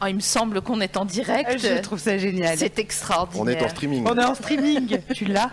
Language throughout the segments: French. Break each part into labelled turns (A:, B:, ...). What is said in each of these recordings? A: Ah, il me semble qu'on est en direct.
B: Ah, Je trouve ça génial.
A: C'est extraordinaire.
C: On est en streaming.
B: On est en streaming, tu l'as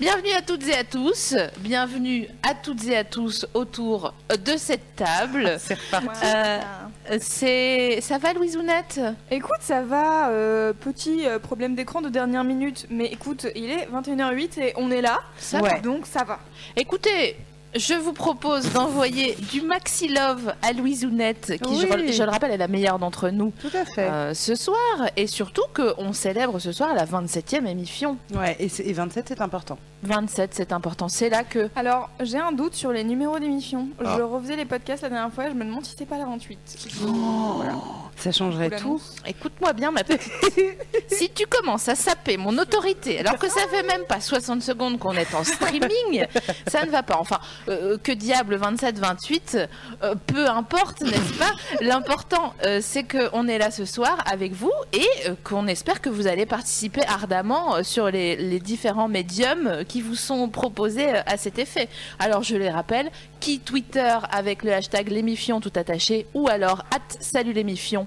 A: Bienvenue à toutes et à tous. Bienvenue à toutes et à tous autour de cette table.
B: Ah, C'est reparti.
A: Euh, c'est ça va Louise Ounette
D: Écoute, ça va, euh, petit euh, problème d'écran de dernière minute, mais écoute, il est 21h08 et on est là,
A: Ça
B: Ouais.
A: va.
D: donc ça va.
A: Écoutez, je vous propose d'envoyer du maxi love à Louise Ounette, qui je
B: Oui.
A: re- je le rappelle est la meilleure d'entre nous
B: Tout à fait.
A: euh, ce soir, et surtout qu'on célèbre ce soir la 27e émission.
B: Ouais, et, c'est- et 27, c'est important.
A: 27, c'est important. C'est là que
D: Alors, j'ai un doute sur les numéros d'émission.
C: Ah.
D: Je refaisais les podcasts la dernière fois et je me demande si c'est pas la 28. Voilà.
B: Ça
D: Je
B: changerait
D: vous
B: tout.
D: l'annonce.
A: Écoute-moi bien, ma petite. si tu commences à saper mon autorité, alors que ça fait même pas 60 secondes qu'on est en streaming, ça ne va pas. Enfin, euh, que diable 27-28, euh, peu importe, n'est-ce pas L'important, euh, c'est qu'on est là ce soir avec vous et euh, qu'on espère que vous allez participer ardemment euh, sur les, les différents médiums euh, qui vous sont proposés euh, à cet effet. Alors, je les rappelle, qui Twitter avec le hashtag Lémifion tout attaché ou alors at salut Lémifion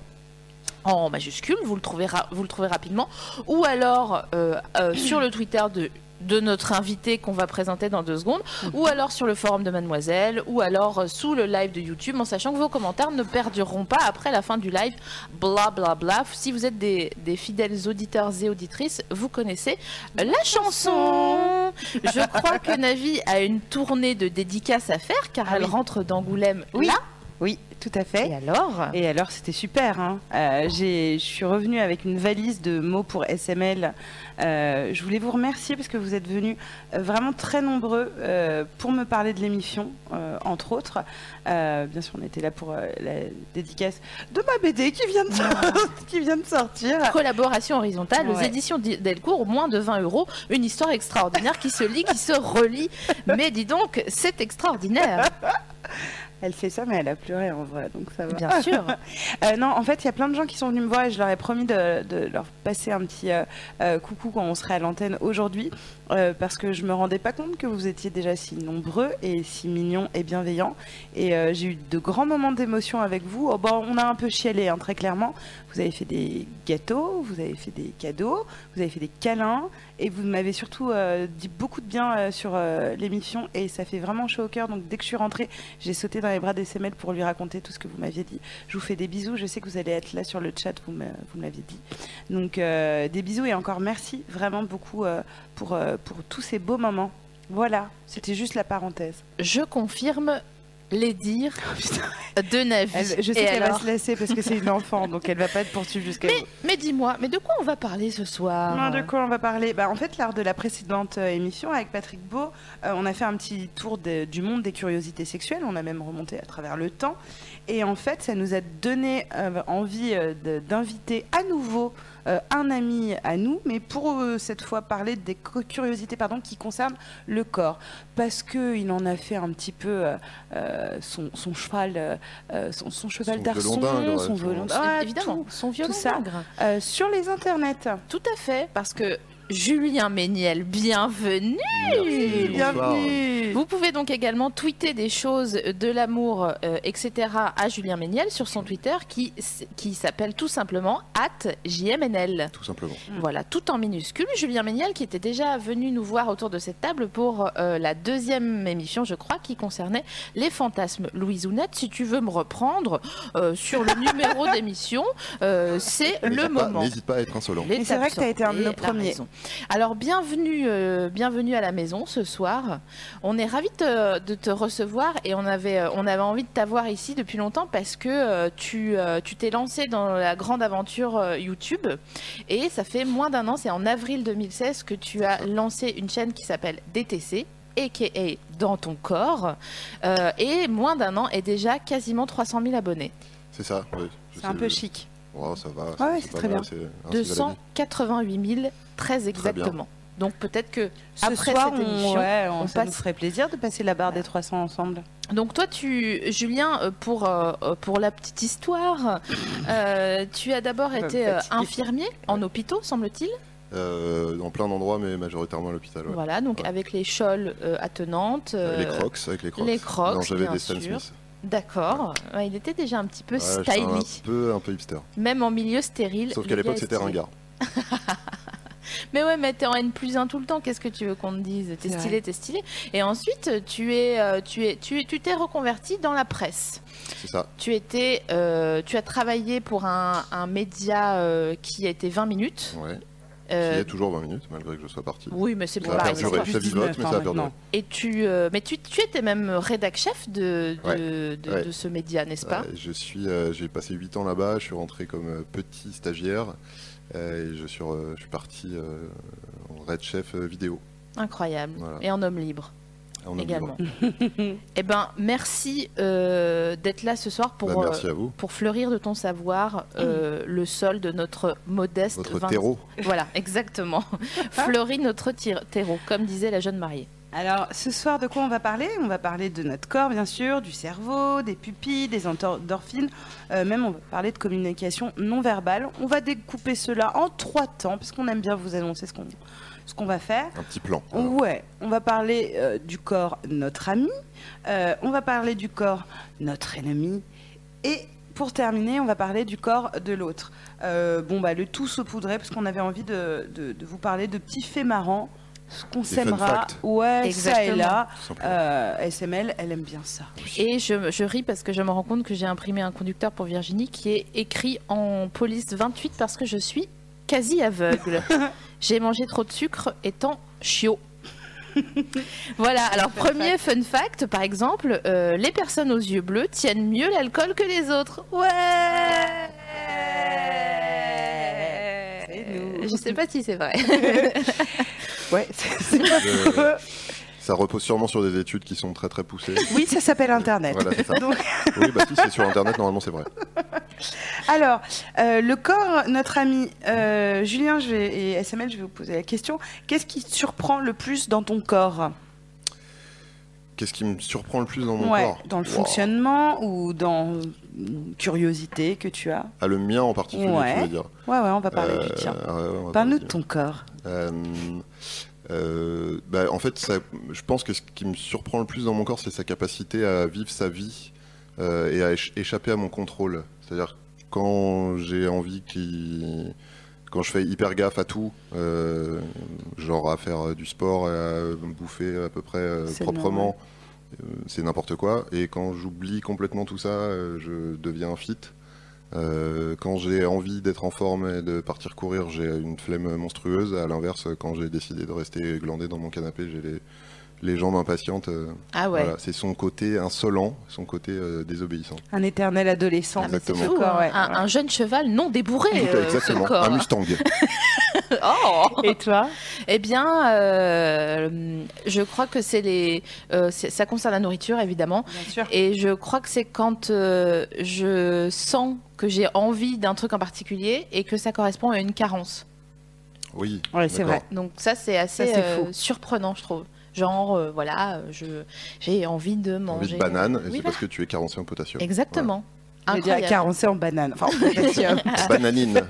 A: en majuscule, vous le trouvez, ra- vous le trouvez rapidement, ou alors euh, euh, sur le Twitter de de notre invité qu'on va présenter dans deux secondes, ou alors sur le forum de Mademoiselle, ou alors euh, sous le live de YouTube, en sachant que vos commentaires ne perdureront pas après la fin du live, bla bla bla. Si vous êtes des, des fidèles auditeurs et auditrices, vous connaissez la chanson. Je crois que Navi a une tournée de dédicaces à faire, car
B: Ah
A: elle
B: oui.
A: rentre d'Angoulême
B: Oui.
A: là.
B: Oui, tout à fait.
A: Et alors
B: Et alors, c'était super. hein. Euh, j'ai- je suis revenue avec une valise de mots pour SML. Euh, je voulais vous remercier parce que vous êtes venus euh, vraiment très nombreux euh, pour me parler de l'émission, euh, entre autres. Euh, bien sûr, on était là pour euh, la dédicace de ma BD qui vient de, qui vient de sortir.
A: Collaboration horizontale aux
B: Ouais.
A: éditions d'I- Delcourt, moins de 20 euros. Une histoire extraordinaire qui se lit, qui se relie. Mais dis donc, c'est extraordinaire,
B: Elle fait ça, mais elle a pleuré en vrai, donc ça va.
A: bien sûr.
B: Euh, non, en fait, il y a plein de gens qui sont venus me voir et je leur ai promis de, de leur passer un petit euh, euh, coucou quand on serait à l'antenne aujourd'hui, euh, parce que je me rendais pas compte que vous étiez déjà si nombreux et si mignons et bienveillants. Et euh, j'ai eu de grands moments d'émotion avec vous. Oh, bon, on a un peu chialé, hein, très clairement. Vous avez fait des gâteaux, vous avez fait des cadeaux, vous avez fait des câlins, et vous m'avez surtout euh, dit beaucoup de bien euh, sur euh, l'émission, et ça fait vraiment chaud au cœur. Donc dès que je suis rentrée, j'ai sauté dans les bras d'SML pour lui raconter tout ce que vous m'aviez dit. Je vous fais des bisous. Je sais que vous allez être là sur le chat, vous me, vous me l'aviez dit. Donc, euh, des bisous et encore merci vraiment beaucoup euh, pour, euh, pour tous ces beaux moments. Voilà, c'était juste la parenthèse.
A: Je confirme les dires
B: putain.
A: de Navi.
B: Elle- je
A: Oh,
B: sais
A: Et
B: qu'elle va
A: alors
B: se lasser parce que c'est une enfant, donc elle va pas être poursuivre jusqu'à.
A: mais mais dis-moi, mais de quoi on va parler ce soir
B: Non, de quoi on va parler bah, En fait, lors de la précédente euh, émission avec Patrick Beau, euh, on a fait un petit tour de- du monde des curiosités sexuelles. On a même remonté à travers le temps. Et en fait, ça nous a donné euh, envie euh, de- d'inviter à nouveau euh, un ami à nous, mais pour euh, cette fois parler des cu- curiosités pardon, qui concernent le corps. Parce qu'il en a fait un petit peu euh, euh, son, son cheval, euh, euh, son, son cheval
C: Son
B: d'arçon,
C: violon d'Inde,
B: son
C: ouais,
B: violon
A: C'est-
B: d'Inde,
A: Évidemment,
B: tout,
A: son violon
B: ça.
A: nègre.
B: euh, sur les internets.
A: Tout à fait, parce que Julien Méniel, bienvenue
C: Merci, bonsoir.
B: Bienvenue
A: Vous pouvez donc également tweeter des choses de l'amour, euh, etc. à Julien Méniel sur son Twitter qui, s- qui s'appelle tout simplement at JMNL.
C: Tout simplement.
A: Voilà, tout en minuscule. Julien Méniel qui était déjà venu nous voir autour de cette table pour euh, la deuxième émission, je crois, qui concernait les fantasmes. Louise Ounette, si tu veux me reprendre euh, sur le numéro d'émission, euh, c'est le
C: N'hésite pas-
A: moment.
C: N'hésite pas à être insolent.
A: Les
B: Mais c'est vrai que t'as été un de nos
A: absorbés, la
B: premiers.
A: raison. Alors bienvenue, euh, bienvenue à la maison ce soir. On est ravis de, te- de te recevoir et on avait, euh, on avait envie de t'avoir ici depuis longtemps parce que euh, tu, euh, tu t'es lancé dans la grande aventure euh, YouTube et ça fait moins d'un an, c'est en avril 2016 que tu as lancé une chaîne qui s'appelle DTC. a.k.a. Dans ton corps. Euh, et moins d'un an et déjà quasiment 300 000 abonnés.
C: C'est ça, oui. Je
B: C'est un
C: sais-
B: peu chic.
C: Ouais, ça va.
B: ouais, c'est
C: pas
B: très
C: mal,
B: bien.
C: c'est- ainsi va la vie.
A: 288 000, très
C: Très bien.
A: exactement. Donc peut-être que
B: Ce
A: après
B: soir,
A: cette
B: on-
A: émission,
B: ouais, on,
A: on
B: ça nous
A: passe-
B: ferait plaisir de passer la barre des 300 ensemble.
A: Donc toi, tu, Julien, euh, pour, euh, euh, pour la petite histoire, euh, tu as d'abord
B: va me
A: été euh,
B: fatiguer.
A: infirmier en hôpitaux, semble-t-il.
C: Euh, Dans plein d'endroits, mais majoritairement à l'hôpital. ouais.
A: Voilà, donc
C: Ouais.
A: avec les choles euh, attenantes. euh,
C: Les crocs, avec les crocs.
A: les Crocs,
C: Non, j'avais
A: bien
C: des Stan
A: sûr.
C: Smith.
A: D'accord. Ouais, il était déjà un petit peu
C: Ouais, j'étais
A: stylish,
C: un peu, un peu hipster.
A: même en milieu stérile.
C: Sauf
A: le
C: qu'à
A: gars
C: l'époque,
A: est
C: c'était
A: stylé.
C: ringard.
A: Mais ouais, mais t'es en N plus 1 tout le temps, qu'est-ce que tu veux qu'on te dise T'es
B: C'est
A: stylé, t'es stylé. Et ensuite, tu es, euh, tu es, tu, tu t'es reconverti dans la presse.
C: C'est ça.
A: Tu étais, euh, tu as travaillé pour un, un média euh, qui était 20 minutes.
C: Ouais.
A: Euh,
C: Il y a toujours 20 minutes, malgré que je sois parti.
A: oui, mais c'est
C: Ça
A: bon.
C: a
A: pareil,
C: perduré,
A: c'est
C: ça
B: Plus
C: vivote,
B: 19
C: mais ça a
B: ans
C: perduré.
B: maintenant.
A: toi. Et tu, euh, mais tu, tu étais même rédac chef de de, de,
C: Ouais.
A: de ce média, n'est-ce pas
C: Ouais, je suis, euh, j'ai passé 8 ans là-bas. Je suis rentré comme euh, petit stagiaire euh, et je suis, re- je suis parti euh, en red chef euh, vidéo.
A: Incroyable.
C: Voilà.
A: Et en homme libre
C: en homme
A: également.
C: libre.
A: eh ben, merci euh, d'être là ce soir pour
C: Bah,
A: euh,
C: merci à vous.
A: pour fleurir de ton savoir euh, le sol de notre modeste
C: Votre
A: 20
C: terreau.
A: Voilà, exactement. Fleurit notre tir- terreau, comme disait la jeune mariée.
B: Alors, ce soir, de quoi on va parler On va parler de notre corps, bien sûr, du cerveau, des pupilles, des endorphines. Euh, même, on va parler de communication non verbale. On va découper cela en trois temps, parce qu'on aime bien vous annoncer ce qu'on ce qu'on va faire.
C: Un petit plan. voilà.
B: Ouais, on va parler euh, du corps notre ami, euh, on va parler du corps notre ennemi, et pour terminer, on va parler du corps de l'autre. Euh, bon, bah le tout saupoudré, parce qu'on avait envie de, de- de vous parler de petits faits marrants, ce qu'on
C: fun
B: s'aimera.
C: facts.
B: Ouais, ça et
A: Exactement.
B: là.
C: Tout simplement.
B: Euh, SML, elle aime bien ça.
A: Et je, je ris parce que je me rends compte que j'ai imprimé un conducteur pour Virginie qui est écrit en police 28 parce que je suis quasi aveugle. j'ai mangé trop de sucre étant chiot. voilà, alors
B: Fun
A: premier fun fact, par exemple, euh, les personnes aux yeux bleus tiennent mieux l'alcool que les autres. Ouais
B: C'est nous.
A: Euh, Je sais pas si c'est vrai.
B: Ouais, c'est c'est pas
C: Je-
B: faux.
C: Ça repose sûrement sur des études qui sont très très poussées.
B: Oui, ça s'appelle Internet.
C: Voilà, c'est ça.
B: Donc-
C: Oui, bah si, c'est sur Internet, normalement, c'est vrai.
B: Alors, euh, le corps, notre ami euh, Julien je vais- et SML, je vais vous poser la question. Qu'est-ce qui te surprend le plus dans ton corps
C: Qu'est-ce qui me surprend le plus dans mon
B: Ouais,
C: corps
B: Dans le
C: Wow.
B: fonctionnement ou dans une curiosité que tu as
C: Ah, le mien en particulier,
B: Ouais.
C: tu veux dire.
B: Ouais, ouais, on va parler du
C: Euh,
B: tien.
C: ouais, ouais, on
B: Parle-nous
C: va parler
B: de
C: du
B: ton corps.
C: Euh, euh, bah, en fait, ça- je pense que ce qui me surprend le plus dans mon corps, c'est sa capacité à vivre sa vie euh, et à éch- échapper à mon contrôle. C'est-à-dire quand j'ai envie qu'il quand je fais hyper gaffe à tout, euh, genre à faire euh, du sport, à bouffer à peu près euh,
B: C'est normal.
C: proprement, euh, c'est n'importe quoi. Et quand j'oublie complètement tout ça, euh, je deviens fit. Euh, quand j'ai envie d'être en forme et de partir courir, j'ai une flemme monstrueuse. À l'inverse, quand j'ai décidé de rester glandé dans mon canapé, j'ai les, les jambes impatientes. euh,
A: Ah ouais.
C: voilà. C'est son côté insolent, son côté euh, désobéissant.
B: Un éternel adolescent. hein.
C: Ah, mais c'est
B: ce
C: fou,
B: corps,
A: Un-
B: ouais.
A: hein. un, un jeune cheval non débourré,
C: Tout à-
A: euh, ce
C: exactement,
A: corps.
C: un Mustang.
A: Oh
B: Et toi
A: Eh bien, euh, je crois que c'est les. euh, c'est- ça concerne la nourriture, évidemment.
B: Bien sûr.
A: Et je crois que c'est quand euh, je sens que j'ai envie d'un truc en particulier et que ça correspond à une carence.
C: Oui,
B: Ouais, c'est
C: d'accord.
B: vrai.
A: Donc, ça, c'est assez
B: Ça, c'est
A: euh,
B: fou.
A: surprenant, je trouve. Genre, euh, voilà, euh, je, j'ai envie de
C: Envie
A: manger.
C: de banane, et
A: Oui, bah.
C: c'est
A: voilà.
C: parce que tu es carencé en potassium.
A: Exactement.
B: Je veux dire,
A: Incroyable.
B: carencé en banane. Enfin, en potassium.
C: Bananine.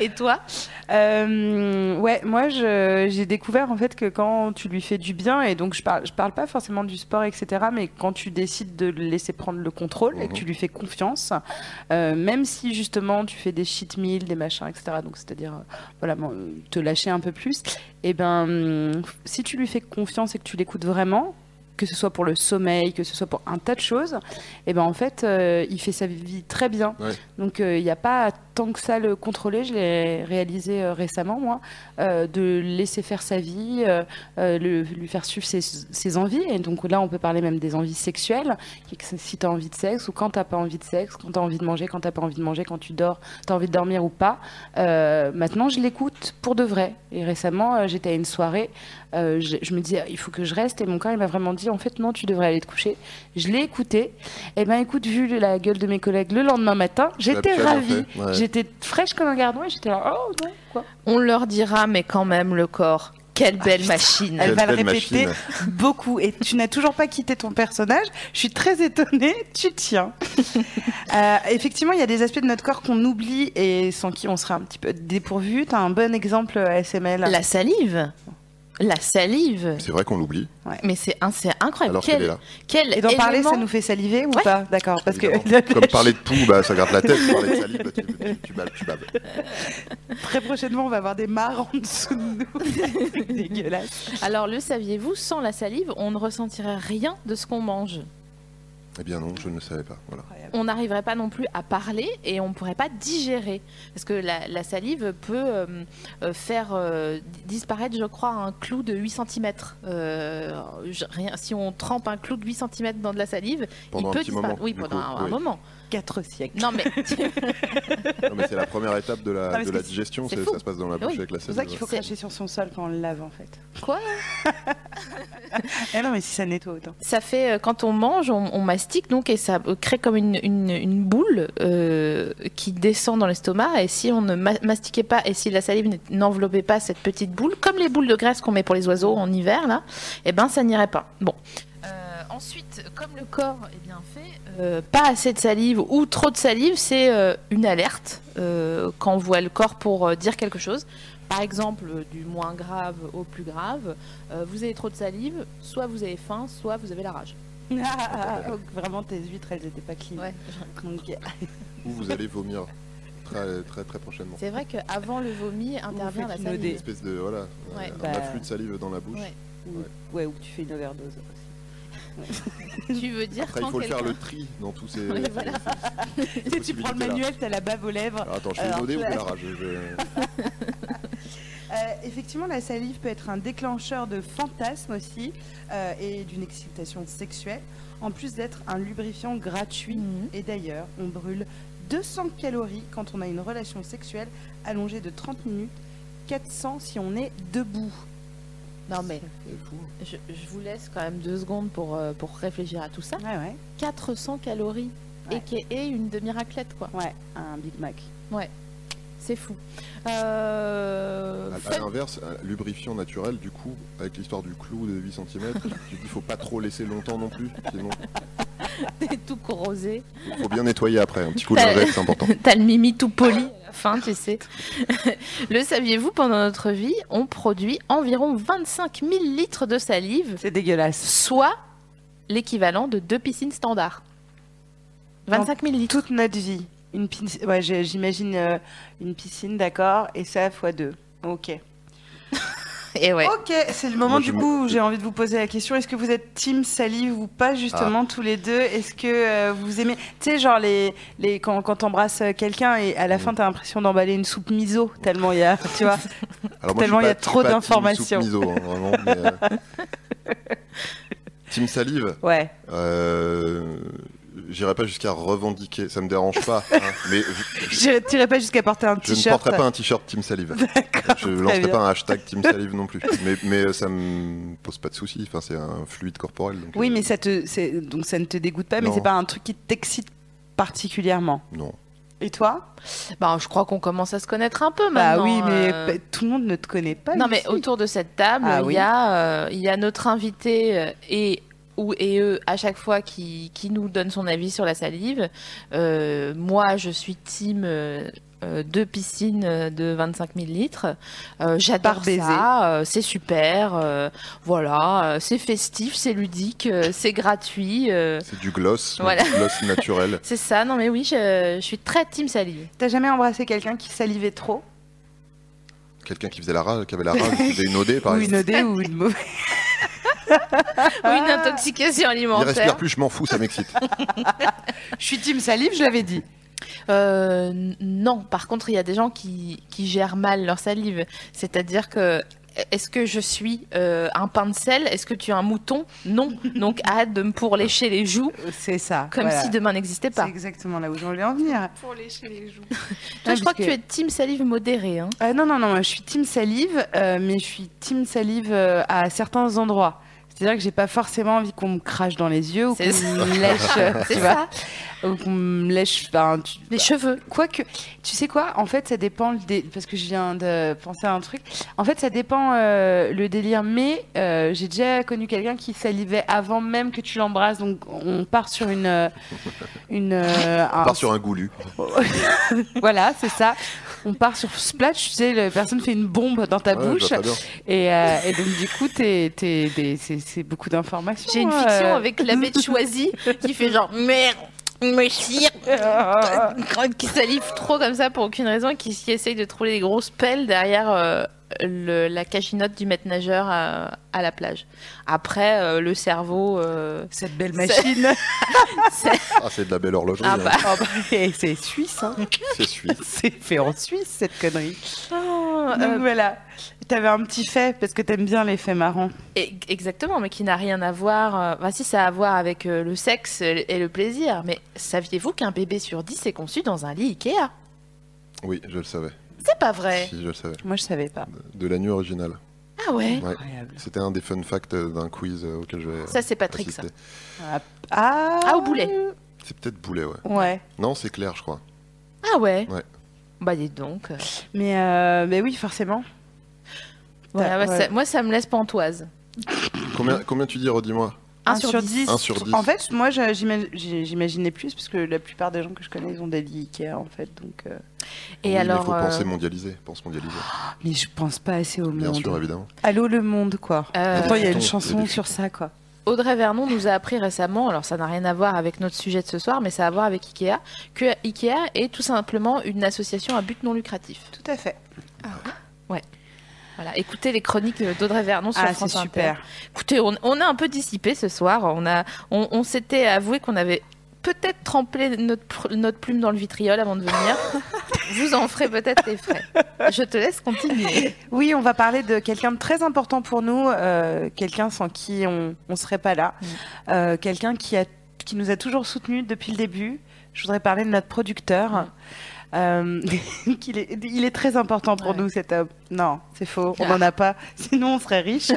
A: Et toi
B: Euh, ouais, moi je- j'ai découvert en fait que quand tu lui fais du bien, et donc je parle, je parle pas forcément du sport, etc., mais quand tu décides de le laisser prendre le contrôle et que
C: Mhm.
B: tu lui fais confiance, euh, même si justement tu fais des cheat meals, des machins, etc., donc c'est-à-dire euh, voilà, bon, euh, eh te lâcher un peu plus, et ben hum, si tu lui fais confiance et que tu l'écoutes vraiment, que ce soit pour le sommeil, que ce soit pour un tas de choses, et ben en fait, euh, il fait sa vie très bien.
C: Ouais.
B: Donc euh, il n'y a pas tant que ça à le contrôler. Je l'ai réalisé euh, récemment, moi, euh, de laisser faire sa vie, euh, euh, le- lui faire suivre ses, ses envies. Et donc là, on peut parler même des envies sexuelles. Si tu as envie de sexe ou quand tu pas envie de sexe, quand tu as envie de manger, quand tu pas envie de manger, quand tu dors, tu as envie de dormir ou pas. Euh, maintenant, je l'écoute pour de vrai. Et récemment, euh, j'étais à une soirée. euh, je, je me disais, il faut que je reste. Et mon corps, il m'a vraiment dit, en fait, non, tu devrais aller te coucher. Je l'ai écouté. Et ben, écoute, vu la gueule de mes collègues le lendemain matin, j'étais
C: l'as bien
B: ravie.
C: fait, ouais.
B: J'étais fraîche comme un gardon et j'étais là, oh non, quoi.
A: On leur dira, mais quand même, le corps, quelle belle
C: Ah,
A: machine.
B: Elle
C: Quelle
B: va le
C: belle
B: répéter beaucoup. Et tu n'as toujours pas quitté ton personnage. Je suis très étonnée. Tu tiens. Euh, effectivement, il y a des aspects de notre corps qu'on oublie et sans qui on sera un petit peu dépourvu. Tu as un bon exemple euh, SML.
A: La salive. La salive.
C: C'est vrai qu'on l'oublie,
A: Mais c'est un- c'est incroyable.
C: alors qu'elle est là.
A: Ah, quel
B: Et d'en parler,
A: élément-
B: ça nous fait saliver ou
A: Ouais.
B: pas D'accord. Parce que
C: évidemment. Comme parler de poux, bah, ça gratte la tête. Parler de salive, bah, tu, tu, tu baves, tu baves.
B: très prochainement, on va avoir des mares en dessous de nous. Dégueulasse.
A: Alors, le saviez-vous, sans la salive, on ne ressentirait rien de ce qu'on mange.
C: Eh bien non, je ne le savais pas. Voilà.
A: On n'arriverait pas non plus à parler et on ne pourrait pas digérer. Parce que la, la salive peut euh, euh, faire euh, di- disparaître, je crois, un clou de 8 cm. rien, si on trempe un clou de 8 cm dans de la salive, il
C: Pendant un
A: peut
C: petit moment.
A: disparaître. Oui,
C: du
A: pendant
C: coup,
A: un, un
C: oui.
A: moment.
B: Quatre siècles.
A: Non, mais
C: Non, mais c'est la première étape de
B: Ah,
C: la,
B: mais
C: de
B: c'est-
C: la digestion,
A: c'est
C: c'est-
A: fou.
C: ça se passe dans la bouche
A: Oui,
C: avec la
B: C'est pour ça qu'il faut cracher sur son sol quand on le lave en fait.
A: quoi
B: Eh non mais si ça nettoie autant.
A: Ça fait euh, quand on mange, on, on mastique donc et ça euh, crée comme une, une- une boule euh, qui descend dans l'estomac. Et si on ne ma- mastiquait pas et si la salive n'est- n'enveloppait pas cette petite boule, comme les boules de graisse qu'on met pour les oiseaux en hiver là, eh ben ça n'irait pas. Bon. Euh, ensuite, comme le corps est bien fait, euh, pas assez de salive ou trop de salive, c'est euh, une alerte euh, quand on voit le corps pour euh, dire quelque chose. Par exemple, euh, du moins grave au plus grave, euh, vous avez trop de salive, soit vous avez faim, soit vous avez la rage.
B: Ah, Donc, vraiment tes huîtres elles étaient pas clean. Donc,
C: Ou vous allez vomir très très, très prochainement.
A: C'est vrai qu'avant le vomi intervient
B: Ou
A: la
B: faites une
C: Une
A: salive.
B: OD.
C: espèce de voilà,
A: Ouais.
C: un
B: Bah.
C: afflux de salive dans la bouche.
A: Ouais.
B: Ouais, ou tu fais une overdose aussi.
A: bah, Tu veux dire
C: Après, il
A: quand
C: faut le faire
A: quelqu'un...
C: le tri dans tous ces.
A: Oui, voilà.
C: ces- ces
B: Tu sais, tu prends le
C: possibilités-là.
B: manuel, t'as la bave aux lèvres.
C: Alors, attends, je fais
B: Alors,
C: une OD ou
B: tu
C: de
B: vois.
C: la rage je-
B: Euh, effectivement, la salive peut être un déclencheur de fantasmes aussi euh, et d'une excitation sexuelle, en plus d'être un lubrifiant gratuit.
A: Mhm.
B: Et d'ailleurs, on brûle 200 calories quand on a une relation sexuelle allongée de 30 minutes, 400 si on est debout. Ah,
A: Non mais
C: C'est fou.
A: je, je vous laisse quand même deux secondes pour, euh, pour réfléchir à tout ça. 400 calories,
B: Ouais.
A: a.k.a. une demi-raclette quoi.
B: ouais, un Big Mac.
A: C'est fou. Euh,
C: À- À
A: fun-
C: l'inverse, un lubrifiant naturel, du coup, avec l'histoire du clou de 8 cm, tu dis faut pas trop laisser longtemps non plus, sinon
A: T'es tout corrosé.
C: faut bien nettoyer après. Un petit coup de lingette, c'est important.
A: T'as le mimi tout poli à la fin, tu sais. le saviez-vous, pendant notre vie, on produit environ 25 000 litres de salive
B: C'est dégueulasse.
A: soit l'équivalent de deux piscines standards. 25 000 litres.
B: Toute notre vie. Une piscine, ouais, j'ai- j'imagine euh, une piscine, d'accord, et ça fois deux. Ok.
A: Et ouais.
B: Ok, c'est le moment
C: Moi,
B: du
C: je me-
B: coup où j'ai envie de vous poser la question. Est-ce que vous êtes team salive ou pas justement
A: Ah.
B: tous les deux Est-ce que euh, vous aimez Tu sais genre les les quand quand t'embrasses euh, quelqu'un et
C: Mm.
B: à la fin t'as l'impression d'emballer une soupe miso tellement il y a tu vois.
C: Alors
B: Tellement
C: je suis
B: il y a
C: pas-
B: trop
C: je suis pas team
B: d'informations.
C: soupe miso, hein, vraiment, mais, euh, Team salive,
B: Ouais.
C: euh, j'irai pas jusqu'à revendiquer, ça me dérange pas, hein, mais je-
B: J'irai- T'irais pas jusqu'à porter un
C: je, ne
B: t-shirt.
C: porterai pas un t-shirt team salive. Je lancerai
B: bien.
C: pas un hashtag team salive non plus. Mais, mais euh, ça me pose pas de soucis. Enfin, c'est un fluide corporel. donc,
B: Oui,
C: euh,
B: mais ça te c'est- donc ça ne te dégoûte pas, mais
C: Non.
B: c'est pas un truc qui t'excite particulièrement.
C: non.
B: Et toi
A: Bah, je crois qu'on commence à se connaître un peu
B: Bah
A: maintenant.
B: oui, mais
A: Ah, euh.
B: bah, tout le monde ne te connaît pas.
A: Non,
B: Lucie.
A: mais autour de cette table,
B: Ah
A: il,
B: oui.
A: y a, euh, il y a notre invité euh, et ou et eux à chaque fois qui, qui nous donne son avis sur la salive. Euh, moi, je suis team euh, euh, deux piscines euh, de 25 000 litres. Euh, J'adore
B: Par baiser.
A: ça, euh, c'est super. euh, voilà, euh, c'est festif, c'est ludique, euh, c'est gratuit. euh,
C: C'est du gloss,
A: Voilà.
C: du gloss naturel.
A: C'est ça, non mais oui, je, je suis très team salive.
B: t'as jamais embrassé quelqu'un qui salivait trop
C: Quelqu'un qui faisait la rage, qui avait la rage, qui faisait une OD par
B: Ou
C: exemple.
B: une OD ou une mauvaise.
A: Ou une intoxication
C: Ah. Il respire
A: alimentaire.
C: plus, je m'en fous, ça m'excite.
A: Ah.
B: Je suis team salive, je l'avais dit.
A: Euh, n- non, par contre, il y a des gens qui, qui gèrent mal leur salive. C'est-à-dire que. Est-ce que je suis euh, un pain de sel Est-ce que tu es un mouton Non. Donc hâte de me pourlécher les joues
B: C'est ça.
A: comme
B: voilà.
A: si demain n'existait
B: C'est
A: pas.
B: exactement là où je voulais en venir.
D: Pour lécher les joues.
A: Toi,
B: Ah,
A: je crois
B: parce
A: que tu es team salive modérée. Hein.
B: Euh, non, non, non, moi, je suis team salive, euh, mais je suis team salive euh, à certains endroits. C'est-à-dire que j'ai pas forcément envie qu'on me crache dans les yeux ou qu'on
A: C'est ça.
B: me lèche, euh, tu
A: C'est
B: vois,
A: ça.
B: ou qu'on me lèche. ben, tu-
A: Les cheveux.
B: Quoique, tu sais quoi En fait, ça dépend le dé- parce que je viens de penser à un truc. En fait, ça dépend euh, le délire. Mais euh, j'ai déjà connu quelqu'un qui salivait avant même que tu l'embrasses. Donc, on part sur une, euh, une, euh,
C: On
B: un-
C: part sur un goulu.
B: voilà, c'est ça. On part sur splash. Tu sais, la personne fait une bombe dans ta
C: Ouais, je vois
B: bouche.
C: très bien.
B: Et, euh, et donc, du coup, t'es- t'es- t'es- c'est c'est beaucoup d'informations.
A: J'ai une
B: hein,
A: fiction
B: euh.
A: avec l'abbé de Choisy qui fait genre merde, monsieur, qui salive trop comme ça pour aucune raison et qui qui essaye de trouver des grosses pelles derrière euh, le- la cachinotte du maître nageur à, à la plage. Après, euh, le cerveau. euh,
B: Cette belle
A: C'est-
B: machine.
C: Ah, c'est de la belle horlogerie.
A: Ah
C: hein.
A: bah,
B: Oh, bah, c'est suisse, hein.
C: C'est suisse.
B: C'est fait en Suisse, cette connerie. Donc
A: euh,
B: voilà, t'avais un petit fait parce que t'aimes bien les faits marrants.
A: e- exactement, mais qui n'a rien à voir. euh, Enfin, si, ça a à voir avec euh, le sexe et le plaisir. Mais saviez-vous qu'un bébé sur 10 est conçu dans un lit Ikea
C: Oui, je le savais.
A: C'est pas vrai.
C: Si, je le savais.
B: Moi, je savais pas.
C: De la nuit originale.
A: Ah ouais
C: Ouais.
B: Incroyable.
C: C'était un des fun facts euh, d'un quiz euh, auquel je vais.
A: Ça, c'est Patrick, ça.
C: assister.
B: Ah,
A: Ah, au boulet.
C: C'est peut-être Boulet, ouais.
B: Ouais,
C: Non, c'est clair, je crois.
A: Ah ouais
C: Ouais.
A: Bah dis donc.
B: mais, euh, mais oui, forcément.
A: Voilà,
B: Ouais.
A: bah, ça- moi, ça me laisse pantoise.
C: Combien, combien tu dis, redis-moi
A: Un
B: Un
A: sur
B: sur
A: dix.
B: dix.
C: Un sur dix.
B: En fait, moi, je- j'ima- j'ai- j'imaginais plus parce que la plupart des gens que je connais, ils ont des lits Ikea en fait. Donc, euh, Ah,
A: Et
C: Oui, mais
A: alors,
C: faut
A: euh,
C: penser mondialisé. Pense mondialisé.
B: mais je pense pas assez au
C: Bien
B: monde.
C: sûr, évidemment.
B: Allô le monde, quoi.
A: Euh,
B: Pourtant, il y a une
C: Des
B: chanson
C: futons.
B: sur ça, quoi.
A: Audrey Vernon nous a appris récemment, alors ça n'a rien à voir avec notre sujet de ce soir, mais ça a à voir avec Ikea, que Ikea est tout simplement une association à but non lucratif.
B: Tout à fait.
A: Voilà, écoutez les chroniques d'Audrey Vernon sur
B: Ah, c'est
A: France Inter.
B: super.
A: Écoutez, on, on a un peu dissipé ce soir. On, a, on, on s'était avoué qu'on avait peut-être trempé notre, pr- notre plume dans le vitriol avant de venir. Vous en ferez peut-être les frais. Je te laisse continuer.
B: Oui, on va parler de quelqu'un de très important pour nous, euh, quelqu'un sans qui on ne serait pas là, Euh, quelqu'un qui, a- qui nous a toujours soutenus depuis le début. Je voudrais parler de notre producteur. Euh, qu'il est, il est très important pour
A: Ouais.
B: nous cet homme. Non, c'est faux, on n'en a pas, sinon on serait riche.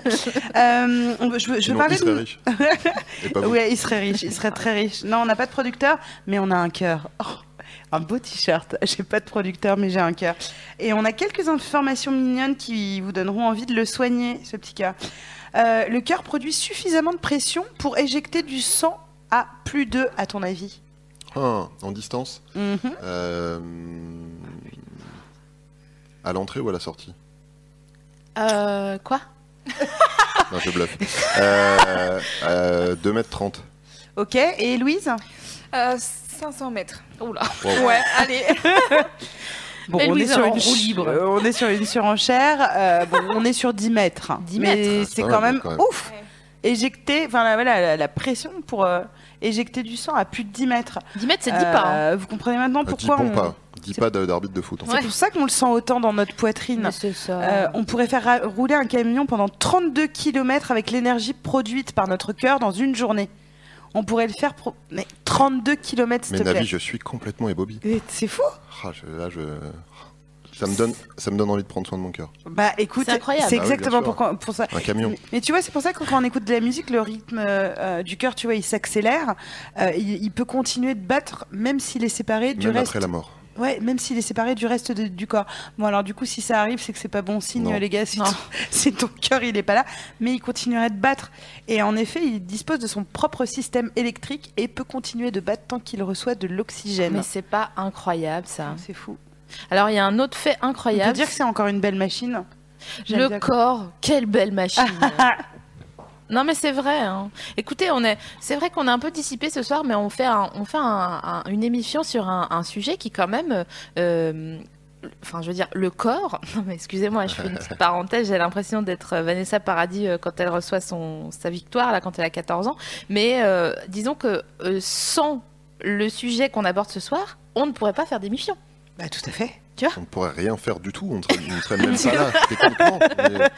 B: Euh, on- je veux- je veux
C: Sinon,
B: parler
C: il serait
B: de-
C: riche. Et pas vous.
B: Ouais, il serait riche, il serait très riche. Non, on n'a pas de producteur, mais on a un cœur. Oh, un beau t-shirt. J'ai pas de producteur, mais j'ai un cœur. Et on a quelques informations mignonnes qui vous donneront envie de le soigner, ce petit cœur. Euh, le cœur produit suffisamment de pression pour éjecter du sang à plus de, à ton avis
C: Ah, en distance
B: Mhm.
C: Euh, À l'entrée ou à la sortie
A: Euh, quoi
C: Non, je bluffe. Euh, euh, 2m30.
B: Ok, et Louise
D: Euh, 500 mètres.
A: Oula.
C: Wow.
D: Ouais, allez.
B: Bon,
A: Et
B: on,
A: Louise,
B: est sur
A: en
B: une
A: roue
B: ch-
A: libre.
B: euh, on est sur une surenchère. euh, bon, on est sur 10 mètres.
A: 10
B: Mais
A: mètres.
B: c'est
C: Ah,
B: quand,
C: ouais,
B: même
C: quand même.
B: ouf.
D: Ouais.
B: Éjecter, enfin la, voilà, la, la pression pour euh, éjecter du sang à plus de 10 mètres.
A: 10 mètres, c'est 10
B: Euh,
A: pas. hein.
B: Vous comprenez maintenant
C: Euh, Dis
B: pourquoi
C: bon
B: on...
C: pas. Dis pas d- d'arbitre de foot. en fait.
B: C'est pour ça qu'on le sent autant dans notre poitrine.
A: Mais c'est ça.
B: Euh, on pourrait faire ra- rouler un camion pendant 32 km avec l'énergie produite par notre cœur dans une journée. On pourrait le faire. pro- Mais 32 km, s'il
C: Mais
B: te
C: Navi,
B: plaît.
C: je suis complètement ébobie.
B: Et C'est fou.
C: Ah, je- là, je... Ça me, donne, ça me donne envie de prendre soin de mon cœur.
B: Bah écoute,
A: C'est incroyable.
B: c'est
C: Ah oui, bien
B: exactement
C: sûr.
B: pourquoi- pour ça.
C: Un camion.
B: Mais, mais tu vois, c'est pour ça que quand on écoute de la musique, le rythme euh, euh, du cœur, tu vois, il s'accélère. Euh, il, il peut continuer de battre, même s'il est séparé du
C: Même
B: reste.
C: après la mort.
B: Ouais, même s'il est séparé du reste de- du corps. Bon, alors du coup, si ça arrive, c'est que c'est pas bon signe,
C: Non.
B: les gars. Si,
A: Non.
B: ton- si ton cœur, il est pas là, mais il continuerait de battre. Et en effet, il dispose de son propre système électrique et peut continuer de battre tant qu'il reçoit de l'oxygène.
A: Mais c'est pas incroyable ça.
B: C'est fou.
A: Alors il y a un autre fait
B: On peut
A: incroyable.
B: dire que c'est encore une belle machine. J'aime
A: le
B: bien-
A: corps, quelle belle machine. non mais c'est vrai. hein. Écoutez, on est, c'est vrai qu'on a un peu dissipé ce soir, mais on fait, un- on fait un- un- une émission sur un, un sujet qui quand même euh, Enfin, je veux dire, le corps. Non, mais excusez-moi, je fais une petite parenthèse. J'ai l'impression d'être euh, Vanessa Paradis euh, quand elle reçoit son, sa victoire, là, quand elle a 14 ans. Mais euh, disons que euh, sans le sujet qu'on aborde ce soir, on ne pourrait pas faire d'émission.
B: Bah, tout à fait.
C: On ne pourrait rien faire du tout, on ne serait même pas là, techniquement. mais-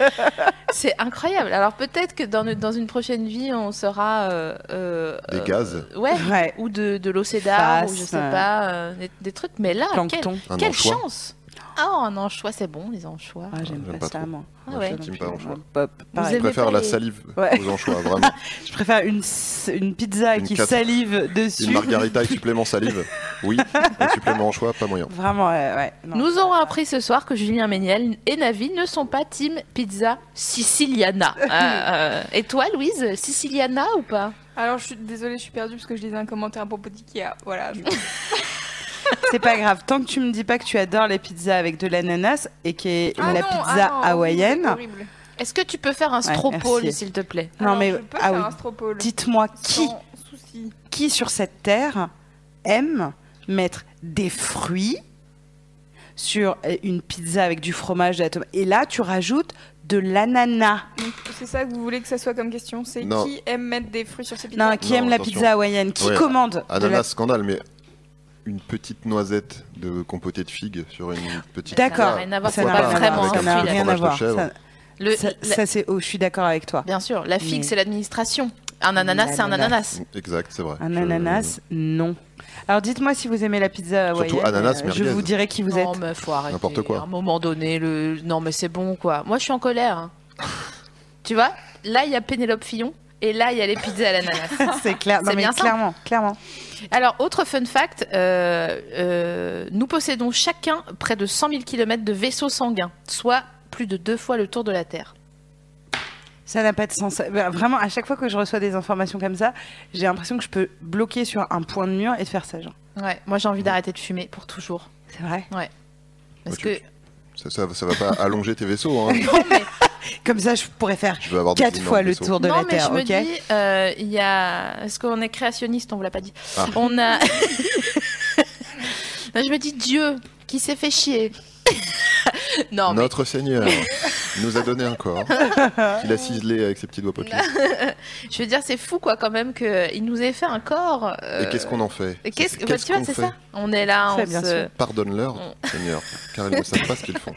A: C'est incroyable. Alors, peut-être que dans, no- dans une prochaine vie, on sera. euh, euh,
C: Des
A: euh,
C: gaz.
A: Ouais.
B: Ouais.
A: Ou de, de l'océda, ou je
B: Face,
A: sais
B: euh,
A: pas, euh, des, des trucs. Mais là, Ah, quel-
B: Plancton.
C: Un
A: quelle
C: anchois.
A: chance Ah, un anchois, c'est bon, les anchois.
B: Ah, j'aime pas,
C: j'aime pas
B: ça,
C: trop.
B: moi.
A: Ah
C: Moi,
A: ouais.
C: je suis team pas anchois.
B: euh, Pop, pareil.
C: Je
A: aimez
C: préfère
A: pas
C: la
A: les-
C: salive
B: Ouais.
C: aux anchois, vraiment.
B: Je préfère une, s- une pizza
C: Une
B: qui
C: quatre-
B: salive dessus.
C: Une margarita avec supplément salive, oui. Un supplément anchois, pas moyen.
B: Vraiment, ouais. ouais, non.
A: Nous aurons appris ce soir que Julien Méniel et Navi ne sont pas Team Pizza Siciliana. Euh, euh, et toi, Louise, Siciliana ou pas
D: Alors je suis désolée, je suis perdue parce que je lisais un commentaire à propos d'Ikea. Voilà.
B: Ah C'est pas grave. Tant que tu me dis pas que tu adores les pizzas avec de l'ananas et que est
D: Ah
B: la
D: non, ah
B: pizza
D: non, horrible,
B: hawaïenne.
D: horrible.
A: Est-ce que tu peux faire un
B: Ouais,
A: stropole,
B: merci.
A: s'il te plaît
B: Non,
D: Alors,
B: mais
D: je peux
B: ah
D: faire
B: oui.
D: un stropole.
B: Dites-moi qui,
D: Sans souci.
B: qui sur cette terre aime mettre des fruits sur euh, une pizza avec du fromage de la tomate. Et là, tu rajoutes de l'ananas.
D: Donc, C'est ça que vous voulez que ça soit comme question C'est
C: Non.
D: qui aime mettre des fruits sur ses pizzas
B: Non, qui
C: Non,
B: aime la
C: attention.
B: pizza hawaïenne Qui
C: Ouais,
B: commande de
C: Ananas,
B: la...
C: scandale, mais une petite noisette de compotée de figues sur une petite.
A: Ça
B: D'accord.
A: n'a rien à voir,
C: Ça
A: c'est
C: n'a
A: pas
C: rien à
A: vraiment
C: voir,
A: un
B: ça n'a
C: fruit,
B: rien à
C: fromage de
B: voir.
C: chèvre.
B: Ça,
A: Le-
B: ça-
A: la-
B: ça, c'est... Oh, je suis d'accord avec toi.
A: Bien sûr, la figue,
B: Mais-
A: c'est l'administration. Un ananas, c'est un ananas.
C: Mm, Exact, c'est vrai.
B: Un
C: Je-
B: ananas, non. Alors dites-moi si vous aimez la pizza hawaïenne.
C: Surtout ananas,
B: euh, Je
C: merguez.
B: vous dirai qui vous êtes.
A: non, mais faut arrêter.
C: N'importe quoi.
A: À un moment donné, le... non, mais c'est bon, quoi. Moi, je suis en colère. hein. tu vois Là, il y a Pénélope Fillon. Et là, il y a les pizzas à l'ananas.
B: c'est clair. Non,
A: C'est
B: mais
A: bien ça.
B: clairement, clairement.
A: Alors, autre fun fact, euh, euh, nous possédons chacun près de 100 000 km de vaisseaux sanguins, soit plus de deux fois le tour de la Terre.
B: Ça n'a pas de sens. Bah, Vraiment, à chaque fois que je reçois des informations comme ça, j'ai l'impression que je peux bloquer sur un point de mur et de faire ça, genre.
A: Ouais, moi j'ai
C: Mm.
A: envie d'arrêter de fumer pour toujours.
B: C'est vrai.
A: Parce
C: Ouais,
A: que...
C: tu- Ça, ça, ça va pas allonger tes vaisseaux, hein.
A: Non, mais,
B: Comme ça, je pourrais faire
C: Je vais avoir des
B: quatre
C: énormes
B: fois le
C: vaisseaux.
B: tour de
A: non,
B: la
A: mais
B: Terre,
A: je me
B: ok
A: dis, euh, il y a... Parce qu'on est créationniste, on vous l'a pas dit.
C: Ah.
A: On a... Non, je me dis Dieu qui s'est fait chier. non, mais-
C: Notre Seigneur nous a donné un corps qu'il a ciselé avec ses petits doigts potelés.
A: je veux dire, c'est fou quoi quand même qu'il nous ait fait un corps. euh,
C: Et qu'est-ce qu'on en fait
A: et qu'est-ce-
C: Qu'est-ce
A: bah, tu vois,
C: qu'on
A: c'est
C: fait
A: ça. Mm. On est là,
B: C'est
A: on
B: bien
A: se...
B: sûr.
C: Pardonne-leur,
A: On-
C: Seigneur, car ils ne savent pas ce qu'ils font.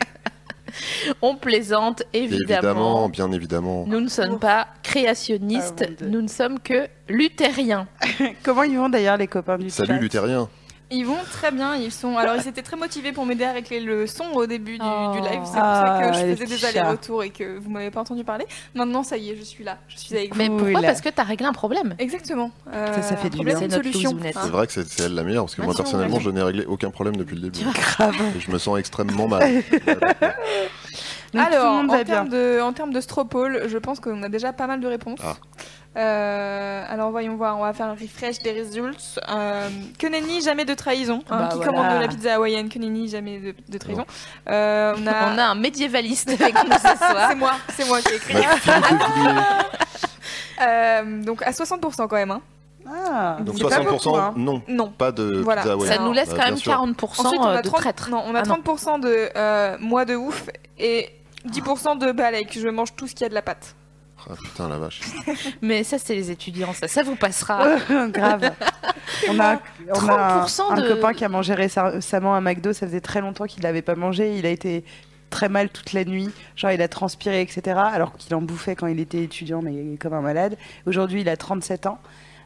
A: On plaisante,
C: Et
A: évidemment.
C: bien évidemment.
A: Nous ne sommes pas créationnistes,
B: Ah, mon Dieu.
A: nous ne sommes que luthériens.
B: Comment ils vont d'ailleurs les copains du
C: Salut
B: chat
C: luthérien.
D: Ils vont très bien, ils sont. Alors ils étaient très motivés pour m'aider à régler le son au début du,
A: Oh.
D: du live. C'est pour
B: Ah,
D: ça que je
B: les
D: faisais des
B: petits chats.
D: allers-retours et que vous m'avez pas entendu parler. Maintenant ça y est, je suis là, je suis avec vous.
A: Mais
B: Cool.
A: pourquoi Parce que tu as réglé un problème.
D: Exactement. Euh,
B: Ça, ça fait du
D: problème,
B: bien.
D: c'est une
A: C'est notre
D: solution. Hein.
A: louzounette.
C: C'est vrai que c'est c'est elle la meilleure parce que
B: Ah,
C: moi
D: Merci,
C: personnellement
D: André.
C: je n'ai réglé aucun problème depuis le début.
B: Grave.
C: Et je me sens extrêmement mal.
B: Donc, tout le
D: Alors,
B: monde
D: en
B: va bien.
D: termes de, en termes de stropole, je pense qu'on a déjà pas mal de réponses.
C: Ah.
D: Euh, alors, voyons voir, on va faire un refresh des résultats. Euh, que nenni, jamais de trahison. hein,
A: Bah
D: qui
A: voilà.
D: commande de la pizza hawaïenne Que nenni, jamais de, de trahison. Euh, on
B: Ah.
D: a.
A: On a un médiévaliste avec
C: Ah
A: nous ce soir.
D: c'est moi, c'est moi qui ai écrit.
C: Ma
B: Ah,
C: fille de
D: Euh, donc à 60% quand même. Hein.
B: Ah.
C: Villiers. Donc
B: C'est pas
C: 60%
B: beaucoup, hein.
C: non,
D: Non.
C: pas de
D: Voilà.
C: pizza
D: Ouais.
A: Ça
C: hawaïenne.
A: nous laisse
C: Bah,
A: quand
C: bien
A: même
C: sûr.
A: 40%
D: Ensuite, on
A: euh,
D: a
A: de
D: 30
A: traîtres.
D: Non, on a
A: Ah non.
D: 30% de euh, moi de ouf et 10% de balèque. Je mange tout ce qu'il y a de la pâte.
C: Ah putain la vache.
A: Mais ça, c'est les étudiants, ça, ça vous passera.
B: Grave. On a, on a un,
A: 30%
B: un
A: de-
B: copain qui a mangé récemment un McDo, ça faisait très longtemps qu'il l'avait pas mangé, il a été très mal toute la nuit, genre il a transpiré, etc. Alors qu'il en bouffait quand il était étudiant, mais comme un malade. Aujourd'hui, il a 37 ans.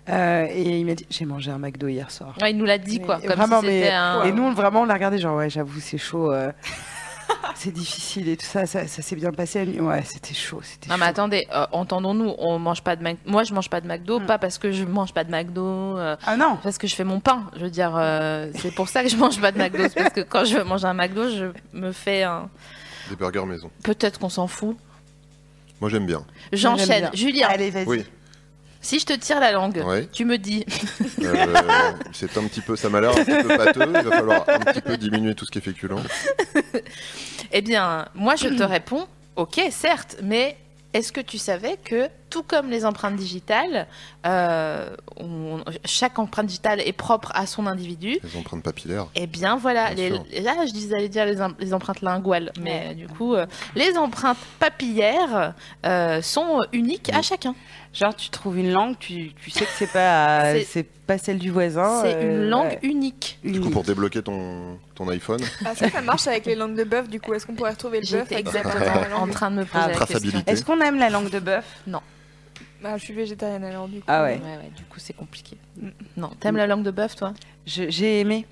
B: euh, et il m'a dit, j'ai mangé un McDo hier soir.
A: Ouais, il nous l'a dit, quoi.
B: Mais
A: Comme
B: vraiment,
A: si
B: mais-
A: c'était un...
B: Et nous, on- vraiment, on l'a regardé, genre, ouais, j'avoue, c'est chaud. euh, c'est difficile et tout ça, ça, ça s'est bien passé. Elle- Ouais, c'était chaud, c'était
A: Non mais
B: chaud.
A: attendez, euh, entendons-nous, on mange pas de Mac- moi je mange pas de McDo,
B: Mm.
A: pas parce que je mange pas de McDo, euh,
B: Ah non
A: parce que je fais mon pain. Je veux dire, euh, c'est pour ça que je mange pas de McDo, c'est parce que quand je mange un McDo, je me fais un.
C: Des burgers maison.
A: Peut-être qu'on s'en fout.
C: Moi j'aime bien.
B: J'aime
A: J'enchaîne.
B: bien.
A: Julien,
B: Allez, vas-y.
C: Oui.
A: si je te tire la langue,
C: Ouais.
A: tu me dis.
C: Euh, c'est un petit peu ça m'a l'air un petit peu pâteux, il va falloir un petit peu diminuer tout ce qui est féculent.
A: eh bien, moi, je te réponds. Ok, certes, mais est-ce que tu savais que tout comme les empreintes digitales, euh, on- chaque empreinte digitale est propre à son individu.
C: Les empreintes papillaires.
A: Eh bien voilà,
C: Bien
A: les-
C: sûr.
A: les- là je disais j'allais dire les, em- les empreintes linguales, mais euh, du coup euh, les empreintes papillaires euh, sont uniques
C: Mmh.
A: à chacun.
B: Genre, tu trouves une langue, tu, tu sais que c'est pas,
A: C'est-
B: c'est pas celle du voisin.
A: C'est
B: euh,
A: une langue
B: ouais.
A: unique.
C: Du coup,
B: Unique.
C: pour débloquer ton, ton iPhone,
D: Ah, ça, ça marche avec les langues de bœuf, du coup, est-ce qu'on pourrait retrouver le bœuf
A: J'étais
D: avec la
A: exactement en
D: langue
A: train de me poser la question.
C: Ah, Traçabilité.
B: Est-ce qu'on aime la langue de bœuf
D: Bah, je suis végétarienne alors, du coup.
B: Ah
A: Ouais,
B: ouais.
A: ouais, du coup c'est compliqué. Non, t'aimes la langue de bœuf toi
B: Je- J'ai aimé.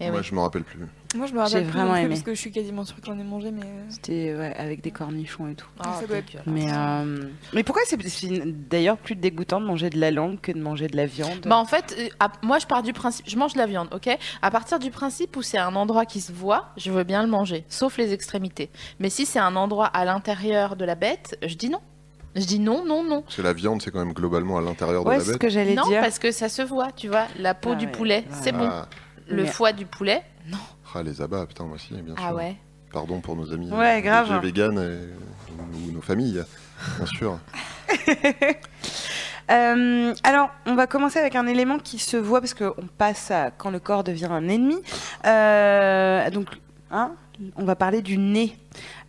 A: Eh
C: moi
A: oui.
C: je me rappelle plus.
D: Moi, je me rappelle
B: J'ai
D: plus
B: vraiment
D: non plus,
B: aimé.
D: parce que je suis quasiment sûre qu'on ait mangé, mais. euh,
B: C'était ouais, avec des cornichons et tout.
A: Ah,
D: ça doit être-
A: dégueulasse.
B: Mais, euh, mais pourquoi c'est c'est d'ailleurs plus dégoûtant de manger de la langue que de manger de la viande
A: Bah en fait, euh, à- moi je pars du principe, je mange de la viande, ok À partir du principe où c'est un endroit qui se voit, je veux bien le manger, sauf les extrémités. Mais si c'est un endroit à l'intérieur de la bête, je dis non. Je dis non, non, non.
C: Parce que la viande, c'est quand même globalement à l'intérieur
B: Ouais,
C: de
B: c'est
C: la
B: ce
C: bête.
B: que j'allais
A: Non,
B: dire.
A: parce que ça se voit, tu vois. La peau
B: Ah
A: du
B: ouais,
A: poulet,
B: ouais.
A: c'est bon.
C: Ah,
A: Le
B: Mais-
A: foie du poulet, non.
C: ah, les abats, putain, moi aussi, bien sûr.
A: Ah ouais.
C: Pardon pour nos amis
B: Ouais,
C: euh,
B: grave.
C: végés, véganes et ou nos familles, bien sûr.
B: Euh, alors, on va commencer avec un élément qui se voit parce qu'on passe à quand le corps devient un ennemi. Euh, donc, hein, on va parler du nez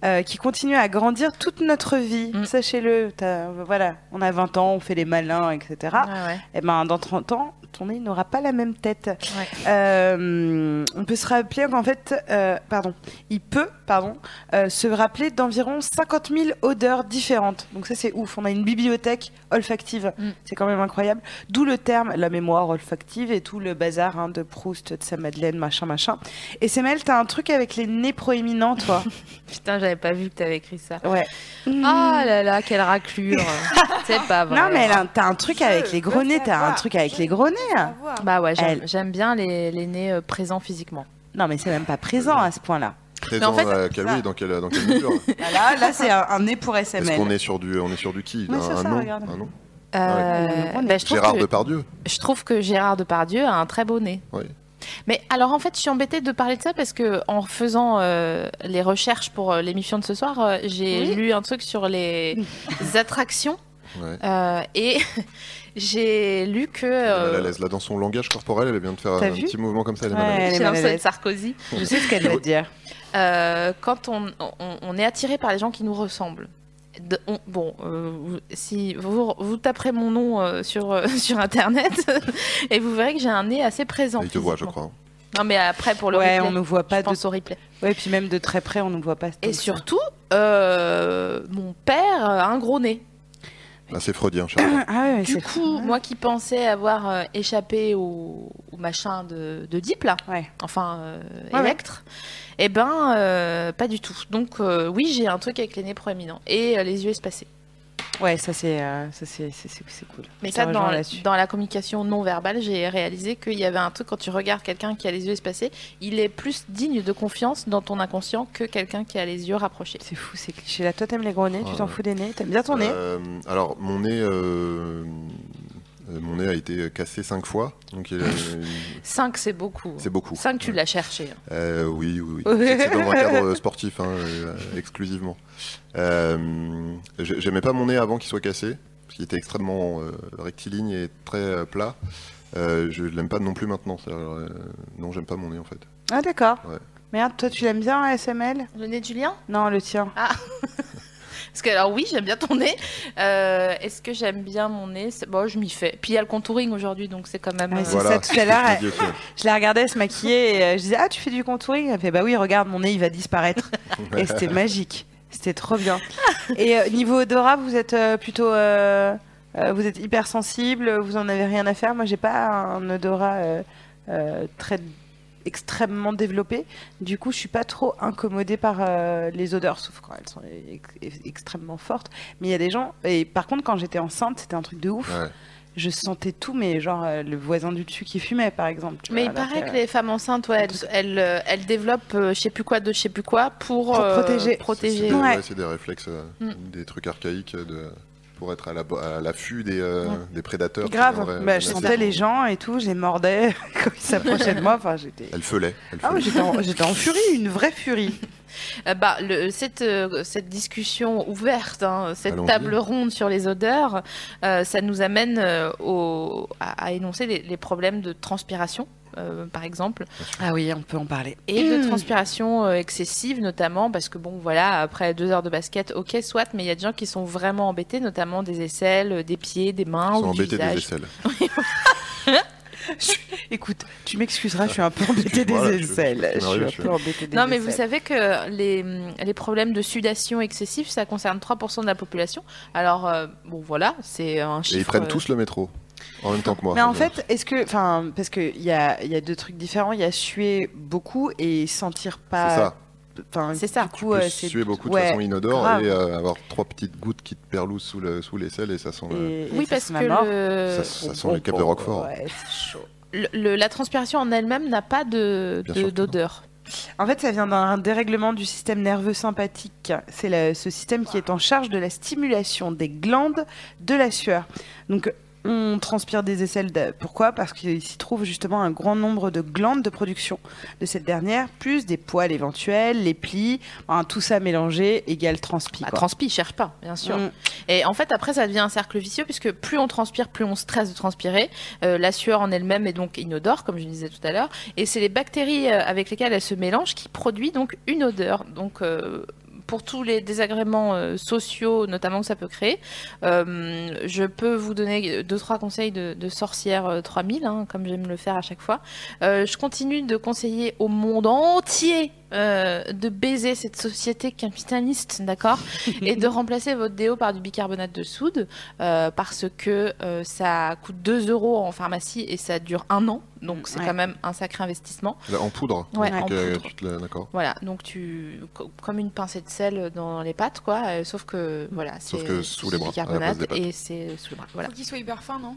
B: euh, qui continue à grandir toute notre vie.
A: Mm.
B: Sachez-le, t'as- voilà, on a 20 ans, on fait les malins, etc.
A: Ouais, ah ouais.
B: Eh ben, dans 30 ans, ton nez n'aura pas la même tête.
A: Ouais.
B: Euh, on peut se rappeler qu'en fait, euh, pardon, il peut, pardon, euh, se rappeler d'environ 50 000 odeurs différentes. Donc ça, c'est ouf. On a une bibliothèque olfactive.
A: Mm.
B: C'est quand même incroyable. D'où le terme la mémoire olfactive et tout le bazar hein, de Proust, de sa Madeleine, machin, machin. Et Semel, t'as un truc avec les nez proéminents, toi.
A: Putain, j'avais pas vu que t'avais écrit ça.
B: ouais.
A: Ah là là, quelle raclure. c'est pas vrai.
B: Non, mais elle a- t'as un truc
D: Je
B: avec les gros
D: veux
B: nez. T'as un
D: savoir.
B: truc avec
D: Je
B: les gros nez. hein.
D: à voir.
A: Bah ouais, j'aime
B: Elle-
A: j'aime bien les, les nez euh, présents physiquement.
B: Non, mais c'est même pas présent à ce point-là.
C: Présent
A: fait,
C: à quel, oui, dans quelle, dans quelle mesure
B: Là, là c'est un, un nez pour
C: Est-ce qu'on
B: SML.
C: est sur du, on est sur du qui
B: Ouais,
C: Un-
B: c'est
C: un,
B: ça,
C: nom,
B: regarde.
C: un nom
A: Euh,
B: Ouais.
A: bah, je trouve
C: Gérard
A: que-
C: Depardieu
A: je trouve que Gérard Depardieu a un très beau nez.
C: Oui.
A: Mais alors en fait, je suis embêtée de parler de ça parce que en faisant euh, les recherches pour euh, l'émission de ce soir, euh, j'ai
B: Oui.
A: lu un truc sur les attractions
C: ouais.
A: euh, et j'ai lu que
C: Elle est mal à
A: euh,
C: l'aise. Là, dans son langage corporel, elle vient de faire
B: T'as
C: un
B: vu
C: petit mouvement comme ça. Elle est
B: Ouais.
C: mal à l'aise.
B: Elle est
A: j'ai
B: mal à
A: lancé
B: l'aise.
A: Sarkozy.
B: Je sais ce qu'elle veut dire.
A: Euh, quand on, on- on est attiré par les gens qui nous ressemblent. de- on- bon, euh, vous- si vous, vous taperez mon nom euh, sur, euh, sur internet et vous verrez que j'ai un nez assez présent.
C: Elle te voit, je
A: physiquement.
B: hein.
C: crois.
A: Non, mais après pour le
B: ouais,
A: replay,
B: on ne voit
A: je
B: pas de.
A: pense au replay.
B: Ouais, puis même de très près, on ne voit pas.
A: Et surtout, euh, mon père a un gros nez.
C: Bah, c'est freudien, Charles.
B: Ah ouais, mais
A: Du
B: c'est
A: coup, moi qui pensais avoir euh, échappé au, au machin de, de Deep, là,
B: Ouais.
A: enfin euh,
B: Ouais, ouais.
A: Electre, eh ben, euh, pas du tout. Donc, euh, oui, j'ai un truc avec les nez proéminents et euh, les yeux espacés.
B: Ouais, ça c'est, euh, ça c'est, c'est, c'est- c'est cool.
A: Mais
B: Je te
A: ça,
B: rejoins
A: dans,
B: là-dessus.
A: dans la communication non verbale, j'ai réalisé qu'il y avait un truc quand tu regardes quelqu'un qui a les yeux espacés, il est plus digne de confiance dans ton inconscient que quelqu'un qui a les yeux rapprochés.
B: C'est fou, c'est cliché. Là, toi t'aimes les gros nez, tu
C: Ouais,
B: t'en
C: ouais.
B: fous des nez, t'aimes bien ton nez.
C: Euh, alors, mon nez, euh, euh, mon nez a été cassé cinq fois. Donc, il a-
A: Cinq, c'est beaucoup. hein.
C: c'est beaucoup.
A: Cinq, tu l'as cherché. hein.
C: Euh, oui, oui, oui. C'est c'est dans un cadre sportif, hein, euh, exclusivement. Euh, j'ai- J'aimais pas mon nez avant qu'il soit cassé, parce qu'il était extrêmement euh, rectiligne et très euh, plat. Euh, je l'aime pas non plus maintenant. c'est-à-dire, euh, non, j'aime pas mon nez en fait.
B: Ah d'accord.
C: Ouais.
B: Merde, toi tu l'aimes bien SML
A: Le nez du lien
B: Non, le tien.
A: Parce que, alors oui, j'aime bien ton nez. Euh, Est-ce que j'aime bien mon nez C'est- Bon, je m'y fais. Puis il y a le contouring aujourd'hui, donc c'est quand même.
B: Ouais,
A: euh,
B: c'est ça, tout à
C: c'est ce que
B: l'heure,
C: je me dis aussi, ouais.
B: Je la regardais se maquiller et euh, je disais ah tu fais du contouring. Elle fait bah oui regarde mon nez il va disparaître. et c'était magique, c'était trop bien. et euh, niveau odorat, vous êtes euh, plutôt, euh, euh, vous êtes hyper sensible, vous en avez rien à faire. Moi j'ai pas un odorat euh, euh, très extrêmement développé. Du coup, je suis pas trop incommodée par euh, les odeurs, sauf quand elles sont ex- ex- extrêmement fortes. Mais il y a des gens. Et par contre, quand j'étais enceinte, c'était un truc de ouf.
C: Ouais.
B: Je sentais tout, mais genre euh, le voisin du dessus qui fumait, par exemple. tu
A: Mais il
B: vois, alors
A: paraît que les femmes enceintes, ouais, elles, elles, euh, elles développent euh, je sais plus quoi de je sais plus quoi pour, euh,
B: Pour protéger.
C: C'est- C'est
A: protéger.
C: des,
B: Ouais.
C: ouais, c'est des réflexes, euh,
A: Mm.
C: des trucs archaïques de, pour être à la- à l'affût des, euh, des prédateurs. qui viendraient
B: Grave, bah, je
C: menacer
B: sentais
C: ton-
B: les gens et tout, je les mordais quand ils s'approchaient de moi. Enfin, j'étais.
C: Elle feulait. elle
B: Ah oui,
C: feulait.
B: j'étais en, j'étais en furie, une vraie furie.
A: Euh, bah, le- cette, euh, cette discussion ouverte, hein, cette
C: Allons-y.
A: table ronde sur les odeurs, euh, ça nous amène euh, au- à, à énoncer les, les problèmes de transpiration, euh, par exemple,
B: Ah oui, on peut en parler.
A: et de transpiration euh, excessive, notamment parce que, bon, voilà, après deux heures de basket, ok, soit, mais il y a des gens qui sont vraiment embêtés, notamment des aisselles, euh, des pieds, des mains,
C: Ils
A: ou
C: sont
A: du
C: embêtés des
A: visage.
C: aisselles.
B: Écoute, tu m'excuseras, je suis un peu embêtée des
C: Voilà, je-
B: aisselles. Je
C: ça
B: suis
C: m'arrive,
B: un
C: je-
B: peu embêtée des
A: Non, mais vous
B: aisselles.
A: savez que les, les problèmes de sudation excessive, ça concerne 3% de la population. Alors, euh, bon, voilà, c'est un
C: Et
A: chiffre.
C: ils prennent
A: euh,
C: tous le métro en même temps que moi.
B: Mais en
C: Donc,
B: fait, est-ce que, enfin, parce que il y a, il y a deux trucs différents. Il y a suer beaucoup et sentir
C: c'est
B: pas.
C: ça.
B: Enfin,
A: C'est ça.
B: Du
C: Tu
B: coup,
C: peux
B: euh, c'est
C: suer beaucoup de
B: ouais,
C: façon inodore
B: grave.
C: et euh, avoir trois petites gouttes qui te perlousent sous, le, sous l'aisselle et ça sent. le-
B: et- et
A: Oui,
B: ça
A: parce
B: se
A: que
B: met à mort.
A: le-
C: Ça, ça sent le cap de Roquefort.
B: Ouais, c'est chaud.
A: le- le- la transpiration en elle-même n'a pas de,
C: Bien
A: de-
C: sûr que non.
A: d'odeur.
B: En fait, ça vient d'un dérèglement du système nerveux sympathique. C'est la- ce système qui est en charge de la stimulation des glandes de la sueur. Donc, on transpire des aisselles. de- Pourquoi Parce qu'il s'y trouve justement un grand nombre de glandes de production de cette dernière, plus des poils éventuels, les plis. Enfin, tout ça mélangé égale transpi.
A: Bah,
B: quoi.
A: transpire, cherche pas, bien sûr.
B: Mm.
A: Et en fait, après, ça devient un cercle vicieux puisque plus on transpire, plus on stresse de transpirer. Euh, la sueur en elle-même est donc inodore, comme je disais tout à l'heure. Et c'est les bactéries euh, avec lesquelles elle se mélange qui produit donc une odeur. Donc, euh, pour tous les désagréments euh, sociaux, notamment que ça peut créer, euh, je peux vous donner deux trois conseils de, de sorcière euh, 3000, hein, comme j'aime le faire à chaque fois. Euh, je continue de conseiller au monde entier euh, de baiser cette société capitaliste, d'accord et de remplacer votre déo par du bicarbonate de soude euh, parce que euh, ça coûte 2 euros en pharmacie et ça dure un an, donc c'est
B: Ouais.
A: quand même un sacré investissement.
C: Là, en poudre.
A: Ouais,
C: Donc,
A: en
C: euh,
A: poudre.
C: tu te la- D'accord.
A: Voilà, donc tu co- comme une pincée de sel dans les pâtes, quoi. euh, sauf que voilà, c'est
C: Sauf que sous les
A: du
C: bras, à la place des
A: bicarbonate
C: pâtes.
A: et c'est sous les bras. Voilà.
D: Faut qu'il soit hyper fin, non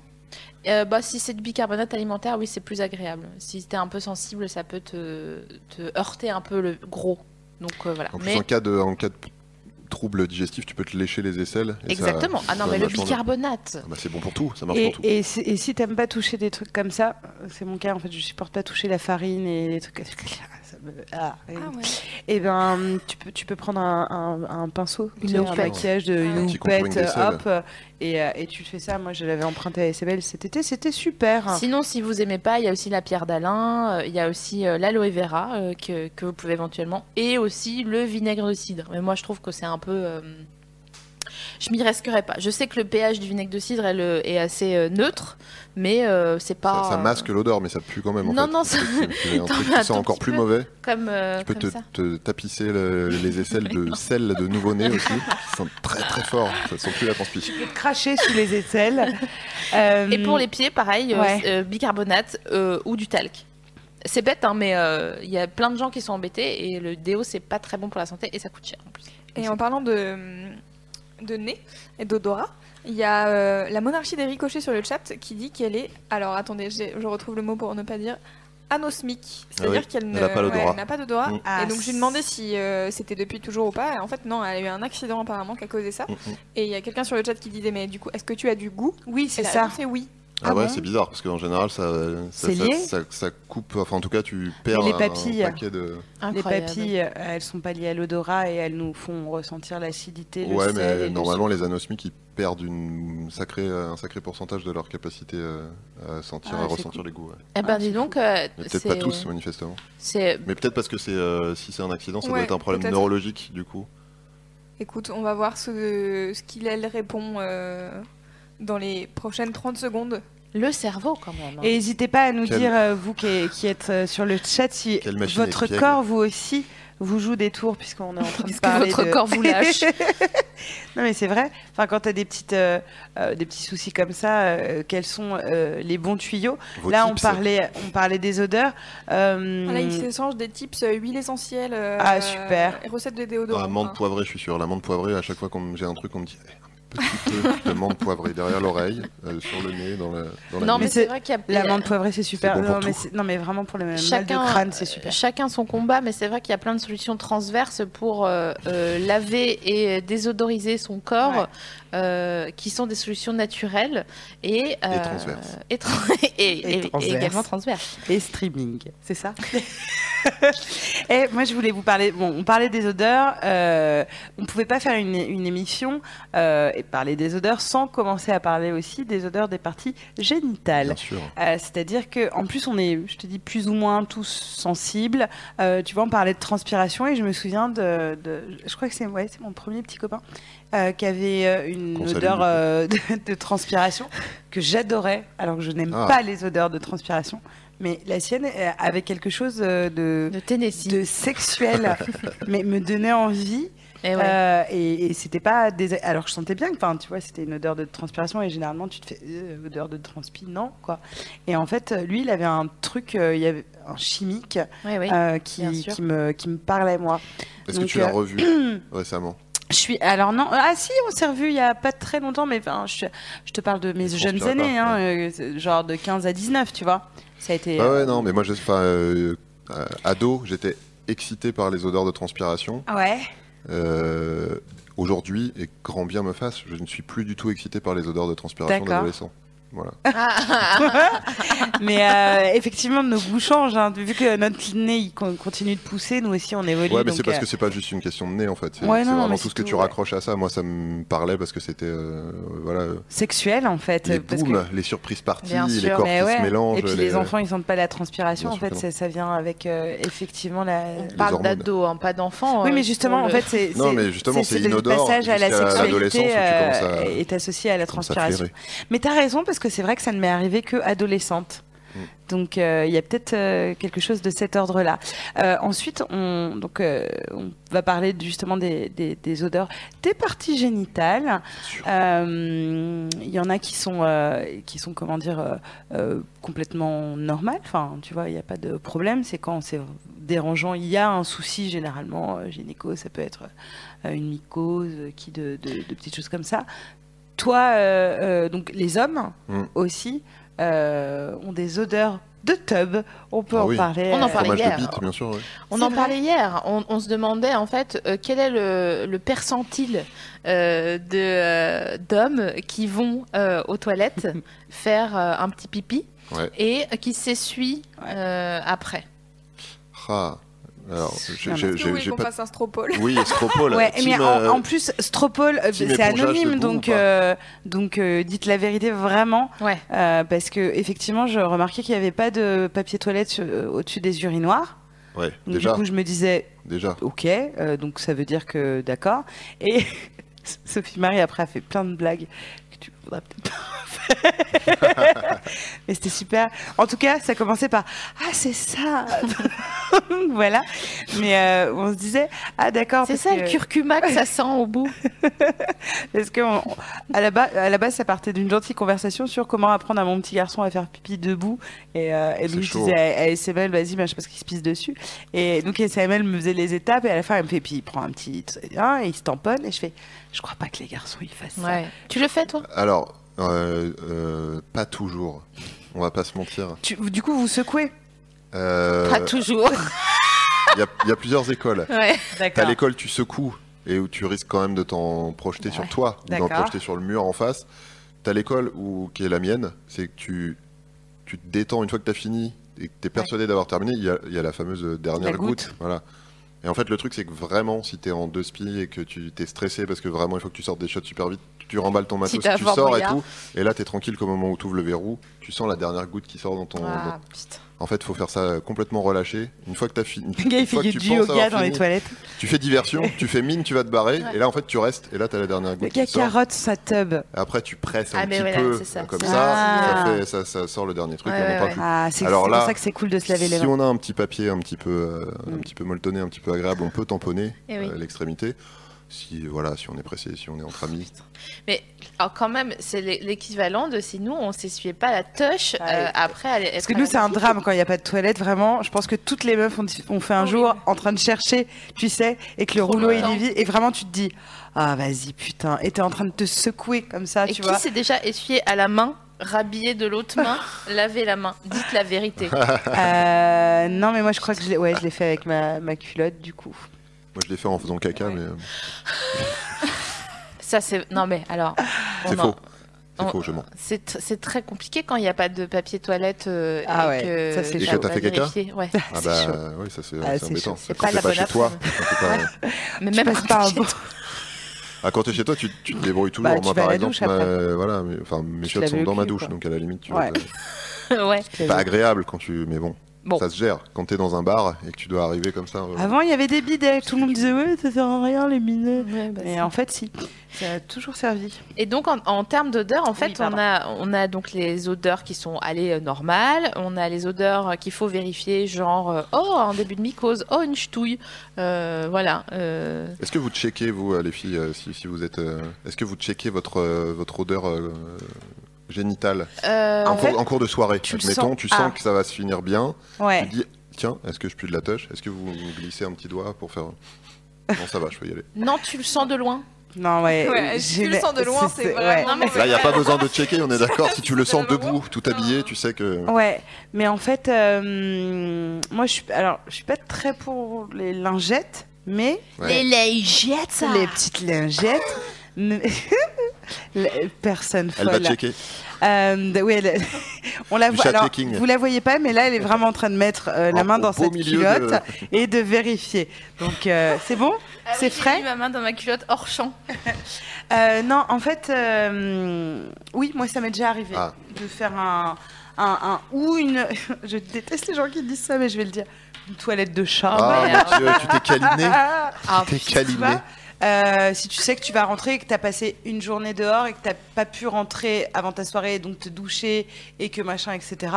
A: Euh, bah si c'est du bicarbonate alimentaire, oui, c'est plus agréable. Si t'es un peu sensible, ça peut te, te heurter un peu le gros. Donc euh, voilà.
C: En plus,
A: Mais-
C: en, cas de, en cas de trouble digestif, tu peux te lécher les aisselles. et ça-
A: exactement. ah non,
C: ça
A: mais le
C: marche pour-
A: bicarbonate.
C: Ah bah, c'est bon pour tout, ça marche
B: Et,
C: pour tout.
B: et si- et si t'aimes pas toucher des trucs comme ça, c'est mon cas en fait, je supporte pas toucher la farine et les trucs. Ça me... ah, et-
D: Ah ouais.
B: Et ben, tu peux, tu peux prendre un, un- un pinceau,
A: Une Ah
B: tu sais, un
A: houppette.
B: maquillage de
D: Un
B: une
C: petit contouring
B: houppette,
C: d'aisselle.
B: hop, euh, et, euh, et tu te fais ça. Moi, je l'avais emprunté à SBL cet été, c'était super.
A: Sinon, si vous aimez pas, il y a aussi la pierre d'Alain, euh, il y a aussi euh, l'aloe vera euh, que, que vous pouvez éventuellement, et aussi le vinaigre de cidre. Mais moi, je trouve que c'est un peu. euh, je m'y risquerais pas. Je sais que le pH du vinaigre de cidre est, le- est assez euh, neutre, mais euh, c'est pas.
C: Ça, ça masque l'odeur, mais ça pue quand même. en
A: Non,
C: fait.
A: non, ça-
C: Tu- tu- tu mets un
A: T'en
C: truc
A: mets un
C: qui sent
A: tout
C: encore
A: petit
C: plus
A: peu.
C: mauvais.
A: euh, Comme, euh,
C: Tu peux
A: comme
C: te,
A: ça.
C: te tapisser le- les aisselles de sel de nouveau-né aussi, qui sont très très fort. Ça sent plus la transpiration.
B: Cracher sous les aisselles. Euh,
A: Et pour les pieds, pareil, euh,
B: Ouais.
A: c- euh, bicarbonate euh, ou du talc. C'est bête, hein, mais euh, il y a plein de gens qui sont embêtés et le déo, c'est pas très bon pour la santé et ça coûte cher en plus.
D: Et en parlant de, de nez et d'odorat, il y a euh, la monarchie des ricochets sur le chat qui dit qu'elle est. Alors attendez, j'ai- je retrouve le mot pour ne pas dire anosmique,
C: Ah
D: c'est-à-dire
C: oui,
D: qu'elle
C: elle
D: ne-
C: a pas l'odorat.
D: ouais, elle n'a pas d'odorat.
C: Mm.
B: Ah,
D: et donc j'ai demandé si euh, c'était depuis toujours ou pas. Et en fait non, elle a eu un accident apparemment qui a causé ça.
C: Mm, mm.
D: Et il y a quelqu'un sur le chat qui disait mais du coup est-ce que tu as du goût
B: Oui, c'est
D: Et la
B: ça.
D: réponse est oui.
C: Ah,
B: Ah
C: ouais,
B: bon
C: c'est bizarre parce qu'en général, ça, ça,
B: C'est
C: ça-
B: lié
C: ça- ça coupe. Enfin, en tout cas, tu perds
B: les
C: un-
B: papilles.
C: un paquet de.
B: Les
A: Incroyable.
B: papilles, euh, elles sont pas liées à l'odorat et elles nous font ressentir l'acidité. le
C: Ouais,
B: sel et
C: mais
B: le
C: normalement, les anosmiques, ils perdent une sacrée, un sacré pourcentage de leur capacité euh, à sentir,
B: Ah,
C: à
B: c'est
C: ressentir
B: cool.
C: les goûts. ouais.
A: Eh ben, dis donc, euh,
C: Mais Peut-être pas
A: c'est-
C: tous, manifestement.
A: c'est
C: Mais peut-être parce que c'est, euh, si c'est un accident, ça doit
D: Ouais,
C: être un problème
D: peut-être.
C: neurologique, du coup.
D: Écoute, on va voir ce, ce qu'il elle répond euh, dans les prochaines 30 secondes.
A: Le cerveau, quand même. hein.
B: Et n'hésitez pas à nous
C: Quelle-
B: dire, euh, vous qui, qui êtes euh, sur le chat, si
C: Quelle machine
B: votre
C: espiègle.
B: corps, vous aussi, vous joue des tours, puisqu'on est en train de
A: Est-ce que
B: parler
A: votre
B: de-
A: corps vous lâche
B: non, mais c'est vrai. Enfin, quand tu as des, petites, euh, euh, des petits soucis comme ça, euh, quels sont euh, les bons tuyaux
C: Vos
B: Là, on
C: tips.
B: parlait, on parlait des odeurs. euh,
D: Voilà, ils s'échangent des tips euh, huiles essentielles. euh,
B: Ah, super.
D: Et recettes de
C: Ah,
D: déodorant.
B: hein.
C: menthe poivrée, je suis sûr. La menthe poivrée, à chaque fois qu'on j'ai un truc, on me dit eh, un petit peu de menthe poivrée derrière l'oreille, euh, sur le nez, dans la.
A: Non,
C: Dans la nuque.
A: mais
B: Mais
A: c'est
B: c'est-
A: vrai qu'il y a.
B: la menthe poivrée, c'est super.
C: C'est bon pour
B: non, mais
C: tout.
B: c'est- non, mais vraiment pour le mal
A: Chacun-
B: de crâne, c'est super.
A: Chacun son combat, mais c'est vrai qu'il y a plein de solutions transverses pour euh, euh, laver et désodoriser son corps,
B: Ouais.
A: euh, qui sont des solutions naturelles et, euh,
C: transverses.
A: et, tra- et- et- et
B: transverses.
A: également transverses.
B: Et streaming, c'est ça Et moi, je voulais vous parler. Bon, on parlait des odeurs. euh, on pouvait pas faire une, une émission euh, et parler des odeurs sans commencer à parler aussi des odeurs des parties génitales.
C: Bien sûr.
B: Euh, C'est-à-dire que, en plus, on est, je te dis, plus ou moins tous sensibles. Euh, tu vois, on parlait de transpiration et je me souviens de, de- je crois que c'est, ouais, c'est mon premier petit copain euh, qui avait euh, une
C: Qu'on salue,
B: odeur
C: du coup.
B: euh, de, de transpiration que j'adorais, alors que je n'aime
C: Ah.
B: pas les odeurs de transpiration. Mais la sienne euh, avait quelque chose euh, de,
A: De Tennessee.
B: de sexuel, mais me donnait envie.
A: Eh ouais.
B: Euh, et et c'était pas des... alors je sentais bien que enfin tu vois c'était une odeur de transpiration et généralement tu te fais euh, odeur de transpi non quoi et en fait euh, lui il avait un truc euh, il y avait un chimique
A: Ouais, ouais.
B: euh, qui,
A: bien sûr.
B: qui me qui me parlait moi
C: Est-ce que
B: Donc,
C: tu l'as
B: euh,
C: revu récemment
B: je suis alors non ah si on s'est revu il y a pas très longtemps mais enfin je, suis- je te parle de mes
C: Je
B: jeunes
C: transpirais
B: années
C: pas,
B: hein, euh, c'est genre de 15 à 19 tu vois ça a été
C: Ah
B: euh,
C: ouais, non, mais moi, je- enfin, euh, euh, ado, j'étais excité par les odeurs de transpiration.
B: Ah ouais
C: Euh, Aujourd'hui, et grand bien me fasse, je ne suis plus du tout excité par les odeurs de transpiration
B: D'accord.
C: d'adolescent. Voilà.
B: mais euh, effectivement nos goûts changent hein, vu que notre nez il con- continue de pousser nous aussi on évolue
C: Ouais, mais
B: donc,
C: c'est parce
B: euh,
C: que c'est pas juste une question de nez en fait. C'est
B: Ouais,
C: c'est
B: non, mais
C: vraiment
B: c'est
C: tout ce que
B: tout,
C: tu
B: ouais.
C: raccroches à ça. Moi, ça me parlait parce que c'était euh, voilà euh,
B: sexuel en fait
C: les
B: parce que-
C: booms, les surprises parties,
A: Bien
C: les
A: sûr.
C: corps
B: Mais
C: qui
B: ouais.
C: se mélangent.
B: Et puis les enfants, ils sentent pas la transpiration.
C: Bien
B: en
C: sûr
B: fait,
C: que
B: ça, ça vient avec euh, effectivement la.
A: On parle
C: hormones.
A: d'ados, hein, pas d'enfants.
B: Oui,
A: euh,
B: mais
A: sur
B: justement, en
A: le-
B: fait, c'est
C: Non,
B: c'est-
C: mais justement, c'est
B: le
C: inodore
B: passage à la
C: jusqu'à l'adolescence où tu
B: sexualité
C: commences
B: euh,
C: à-
B: est associé à la
C: Comme ça,
B: transpiration.
C: flairer.
B: Mais t'as raison parce que c'est vrai que ça ne m'est arrivé que adolescente.
C: Mm.
B: Donc euh, il y a peut-être euh, quelque chose de cet ordre-là. Euh, ensuite, on, donc, euh, on va parler justement des, des- des odeurs des parties génitales.
C: sûr.
B: Euh, Il y en a qui sont, euh, qui sont comment dire, euh, euh, complètement normales. Enfin, tu vois, il n'y a pas de problème. C'est quand c'est dérangeant, il y a un souci généralement euh, gynéco. Ça peut être euh, une mycose, euh, qui de, de- de petites choses comme ça. Toi, euh, euh, donc les hommes
C: Mm.
B: aussi euh, ont des odeurs de tub. On peut
C: Ah
B: en
C: oui.
B: parler.
A: On en
B: euh,
A: parlait
C: Fromage de
A: hier.
C: bite, bien sûr. ouais.
A: On
B: C'est
A: en
B: vrai.
A: parlait hier. On, on se demandait en fait euh, quel est le, le percentile euh, de euh, d'hommes qui vont euh, aux toilettes faire euh, un petit pipi
C: Ouais.
A: et qui s'essuient euh, après.
C: Ah, alors, j'ai-
B: Non,
C: j'ai-
D: Est-ce que vous
C: j'ai
D: voulez
C: j'ai
D: qu'on
C: pas.
D: fasse un stropole
C: Oui, Estropole.
B: Ouais,
C: Team,
B: mais en,
C: euh,
B: en plus, Stropole, euh,
C: team
B: c'est
C: épongeage de hein.
B: anonyme,
C: boue
B: donc,
C: ou pas
B: euh, donc euh, dites la vérité vraiment,
A: Ouais.
B: euh, parce que effectivement, je remarquais qu'il n'y avait pas de papier toilette sur- euh, au-dessus des urinoirs.
C: ouais,
B: Donc,
C: déjà,
B: Du coup, je me disais,
C: déjà.
B: ok, euh, donc ça veut dire que d'accord. Et Sophie Marie après a fait plein de blagues que tu voudrais peut-être pas faire. Mais c'était super. En tout cas, ça commençait par ah c'est ça. Donc, voilà. Mais euh, on se disait ah d'accord.
A: C'est
B: parce
A: ça le
B: que-
A: curcuma que ça sent au bout.
B: Parce que on- on- à, la ba- à la base, ça partait d'une gentille conversation sur comment apprendre à mon petit garçon à faire pipi debout. Et, euh, et
C: C'est
B: donc, je
C: chaud. hein.
B: disais à, à SML, vas-y, machin, parce qu'il se pisse dessus. Et donc, SML me faisait les étapes. Et à la fin, elle me fait, puis il prend un petit. hein, et il se tamponne. Et je fais, je crois pas que les garçons, ils fassent ça.
A: Tu le fais toi
C: Alors, euh, euh, pas toujours. On va pas se mentir.
B: Tu- du coup, vous secouez.
C: Euh,
A: Pas toujours.
C: Il y, a- il y a plusieurs écoles.
A: Ouais.
C: À
B: D'accord.
C: l'école, tu secoues et où tu risques quand même de t'en projeter sur toi ou d'en
B: D'accord.
C: projeter sur le mur en face. T'as l'école où, qui est la mienne, c'est que tu, tu te détends une fois que t'as fini et que t'es persuadé d'avoir terminé. Il y, a, il y a la fameuse dernière
B: La
C: goutte.
B: goutte.
C: Voilà. Et en fait, le truc, c'est que vraiment, si t'es en deux spies et que tu t'es stressé parce que vraiment, il faut que tu sortes des shots super vite, tu remballes ton
A: Si
C: matos,
A: t'as
C: tu
A: Fort
C: sors et
A: Boyard.
C: tout. Et là, t'es tranquille qu'au moment où t'ouvres le verrou, tu sens la dernière goutte qui sort dans ton. dans-
A: Ah, putain.
C: En fait, faut faire ça complètement relâché. Une fois que t'as fini.
B: Le gars,
C: une
B: il fait
C: fois que
B: du
C: tu penses avoir
B: yoga dans les
C: fini,
B: toilettes.
C: tu fais diversion, tu fais mine, tu vas te barrer, et là en fait tu restes, et là t'as la dernière
B: Le
C: goutte.
B: gars
C: Qui sort,
B: carotte sa tub.
C: et après tu presses un
A: Ah, mais
C: petit
A: voilà,
C: peu,
A: c'est ça.
C: comme
A: C'est
C: ça,
B: ça.
C: ça, fait- ça- ça sort le dernier truc.
A: Ouais,
C: et on en
A: ouais,
C: parle
A: ouais.
C: plus.
B: Ah, c'est c'est
C: Alors
B: pour
C: là,
B: ça que c'est cool de se laver les
C: Si
B: mains.
C: on a un petit papier un petit peu, euh, un
B: Mm.
C: petit peu molletonné, un petit peu agréable, on peut tamponner
A: Eh oui.
C: euh, l'extrémité. Si voilà, si on est pressé, si on est entre amis.
A: Mais alors, quand même, c'est l'é- l'équivalent de si nous on s'essuyait pas la touche
B: Ah,
A: euh,
B: oui.
A: après. aller-
B: Parce
A: être
B: que
A: à
B: nous,
A: la
B: c'est un
A: piscine.
B: drame quand il n'y a pas de toilette, vraiment. Je pense que toutes les meufs ont, ont fait un jour en train de chercher, tu sais, et que le rouleau il
A: longtemps.
B: est vide. Et vraiment, tu te dis, ah vas-y, putain. Et t'es en train de te secouer comme
C: Ah,
B: ça,
A: Et
B: tu
A: qui
B: vois.
A: s'est déjà essuyé à la main, rhabillé de l'autre main, laver la main Dites la vérité.
B: Euh, non, mais moi, je crois que je l'ai ouais, je l'ai fait avec ma, ma culotte, du coup.
C: Moi je l'ai fait en faisant caca,
B: Ouais.
C: mais euh,
A: Ça c'est non mais alors. on
C: c'est
A: en-
C: faux. C'est défaut, je mens.
A: C'est tr- c'est très compliqué quand il n'y a pas de papier toilette. euh,
B: Ah
A: et
B: ouais,
A: que-
B: ça, c'est
C: Et que
A: faut
C: t'as
A: pas
C: fait caca
A: vérifier, Ouais.
C: Ah
B: C'est
C: bah
B: chaud.
C: oui, ça c'est
B: Ah,
C: c'est
B: c'est chaud.
C: embêtant.
B: C'est
C: Quand
B: pas
C: t'es
B: la
C: pas
B: bonne
C: chez toi. quand t'es pas-
A: Mais
B: Je
A: même
B: passe par un
A: quand-
B: bon-
C: Ah, quand t'es chez toi, tu, tu te débrouilles toujours.
B: Bah, tu
C: Moi,
B: vas à
C: par
B: la
C: exemple,
B: douche après.
C: ma- voilà, mes, enfin, mes
B: Tu te
C: chiottes
B: laves
C: sont
B: le
C: dans ma
B: cul,
C: douche,
B: quoi.
C: donc à la limite, tu
B: Ouais.
C: vois,
A: ouais.
C: c'est pas agréable quand tu. Mais bon,
A: Bon.
C: ça se gère. Quand t'es dans un bar et que tu dois arriver comme ça. euh,
B: Avant, il y avait des bidets. Tout le monde disait ouais, ça sert à rien les bidets.
A: Ouais, bah,
B: Mais
A: c'est-
B: en fait, si. Ça a toujours servi.
A: Et donc en, en termes d'odeur, en fait, on
B: pardon.
A: a on a donc les odeurs qui sont allées euh, normales, on a les odeurs euh, qu'il faut vérifier, genre euh, oh un début de mycose, oh une ch'touille, Euh, voilà. euh,
C: Est-ce que vous checkez, vous, euh, les filles, euh, si, si vous êtes. euh, Est-ce que vous checkez votre, euh, votre odeur euh, génitale
A: euh,
C: en,
B: fait,
C: cours, en cours de soirée
A: tu le
C: Admettons,
A: sens.
C: tu sens
A: Ah.
C: que ça va se finir bien.
B: Ouais.
C: Tu dis, tiens, est-ce que je pue de la touche Est-ce que vous, vous glissez un petit doigt pour faire. Non, ça va, je peux y aller.
A: Non, tu le sens de loin.
B: Non, ouais.
D: Ouais, si tu le
B: j'ai-
D: sens de loin, c'est vraiment
A: Non, mais
D: mauvais.
C: Là, il n'y a pas besoin de checker, on est d'accord. Si tu le
D: C'est
C: sens
D: vraiment-
C: debout, tout habillé, tu sais que.
B: Ouais, mais en fait, euh, moi, je suis, alors, je suis pas très pour les lingettes, mais
C: Ouais.
A: lingettes,
B: les petites lingettes. mais- Les- Personne
C: Elle va
B: folle.
C: checker.
B: Euh, oui, elle- on la
C: Du
B: voit. Alors,
C: chat-checking.
B: vous la voyez pas, mais là, elle est vraiment en train de mettre euh, la
C: Au-
B: main
C: au
B: dans
C: beau
B: cette
C: milieu de-
B: culotte et de vérifier. Donc, euh, c'est bon. C'est frais
A: J'ai mis ma main dans ma culotte hors champ.
B: Euh, non, en fait, euh, oui, moi ça m'est déjà arrivé
C: Ah.
B: de faire un, un, un- ou une. je déteste les gens qui disent ça, mais je vais le dire. Une toilette de chat.
C: Ah,
A: ouais.
C: mon Dieu, tu t'es câliné.
B: Ah,
A: Ah,
C: T'es
B: tu
C: câliné.
B: vois Euh, si tu sais que tu vas rentrer, que tu as passé une journée dehors et que t'as pas pu rentrer avant ta soirée, donc te doucher et que machin, etc.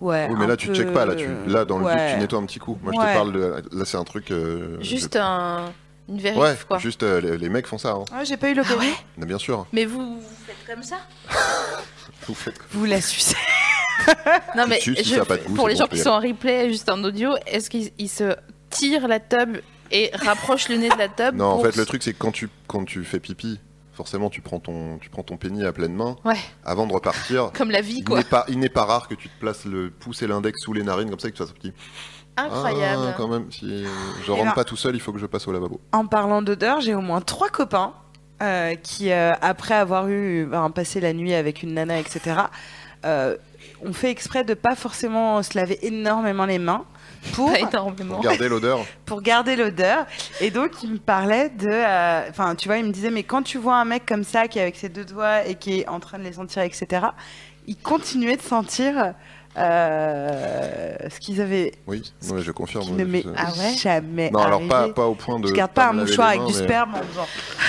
B: Ouais.
C: Oui, mais
B: un
C: là, tu
B: peu-
C: checkes pas. Là, tu, là dans le
B: Ouais.
C: doute, tu nettoies un petit coup. Moi, je
B: Ouais.
C: te parle de. Là, c'est un truc. euh,
A: juste
C: je-
A: un une vérif
C: Ouais,
A: quoi.
C: juste euh, les, les mecs font ça. hein.
B: Ouais, j'ai pas eu l'occasion.
C: Mais Bien sûr.
A: Mais vous, vous faites comme ça
C: Vous faites
B: Vous la sucez.
A: Non
C: Tu
A: mais
C: suces, si
A: je-
C: ça a pas de goût,
A: pour
C: c'est
A: les
C: bon,
A: gens
C: on peut
A: qui
C: y
A: sont en replay juste en audio, est-ce qu'ils ils se tirent la tube et rapprochent le nez de la
B: Ah,
A: tube
C: Non, en
A: pour
C: fait, le
A: se-
C: truc, c'est que quand tu, quand tu fais pipi, forcément, tu prends ton, tu prends ton pénis à pleine main.
A: Ouais.
C: Avant de repartir,
A: Comme la vie
C: il
A: quoi.
C: n'est pas, il n'est pas rare que tu te places le pouce et l'index sous les narines, comme ça, et que tu fasses un petit. Ah,
A: Incroyable.
C: quand même, si je
B: Eh
C: rentre
B: ben-
C: pas tout seul, il faut que je passe au lavabo.
B: En parlant d'odeur, j'ai au moins trois copains euh, qui, euh, après avoir eu ben, passé la nuit avec une nana, etc., euh, ont fait exprès de pas forcément se laver énormément les mains pour,
A: Pas énormément.
C: Regardez l'odeur.
B: pour garder l'odeur. Et donc, ils me parlaient de... euh, Enfin, tu vois, ils me disaient, mais quand tu vois un mec comme ça, qui est avec ses deux doigts et qui est en train de les sentir, etc., ils continuaient de sentir... euh, ce qu'ils avaient,
C: Oui, non, mais je confirme.
B: qui ne m'est
C: je-
A: Ah ouais
B: jamais
C: non, alors
B: arrivé.
C: pas, pas au point de.
B: Je garde pas un
C: me laver
B: mouchoir
C: les
B: avec
C: mains,
B: du
C: mais-
B: sperme en disant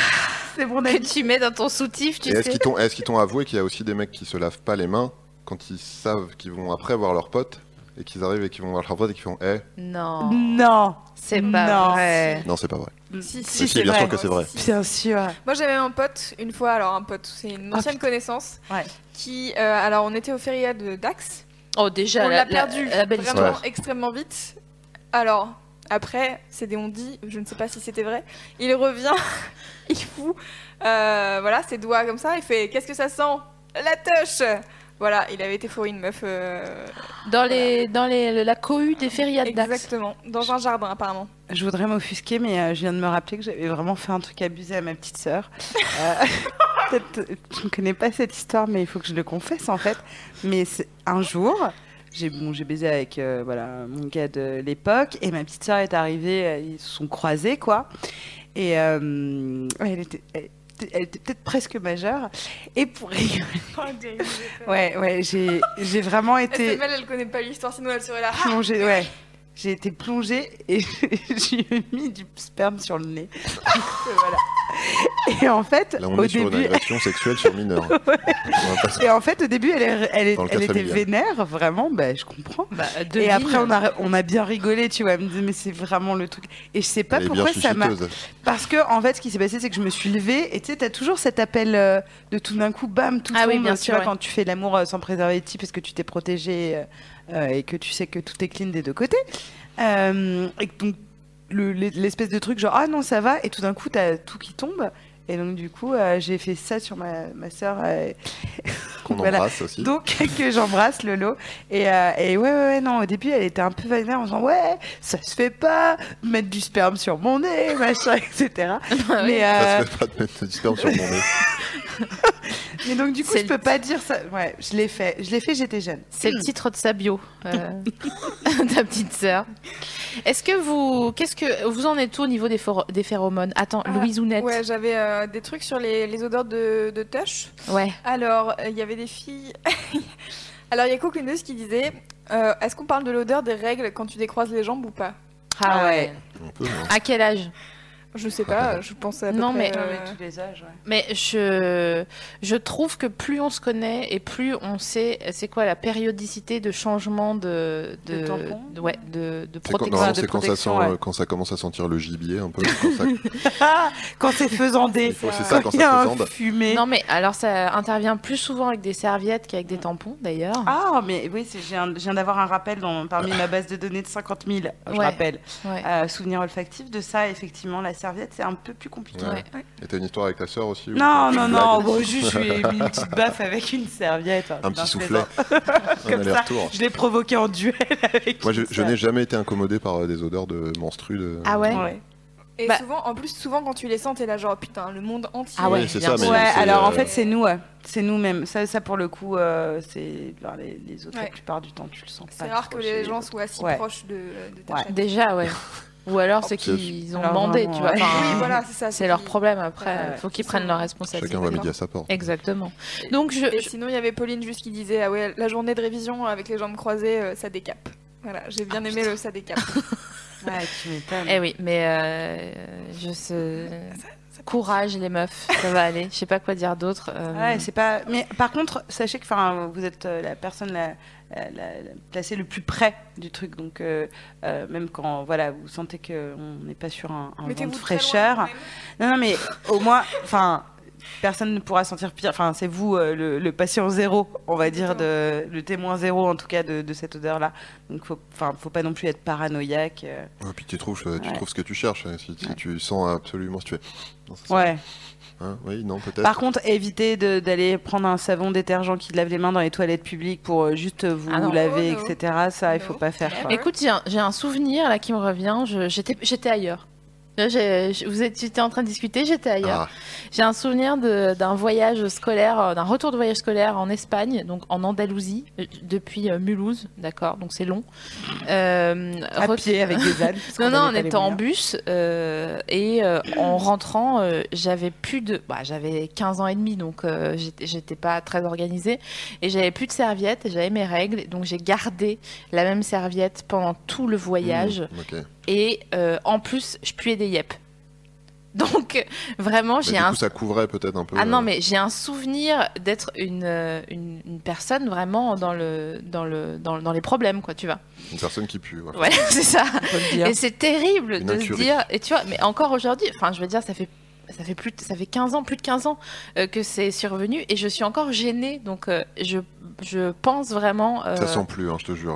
B: c'est bon
A: Que
B: d'aller.
A: tu mets dans ton soutif,
C: Et
A: tu
C: est-ce
A: sais.
C: qu'ils t'ont, est-ce qu'ils t'ont avoué qu'il y a aussi des mecs qui se lavent pas les mains quand ils savent qu'ils vont après voir leurs potes et qu'ils arrivent et qu'ils vont voir leurs potes et qu'ils font, eh,
A: Non,
B: Non,
A: c'est pas
B: Non.
A: vrai.
C: non, c'est pas vrai.
D: Si,
B: Si,
D: si,
B: c'est bien sûr
C: que c'est vrai.
D: Si, si.
B: bien sûr.
D: Moi j'avais un pote une fois, alors un pote, c'est une
B: Ah,
D: ancienne
B: putain.
D: connaissance,
B: Ouais.
D: qui, euh, alors on était au Feria de Dax,
A: Oh déjà,
D: on
A: la,
D: l'a
A: la-
D: perdu
A: la belle histoire.
D: vraiment extrêmement vite. Alors après, c'est des on dit, je ne sais pas si c'était vrai. Il revient, il fout, euh, voilà, ses doigts comme ça, il fait qu'est-ce que ça sent La touche. Voilà, il avait été fourré une meuf. euh,
A: Dans les dans les la cohue des fériades d'Ax.
D: exactement, dans un jardin apparemment.
B: Je voudrais m'offusquer, mais euh, je viens de me rappeler que j'avais vraiment fait un truc abusé à ma petite sœur. Euh, peut-être- je ne connais pas cette histoire, mais il faut que je le confesse en fait. Mais c'est- un jour, j'ai bon, j'ai baisé avec euh, voilà mon gars de l'époque, et ma petite sœur est arrivée, euh, ils se sont croisés quoi. Et euh, elle était, elle était- elle était peut-être presque majeure. Et pour rigoler, ouais, ouais, j'ai j'ai vraiment
D: Elle, c'est
B: été.
D: mal, elle connaît pas l'histoire, sinon elle serait là. Ah,
B: plongée, ouais. J'ai été plongée et j'ai mis du sperme sur le nez. Voilà. Et en fait,
C: Là, on
B: au
C: est sur une
B: début,
C: agression sexuelle sur mineur. On va pas se-
B: et en fait, au début, elle, est- elle, est-
C: Dans le cas
B: elle était
C: familial.
B: vénère, vraiment. Bah, je comprends.
A: Bah,
B: Et
A: devine.
B: après, on a, on a bien rigolé, tu vois. Elle me dit, mais c'est vraiment le truc. Et je sais pas
C: Elle est bien
B: pourquoi ça m'a.
C: chichiteuse.
B: Parce que, en fait, ce qui s'est passé, c'est que je me suis levée. Et tu sais, t'as toujours cet appel euh, de tout d'un coup, bam, tout
A: Ah oui,
B: tombe,
A: bien
B: tu
A: sûr,
B: vois,
A: ouais.
B: quand tu fais l'amour euh, sans préservatif parce que tu t'es protégée euh, euh, et que tu sais que tout est clean des deux côtés. Euh, et que donc, le- l'es- l'espèce de truc genre, ah non, ça va. Et tout d'un coup, t'as tout qui tombe. Et donc, du coup, euh, j'ai fait ça sur ma, ma soeur.
C: qu'on
B: Voilà.
C: embrasse aussi.
B: Donc, que j'embrasse Lolo. Et, euh, et ouais, ouais, ouais, non, au début, elle était un peu vénère en disant Ouais, ça se fait pas, mettre du sperme sur mon nez, machin, etc.
A: oui.
B: Mais,
C: Ça
B: euh,
C: se fait pas de mettre du sperme sur mon nez.
B: Mais donc du coup,
A: C'est
B: je
A: le
B: peux pas dire ça. Ouais, je l'ai fait. Je l'ai fait, j'étais jeune.
A: C'est le titre de sa bio, euh, ta petite sœur. Est-ce que vous, qu'est-ce que vous en êtes où au niveau des, phoro- des phéromones Attends,
D: Ah,
A: Louise Ounette.
D: Ouais,
A: Ouais.
D: j'avais euh, des trucs sur les, les odeurs de, de touch. Alors, euh, il y avait des filles. Alors, il y a Coqueluche qui disait euh, Est-ce qu'on parle de l'odeur des règles quand tu décroises les jambes ou pas
A: Ah
B: Ah
A: ouais.
B: ouais.
C: Un peu, hein.
A: À quel âge
D: Je sais pas, je pense à peu
A: Non,
D: près,
A: mais-
D: euh,
B: tous les âges, Ah ouais.
A: Mais je, je trouve que plus on se connaît et plus on sait c'est quoi la périodicité de changement de de,
B: De tampon
A: de- ouais de, de
C: C'est quand,
A: protection.
C: normalement,
B: de
C: c'est quand, ça sent,
B: protection, ouais.
C: euh, quand ça commence à sentir le gibier un peu. Quand ça,
B: Ah, quand c'est faisandé.
C: c'est
D: ça.
C: ça, quand
B: il y a
C: ça
B: un
C: faisande.
B: fumée.
A: Non mais alors ça intervient plus souvent avec des serviettes qu'avec des tampons d'ailleurs.
B: Ah, mais oui, c'est- je viens, je viens d'avoir un rappel dans, parmi ma base de données de 50 000, je
A: Ouais.
B: rappelle.
A: Ouais.
B: Euh, souvenir olfactif de ça, effectivement, la serviette, c'est un peu plus compliqué.
C: Ouais. Et t'as une histoire avec ta sœur aussi ou
B: Non,
C: pas
B: non,
C: Une
B: non,
C: blague
B: bon, juste, je lui ai mis une petite baffe avec une serviette.
C: Un petit soufflet. Un
B: Comme ça,
C: aller-retour.
B: je l'ai provoqué en duel avec
C: Moi, je,
B: une
C: je n'ai jamais été incommodé par euh, des odeurs de menstrues. De...
A: Ah ouais
B: serviette. Ouais.
D: Et
A: Bah-
D: souvent, en plus, souvent quand tu les sens, t'es là genre putain, le monde entier.
A: Ah ouais,
C: Oui, c'est
A: bien
C: ça.
A: sûr.
C: mais
B: Ouais,
C: c'est,
B: alors en
C: euh,
B: fait, c'est nous, ouais. c'est nous-mêmes. Ça, ça, pour le coup, euh, c'est ben, les, les autres, la
D: Ouais.
B: plupart du temps, tu le sens pas.
D: C'est rare que
B: trop
D: les
B: chez
D: gens
B: autres.
D: soient si
B: Ouais.
D: proches de, de ta
B: Ouais.
D: chatte.
A: Déjà ouais. Ou alors c'est
C: c'est-
A: qu'ils ont
B: Alors,
A: demandé,
B: vraiment,
A: tu vois.
B: ouais.
A: enfin,
D: Oui, voilà, c'est ça.
A: C'est leur
D: qui-
A: problème après.
B: Ah, Ouais, ouais.
A: faut qu'ils prennent leurs responsabilités.
C: Chacun va
D: d'accord.
C: midi à sa porte.
A: Exactement. Donc je,
D: Et
A: je-
D: sinon, il y avait Pauline juste qui disait Ah ouais, la journée de révision avec les jambes croisées, euh, ça décape. Voilà, j'ai
A: Ah,
D: bien aimé le ça décape.
B: Ouais, tu m'étonnes.
A: eh oui, mais euh, je sais- courage les meufs, ça va aller. Je sais pas quoi dire d'autre. euh,
B: Ah Ouais, c'est pas. Mais par contre, sachez que, enfin, vous êtes euh, la personne la, la- la- la- placée le plus près du truc, donc euh, euh, même quand voilà, vous sentez que on n'est pas sur un, un vent de
D: Mettez-vous très loin,
B: fraîcheur.
D: quand même.
B: Non, non, mais au moins, enfin, personne ne pourra sentir pire. Enfin, c'est vous euh, le, le patient zéro, on va dire, de, le témoin zéro en tout cas de, de cette odeur-là. Donc, faut, enfin, faut pas non plus être paranoïaque. euh.
C: Et puis tu trouves, euh, tu
B: Ouais.
C: trouves ce que tu cherches. hein, Si, si tu sens absolument, si tu fais. Non, ça sent-
B: Ouais.
C: hein, oui, non, peut-être.
B: Par contre, évitez de- d'aller prendre un savon détergent qui lave les mains dans les toilettes publiques pour euh, juste vous
A: Ah non.
B: laver,
D: Oh non.
B: etc. Ça, il
D: Non.
B: faut pas faire. quoi.
A: Écoute, j'ai un, j'ai un souvenir là qui me revient. Je- J'étais j'étais ailleurs. Là, j'ai- je- vous étiez en train de discuter, j'étais ailleurs.
C: Ah,
A: J'ai un souvenir de- d'un voyage scolaire, euh, d'un retour de voyage scolaire en Espagne, donc en Andalousie, euh, depuis euh, Mulhouse, d'accord, donc c'est long. Euh,
B: À
A: re-
B: pied avec des ânes. parce
A: Non,
B: qu'on
A: non, on
B: avait pas les
A: était en
B: moyens.
A: bus euh, et euh, en rentrant, euh, j'avais plus de. Bah, j'avais 15 ans et demi, donc euh, j'étais- j'étais pas très organisée. Et j'avais plus de serviette, et j'avais mes règles, donc j'ai gardé la même serviette pendant tout le voyage.
C: hmm, ok.
A: Et euh, en plus, je puais des yep. Donc,
B: Bah,
A: vraiment,
C: Mais
A: j'ai
C: du
A: un
C: coup, ça couvrait peut-être un peu.
A: ah non,
C: euh,
A: mais j'ai un souvenir d'être une, euh, une, une personne vraiment dans, le, dans, le, dans, le- dans les problèmes, quoi, tu vois.
C: Une personne qui pue. voilà.
A: Ouais, c'est ça.
B: On peut le dire.
A: Et c'est terrible
C: Une
A: de se
C: incurie.
A: dire. Et tu vois, mais encore aujourd'hui, enfin, je veux dire, ça fait. Ça fait, plus, de- ça fait 15 ans, plus de 15 ans euh, que c'est survenu et je suis encore gênée. Donc, euh, je, je pense vraiment. euh,
C: Ça sent plus, hein, je te jure.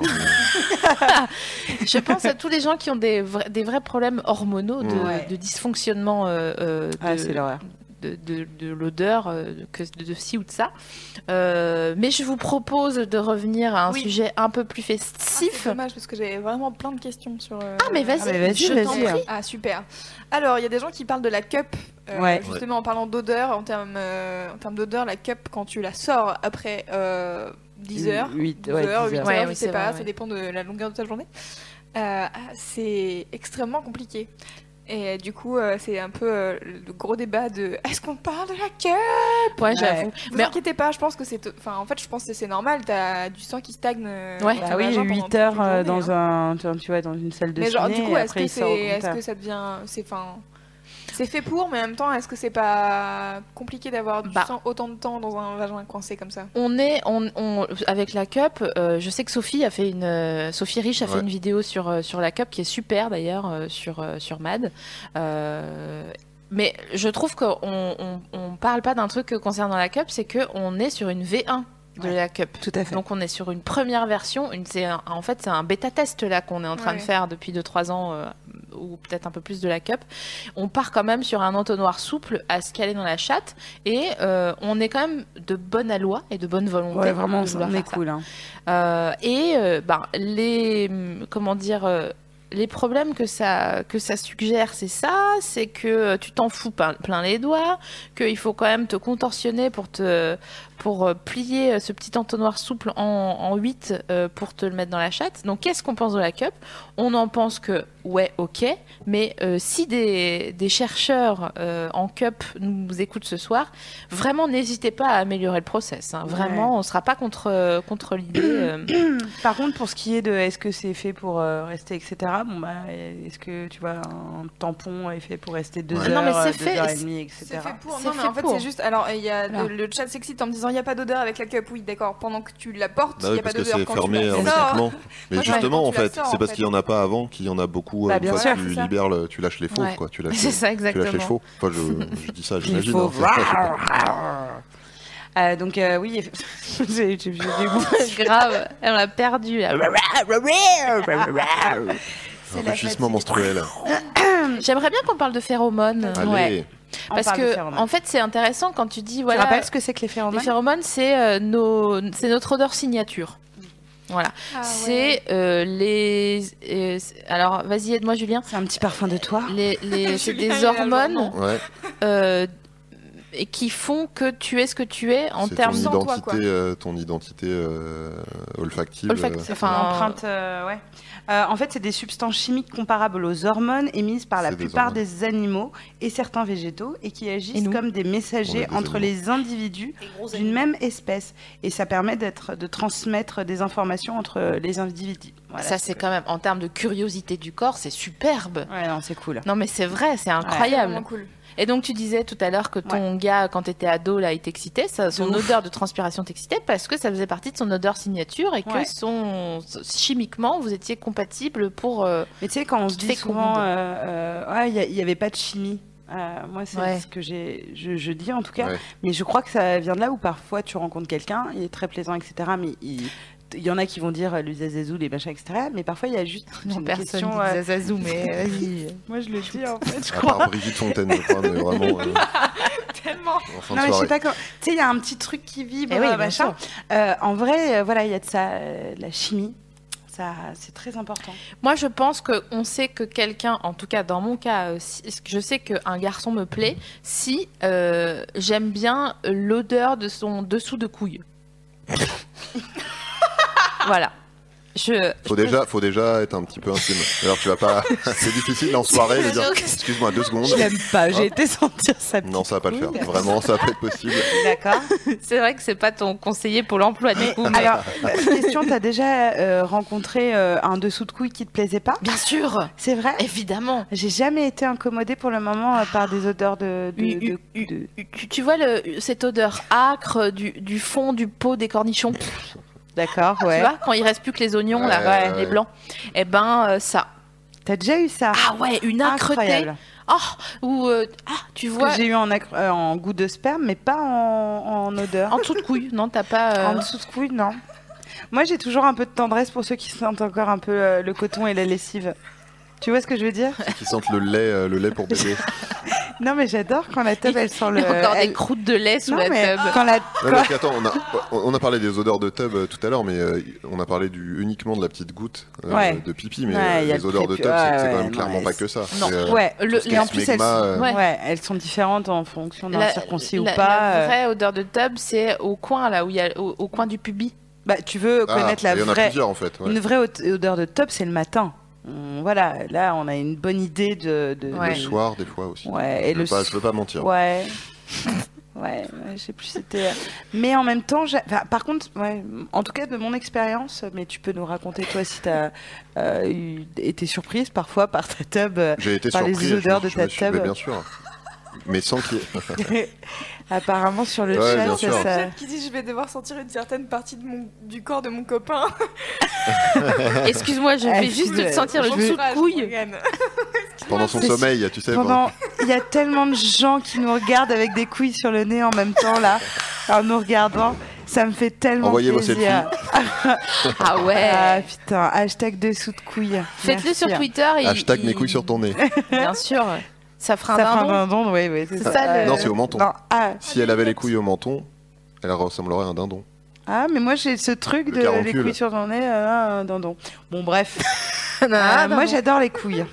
A: je pense à tous les gens qui ont des, vra- des vrais problèmes hormonaux, de,
B: Ouais.
A: de dysfonctionnement euh, euh,
B: Ah,
A: de-
B: c'est l'horreur.
A: de, de- de l'odeur euh, que de, de ci ou de ça. Euh, mais je vous propose de revenir à un
D: Oui.
A: sujet un peu plus
D: Ah,
A: festif.
D: c'est dommage parce que j'avais vraiment plein de questions sur. euh,
A: Ah, mais vas-y,
B: Ah, mais vas-y,
A: je t'en
B: vas-y.
A: prie.
D: Ah super. Alors il y a des gens qui parlent de la cup. euh,
B: Ouais.
D: Justement en parlant d'odeur, en termes euh, en termes d'odeur, la cup quand tu la sors après euh, 10 heures,
B: Huit,
D: 10
B: ouais, 10
D: heures, 8
B: heures.
D: heures,
A: Ouais,
D: je
A: oui,
D: sais
A: c'est
D: pas,
A: vrai,
D: ça
A: ouais.
D: dépend de la longueur de ta journée. Euh, c'est extrêmement compliqué. Et euh, du coup, euh, c'est un peu euh, le gros débat de est-ce qu'on parle de la cup
A: Ouais, j'avoue.
D: Vous
A: Mais-
D: inquiétez pas, je pense que c'est. Enfin, en fait, je pense que c'est normal, t'as du sang qui stagne. euh,
A: Ouais.
D: dans
B: Bah
D: ton
B: oui,
D: vagin pendant
B: 8
D: toute
B: heures
D: une
B: euh,
D: journée,
B: dans
D: hein.
B: un, tu- tu vois, dans une salle de
D: Mais genre,
B: ciné,
D: du coup,
B: et
D: est-ce
B: après,
D: que
B: il
D: c'est,
B: sort au
D: est-ce
B: compteur.
D: que ça devient, c'est enfin, c'est fait pour, mais en même temps, est-ce que c'est pas compliqué d'avoir du
A: Bah.
D: sang autant de temps dans un vagin coincé comme ça
A: On est on, on- avec la cup. euh, je sais que Sophie a fait une euh, Sophie Rich a fait
C: Ouais.
A: une vidéo sur euh, sur la cup qui est super d'ailleurs euh, sur euh, sur Mad. Euh, mais je trouve qu'on on, on parle pas d'un truc concernant la cup, c'est que on est sur une V1 de
B: Ouais.
A: la cup.
B: Tout à fait.
A: Donc on est sur une première version, une, c'est un- en fait c'est un bêta test là qu'on est en train de
D: Ouais.
A: faire depuis 2-3 ans euh, ou peut-être un peu plus de la cup. On part quand même sur un entonnoir souple à se caler dans la chatte et euh, on est quand même de bonne aloi et de bonne volonté.
B: ouais, vraiment,
A: de
B: ça,
A: vouloir Euh,
B: on est
A: faire ça.
B: cool. hein.
A: Euh, et euh, ben, les hum, comment dire euh, les problèmes que ça, que ça suggère, c'est ça, c'est que euh, tu t'en fous plein, plein les doigts, qu'il faut quand même te contorsionner pour, te, pour euh, plier euh, ce petit entonnoir souple en, en 8 euh, pour te le mettre dans la chatte. Donc qu'est-ce qu'on pense de la cup On en pense que, ouais, ok, mais euh, si des, des chercheurs euh, en cup nous écoutent ce soir, vraiment n'hésitez pas à améliorer le process. hein. Vraiment, on ne sera pas contre, contre l'idée. euh,
B: Par contre, pour ce qui est de est-ce que c'est fait pour euh, rester, etc., bon, bah, est-ce que tu vois, un tampon est fait pour rester deux
C: Ouais.
A: Non,
B: heures,
A: mais c'est
B: euh, deux
A: fait,
B: heures et
A: c'est-
B: demie,
D: C'est
B: etc.
D: fait pour.
A: C'est
D: Non, mais
A: fait
D: en fait,
A: pour.
D: c'est juste. Alors, il y a de-
A: Voilà.
D: le chat s'excite en me disant il n'y a pas d'odeur avec la cup. Oui, d'accord. Pendant que tu la portes, il
C: Bah oui,
D: n'y a pas
C: parce que
D: d'odeur
C: c'est
D: quand
C: fermé
D: tu la sors.
C: hermétiquement. Mais
D: Ouais,
C: justement,
D: quand
C: en
D: tu la
C: fait,
D: sors,
C: c'est
D: en
C: parce
D: fait.
C: qu'il n'y en a pas avant qu'il y en a beaucoup.
B: Bah,
C: euh, une
B: bien
C: fois
B: sûr,
C: que
D: c'est
C: tu
D: ça.
C: libères, le- tu lâches les fauves,
A: Ouais.
C: quoi. Tu lâches,
A: C'est ça,
C: tu lâches les
A: exactement.
C: chevaux. Enfin, je, je dis ça,
B: Il
C: j'imagine.
B: faut
C: hein, c'est ça, je sais pas.
B: Euh, donc euh, oui, eff- j'ai j'ai- j'ai des goûts.
A: Grave, Eh, on l'a perdu. là.
C: Un rugissement menstruel.
A: J'aimerais bien qu'on parle de phéromones.
C: Allez,
B: On
A: Parce
B: parle de
A: que,
B: phéromones.
A: en fait, c'est intéressant quand tu dis
B: tu
A: voilà,
B: rappelles ce que c'est que les
A: les
B: phéromones
A: phéromones, c'est euh, nos- c'est notre odeur signature. Voilà.
D: Ah
B: Ah
A: c'est euh, les. euh, c'est- alors, vas-y, aide-moi, Julien.
B: C'est un petit parfum de toi.
A: Les, les- c'est
D: Julien,
A: des
D: il a le
A: hormones
D: genre,
C: ouais.
A: euh, et qui font que tu es ce que tu es en
C: c'est
A: termes
C: ton
D: sans toi,
C: identité,
D: quoi.
C: euh, ton identité euh, olfactive.
A: olfactifs.
C: euh,
A: Enfin,
B: L'empreinte, euh, ouais. Euh, en fait, c'est des substances chimiques comparables aux hormones émises par la
C: C'est des
B: plupart
C: hormones.
B: des animaux et certains végétaux et qui
A: Et
B: agissent
A: nous
B: comme des
C: On est
B: messagers
C: des
B: entre
C: animaux.
B: les individus d'une même espèce. Et ça permet d'être, de transmettre des informations entre les individus. Voilà.
A: ça, c'est quand même, en termes de curiosité du corps, c'est superbe.
B: Ouais, non, c'est cool.
A: Non, mais c'est vrai, c'est
D: Incroyable.
A: incroyable.
D: cool.
A: Et donc, tu disais tout à l'heure que ton gars, quand t'étais ado, là, il t'excitait. ça- Son odeur de transpiration t'excitait parce que ça faisait partie de son odeur signature et que
B: Ouais.
A: son, chimiquement, vous étiez compatibles pour. euh,
B: Mais tu sais, quand on se
A: Qui te
B: dit
A: fait
B: souvent,
A: commande.
B: euh, euh, Ah, il n'y avait pas de chimie. Euh, moi, c'est
A: Ouais.
B: ce que j'ai, je, je dis en tout cas.
C: ouais.
B: Mais je crois que ça vient de là où parfois tu rencontres quelqu'un, il est très plaisant, etc. Mais il, il y en a qui vont dire euh, Lusa Zazou, les machins, etc. Mais parfois, il y a juste
A: non,
B: une
A: personne
B: question.
A: dit
B: euh,
A: Zazazou, mais euh, vas-y.
B: moi, je le dis en fait, je
C: euh, À
B: crois.
C: part Brigitte Fontaine, je crois, mais vraiment. euh,
D: Tellement.
C: en fin
B: Non, mais je
C: de
B: sais
C: soirée.
B: pas quand- Tu sais, il y a un petit truc qui vibre,
A: Eh oui,
B: euh,
A: bien
B: machin. Euh, en vrai, euh, voilà, il y a de ça, euh, de la chimie. Ça, c'est très important.
A: Moi, je pense qu'on sait que quelqu'un, en tout cas dans mon cas, euh, si- je sais qu'un garçon me plaît si euh, j'aime bien l'odeur de son dessous de couille. voilà. Je,
C: Faut déjà, faut déjà être un petit peu intime. Alors tu vas pas. c'est difficile en soirée de dire. Excuse-moi deux secondes.
B: Je l'aime pas, j'ai
C: Hop.
B: été sentir ça.
C: Non, ça va pas le faire. Vraiment, ça va pas être possible.
B: D'accord.
A: C'est vrai que c'est pas ton conseiller pour l'emploi, du coup. mais-
B: Alors, question, t'as déjà euh, rencontré euh, un dessous de couille qui te plaisait pas
A: Bien sûr,
B: C'est vrai
A: évidemment.
B: J'ai jamais été incommodée pour le moment euh, par des odeurs de. de-
A: U-
B: de-
A: u- u-
B: de-
A: Tu, tu vois le- cette odeur âcre du, du fond du pot des cornichons,
B: D'accord,
A: tu
B: ouais.
A: vois, quand il reste plus que les oignons, là,
C: Ouais, ouais,
A: les
C: ouais.
A: blancs. Eh ben, euh, ça.
B: T'as déjà eu ça
A: Ah ouais, une âcreté.
B: Incroyable.
A: Oh, ou euh, ah, tu
B: Que
A: vois,
B: J'ai eu en, acre- euh, en goût de sperme, mais pas en, en odeur.
A: en dessous de couille, non, t'as pas. euh,
B: En dessous de couille, non. Moi, j'ai toujours un peu de tendresse pour ceux qui sentent encore un peu euh, le coton et la lessive. Tu vois ce que je veux dire
C: Qui sentent le lait, euh, le lait pour bébé.
B: Non, mais j'adore quand la teub, elle sent le.
A: encore
B: elle-
A: des croûtes de lait sous
B: Non,
A: la
B: mais
A: tub.
B: quand la.
C: Non, parce que, attends, on a, on a parlé des odeurs de tub euh, tout à l'heure, mais euh, on a parlé du, uniquement de la petite goutte euh,
B: Ouais.
C: de pipi, mais
B: Ouais,
C: euh,
B: y a
C: les
B: le
C: odeurs de
B: prépu-
C: tub, c'est-
B: ouais,
C: c'est
B: ouais,
C: quand
B: non,
C: même clairement
B: mais
C: pas que ça.
A: Non.
C: C'est, euh,
B: Ouais,
A: Le-
C: ce qui
B: et
C: est
B: en plus, elles
C: smegma,
B: sont...
C: euh,
B: Ouais.
A: Ouais.
B: elles sont différentes en fonction d'un
A: La-
B: circoncis
A: la-
B: ou pas.
A: La
B: euh.
A: vraie odeur de tub, c'est au coin là où il y a au, au coin du pubis.
B: Bah, tu veux
C: ah,
B: connaître la
C: Il y en a
B: vraie.
C: plusieurs en fait. ouais.
B: Une vraie haute- odeur de top, c'est le matin. On- voilà, là, on a une bonne idée de. de-
A: Ouais.
C: Le soir, des fois aussi.
B: Ouais, et
C: je,
B: le
C: veux pas,
B: so-
C: je veux pas mentir.
B: Ouais. Ouais, ouais, je sais plus c'était. euh, Mais en même temps, j'a- enfin, par contre, ouais, en tout cas de mon expérience, mais tu peux nous raconter toi si t'as euh, eu- été surprise parfois par ta tub euh,
C: J'ai été
B: Par les
C: surpris.
B: odeurs
C: je-
B: de
C: je
B: ta
C: me suis- mais
B: tub.
C: Bien sûr. Mais sans qu'il y ait-
B: apparemment sur le
C: Ouais,
B: chat.
C: bien
B: ça,
C: sûr.
B: ça-
D: Qui dit je vais devoir sentir une certaine partie de mon, du corps de mon copain.
A: Excuse-moi, je
B: Ah,
A: vais juste
B: je-
A: te sentir le
D: Mon
A: dessous de
D: entourage,
A: couille.
D: Morgane.
C: pendant son
B: C'est-
C: sommeil, tu sais.
B: Pendant, il y a tellement de gens qui nous regardent avec des couilles sur le nez en même temps là, en nous regardant. Ça me fait tellement
C: Envoyez vos
B: plaisir.
C: selfies.
A: Ah
B: Ah
A: ouais.
B: putain, hashtag dessous de couille.
A: Faites-le
B: Merci. hein.
A: sur Twitter. il-
C: Hashtag mes
A: il-
C: couilles sur ton nez.
A: Bien sûr, ça fera un
B: Ça fera un
A: dindon.
B: dindon, oui, oui, c'est
A: C'est
B: ça.
A: ça, le-
C: Non, c'est au menton.
B: Non, Ah,
C: Si elle avait les couilles au menton, elle ressemblerait à un dindon.
B: ah, mais moi j'ai ce truc
C: Le
B: de les
C: caroncule.
B: couilles sur le nez, euh, un dindon. Bon, bref. Ah,
A: non,
B: moi,
A: non.
B: j'adore les couilles.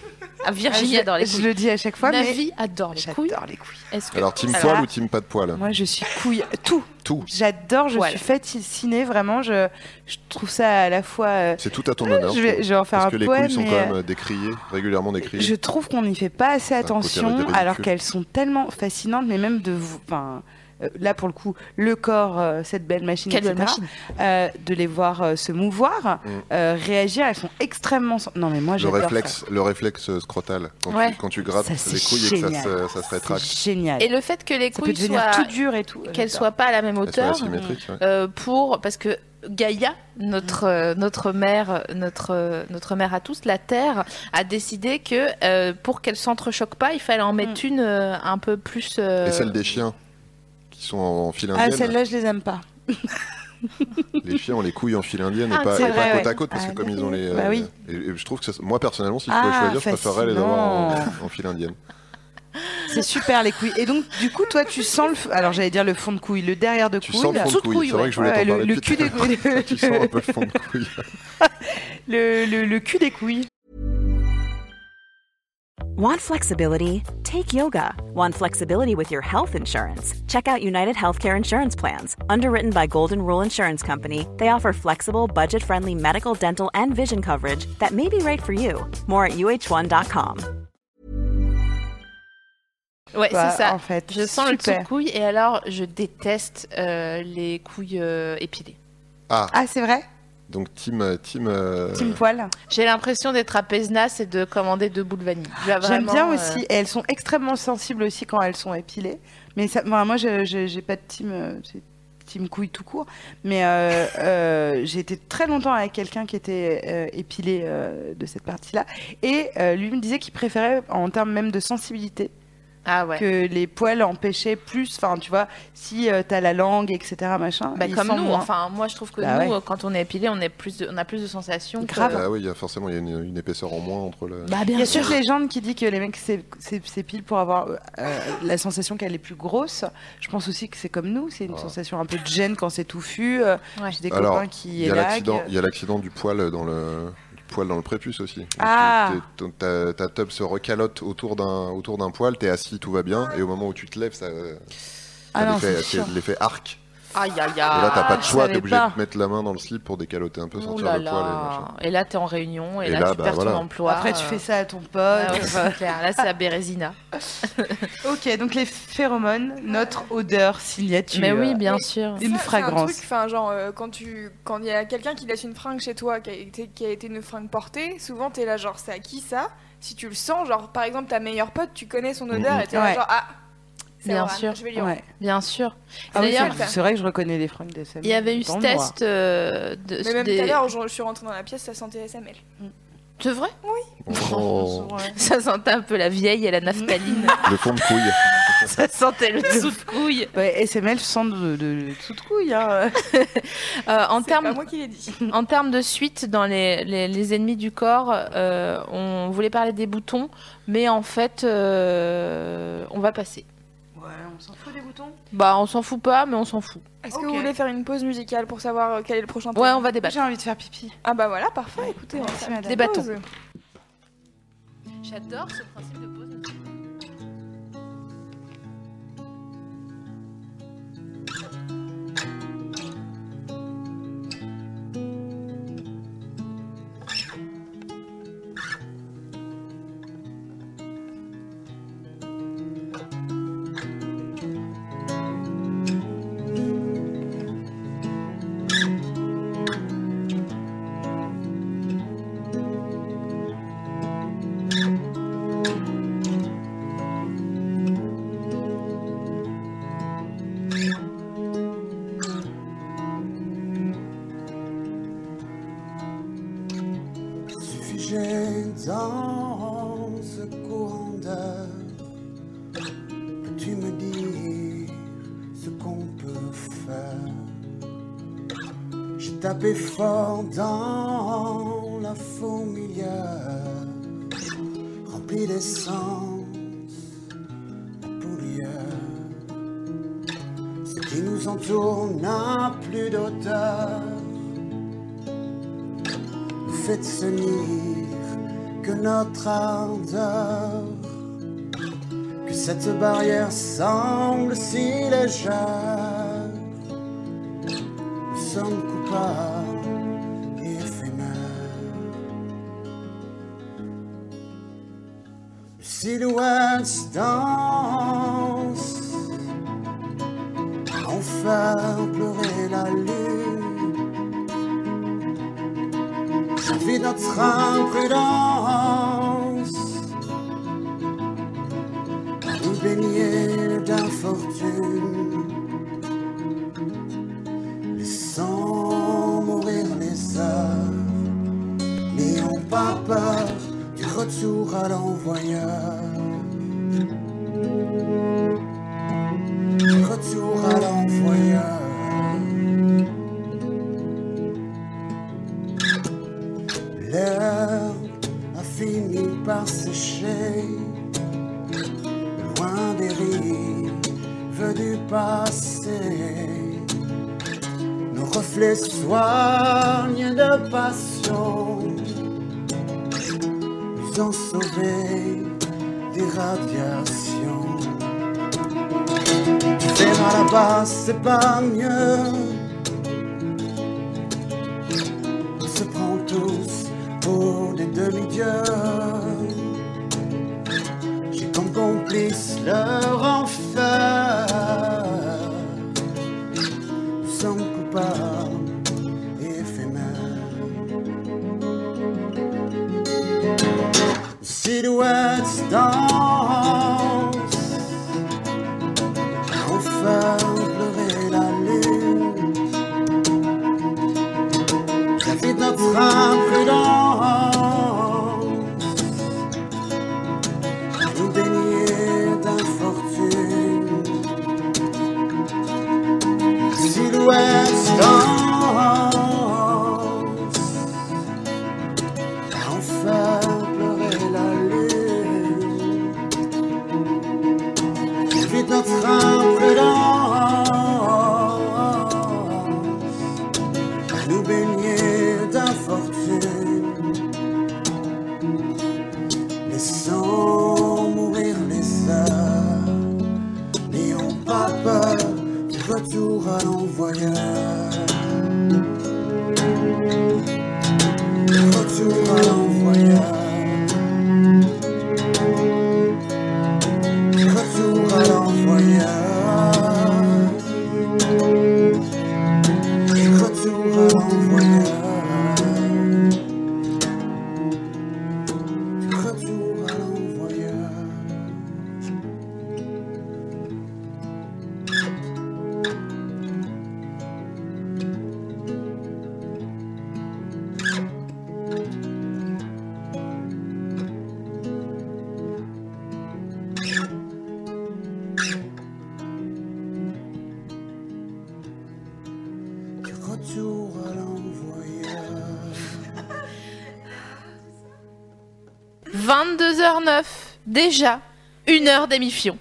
A: Ah, Virginie
B: je,
A: adore les
B: Je
A: couilles.
B: le dis à chaque fois, mais
A: Navi adore les couilles.
B: j'adore les couilles.
A: Est-ce que-
C: Alors, team
A: Alors,
C: poil ou team pas de poil
B: Moi, je suis couille. Tout.
C: Tout.
B: J'adore. Je
A: Poil.
B: suis fascinée. Vraiment, je, je trouve ça à la fois. euh,
C: C'est tout à ton honneur.
B: je, vais, je vais en faire
C: Parce
B: un
C: que les
B: poème.
C: couilles sont
B: mais,
C: quand même
B: euh,
C: euh, décriées, régulièrement décriées.
B: Je trouve qu'on n'y fait pas assez
C: côté
B: attention,
C: ridicule.
B: alors qu'elles sont tellement fascinantes, mais même de vous. Enfin, euh, là, pour le coup, le corps, euh, cette belle machine,
A: Quelle belle
B: etc.,
A: machine.
B: euh, de les voir euh, se mouvoir,
C: Mm.
B: euh, réagir, elles sont extrêmement. sen- Non, mais moi,
C: Le
B: j'adore.
C: réflexe, le réflexe euh, scrotal. Quand,
A: Ouais.
C: tu, quand tu
B: ça.
C: grattes
B: Ça, c'est
C: les couilles et que ça
B: génial.
C: se, ça se rétracte.
B: C'est génial.
A: Et le fait que les
B: ça peut
A: couilles
B: devenir
A: soient
B: tout dur et tout.
A: qu'elles
B: J'adore.
A: soient pas à la même
C: Elles sont
A: hauteur
C: asymétriques, ouais.
A: euh, pour parce que Gaïa, notre euh, notre mère, notre euh, notre mère à tous, la Terre a décidé que euh, pour qu'elles s'entrechoquent pas, il fallait en
B: Mm.
A: mettre une euh, un peu plus. euh,
C: Et celles des chiens, qui sont en, en file
B: Ah,
C: indienne.
B: celles-là, je les aime pas.
C: les chiens, on les couille en file indienne
A: Ah,
C: et pas,
B: c'est
C: et pas
B: vrai,
C: côte
B: ouais.
C: à côte, parce
B: Ah,
C: que comme ils ont les.
B: bah
C: euh,
B: oui.
C: et, et je trouve que ça- moi, personnellement, si je
B: Ah,
C: pouvais choisir, je préférerais les avoir en, en file indienne.
B: C'est super, les couilles. Et donc, du coup, toi, tu sens le. f- Alors, j'allais dire le fond de couille, le derrière de
C: Tu
B: couille.
C: sens le fond de
A: Sous de
C: couille,
A: couille,
C: c'est vrai
A: ouais.
C: que je voulais
B: bah, Ouais,
C: t'en
B: le-
C: parler.
B: le
C: depuis
B: cul des
C: tout à l'heure.
B: couilles.
C: Tu sens un peu le fond de couille.
B: le, le, le cul des couilles.
E: Want flexibility? Take yoga. Want flexibility with your health insurance? Check out United Healthcare Insurance Plans. Underwritten by Golden Rule Insurance Company, they offer flexible, budget friendly medical, dental, and vision coverage that may be right for you. More at uh1.com.
A: Ouais,
B: Bah,
A: c'est ça.
B: en fait,
A: Je sens le
B: super.
A: dessous de couille et alors je déteste euh, les couilles euh, épilées.
C: Ah,
B: Ah, c'est vrai
C: donc team. euh, team euh,
B: Team poil.
A: J'ai l'impression d'être à Pesnas et de commander deux boules vanille. Je vais
B: J'aime
A: vraiment,
B: bien
A: euh,
B: aussi. Et elles sont extrêmement sensibles aussi quand elles sont épilées. Mais ça, enfin, moi, je- je- j'ai pas de team, euh, c'est team couille tout court. Mais euh, euh, j'ai été très longtemps avec quelqu'un qui était euh, épilé euh, de cette partie-là. Et euh, lui me disait qu'il préférait, en termes même de sensibilité,
A: Ah ouais.
B: que les poils empêchaient plus. Enfin, tu vois, si euh, t'as la langue, etc., machin.
A: Bah,
B: il
A: comme
B: sent
A: nous,
B: moins.
A: enfin moi je trouve que
B: Bah
A: nous
B: ouais.
A: euh, quand on est épilé on, est plus de- on a plus de sensations. que-
B: Grave.
C: Ah oui, il y a forcément il y a une, une épaisseur en moins entre le.
A: Bah
B: Il y
A: bien
B: a cette
A: sûr.
B: légende qui dit que les mecs s'é- s'é- s'épilent pour avoir euh, euh, la sensation qu'elle est plus grosse. Je pense aussi que c'est comme nous, c'est une
C: Voilà.
B: sensation un peu de gêne quand c'est touffu. euh,
A: Ouais.
B: J'ai des
C: Alors,
B: copains qui
C: Il y a
B: élaguent.
C: l'accident, il y a l'accident du poil dans le du poil dans le prépuce aussi. Donc,
B: Ah.
C: tu- t'es- ton- ta, ta tub se recalote autour d'un autour d'un poil, t'es assis, tout va bien, et au moment où tu te lèves, ça,
B: Ah
C: t'as
B: non,
C: l'effet-
B: c'est
C: c'est
B: chiant.
C: l'effet arc.
A: Aïe aïe aïe.
C: et là, t'as pas de
B: je
C: choix, t'es
B: savais
C: obligé
B: pas.
C: de mettre la main dans le slip pour décaloter un peu,
A: Ouh
C: sentir
A: là
C: le poil. Et machin.
A: là. Et là t'es en réunion et,
C: Et
A: là,
C: là,
A: tu
C: bah,
A: perds
C: voilà.
A: ton emploi.
B: Après, tu
A: euh,
B: fais ça à ton pote.
A: ah ouais, c'est clair. Là c'est à Bérésina.
B: ok, donc les phéromones, notre odeur euh, signature.
A: Mais oui bien sûr.
B: Une
D: Ça, c'est un
B: fragrance.
D: truc, Enfin, genre, euh, quand tu, quand il y a quelqu'un qui laisse une fringue chez toi, qui a été, qui a été une fringue portée, souvent t'es là, genre, c'est à qui ça Si tu le sens, genre, par exemple, ta meilleure pote, tu connais son odeur
C: Mhm.
D: et t'es là,
B: Ouais.
D: genre, ah, c'est
A: Bien
D: vrai,
A: sûr.
D: je vais lui en-
B: Ouais.
A: Bien sûr.
B: Ah oui,
A: D'ailleurs
B: c'est c'est vrai que je reconnais les fringues de Sam.
A: il y avait eu ce
B: dans le noir.
A: test euh, de.
D: Mais même
A: des-
D: tout à l'heure, je, je suis rentrée dans la pièce, ça sentait SML.
A: C'est vrai
C: Oh,
A: Ça sentait un peu la vieille et la naphtaline.
C: le fond de couille.
A: ça sentait le dessous de couille.
B: Ouais, SML sent de, de, de tout de couille.
A: Euh,
B: hein.
A: en
D: C'est pas
A: termes
D: moi qui l'ai dit.
A: en termes de suite dans les, les, les ennemis du corps, euh, on voulait parler des boutons, mais en fait, euh, on va passer.
B: Ouais, on s'en fout des boutons.
A: Bah, on s'en fout pas, mais on s'en fout.
D: Est-ce que
B: Ok.
D: vous voulez faire une pause musicale pour savoir euh, quel est le prochain thème
A: Ouais, on va débattre.
B: J'ai envie de faire pipi.
D: Ah bah voilà, parfait, écoutez, on va
B: Merci,
D: faire
B: madame.
D: une
A: Des bâtons.
D: pause.
A: J'adore ce principe de pause.
F: suffisait dans ce courant d'air que tu me dis ce qu'on peut faire. J'ai tapé fort dans la fourmilière, remplie d'essence, la poulière. Ce qui nous entoure n'a plus d'auteur. Faites se tenir
G: notre ardeur que cette barrière semble si légère. Nous sommes coupables, éphémères. Silhouettes dansent, on fait pleurer la lune. Ça vit notre imprudence, nous baigner d'infortune. Laissons mourir les heures. N'ayons pas peur du retour à l'envoyeur. Du Retour à l'envoyeur. L'heure a fini par sécher. Loin des rives du passé. Nos reflets soignent de passion Nous ont sauvés des radiations Faire à la base, c'est pas mieux On se prend tous pour des demi-dieux J'ai comme complice leur enfer nous sommes coupables, éphémères. Silhouettes dansent, enfin pleurer la lune. Ça vide notre imprudence, nous baigner d'infortune. Silhouettes dansent Enfin pleurer la lune Vite notre imprudence Nous baigner d'infortune Laissons mourir les heures N'ayons pas peur du retour à l'envoyeur. Du Retour à l'envoyeur. Du Retour à l'envoyeur. Du Retour à l'envoyeur. Du Retour à l'envoyeur. Du retour à l'envoyeur.
A: 22h09, déjà, une heure d'émission.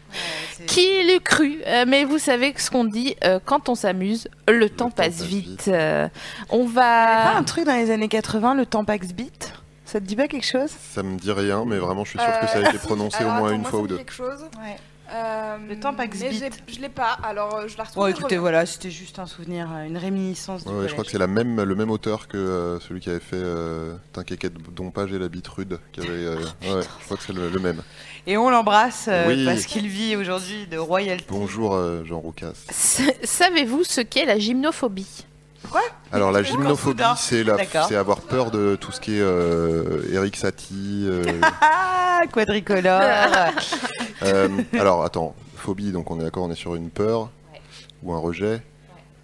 A: Qui l'eût cru Euh, Mais vous savez que ce qu'on dit, euh, quand on s'amuse, le temps passe
C: passe
A: vite.
C: vite.
A: Euh, on
B: Pas
A: va...
B: un truc dans les années 80, le Tampax Beat Ça te dit pas quelque chose
C: Ça me dit rien, mais vraiment, je suis sûr que ça a été prononcé au
D: Euh, Alors,
C: moins
D: attends,
C: une
D: moi,
C: fois
D: ça
C: ou
D: me dit
C: deux.
D: Quelque chose.
B: Ouais.
D: Euh,
B: Le Tampax
D: mais
B: Beat.
D: j'ai- Je l'ai pas, alors euh, je la retrouve.
B: Bon,
D: et je
B: Oh, écoutez,
D: reviens.
B: voilà, c'était juste un souvenir, euh, une réminiscence. du
C: Ouais, ouais, je crois
B: collège.
C: que c'est la même, le même auteur que euh, celui qui avait fait euh, T'inquiète, Dompage et la bite rude. Qui avait, euh, ouais, je crois que c'est le, le même.
B: Et on l'embrasse euh,
C: Oui.
B: parce qu'il vit aujourd'hui de royalty.
C: Bonjour euh, Jean Roucas.
A: Sa- Savez-vous ce qu'est la gymnophobie
C: Alors la
B: Encore
C: gymnophobie,
B: soudain.
C: c'est la-
B: D'accord.
C: c'est avoir peur de tout ce qui est euh, Eric Satie. euh,
B: Ah, quadricolore.
C: euh, alors attends, phobie, donc on est d'accord, on est sur une peur ou un rejet,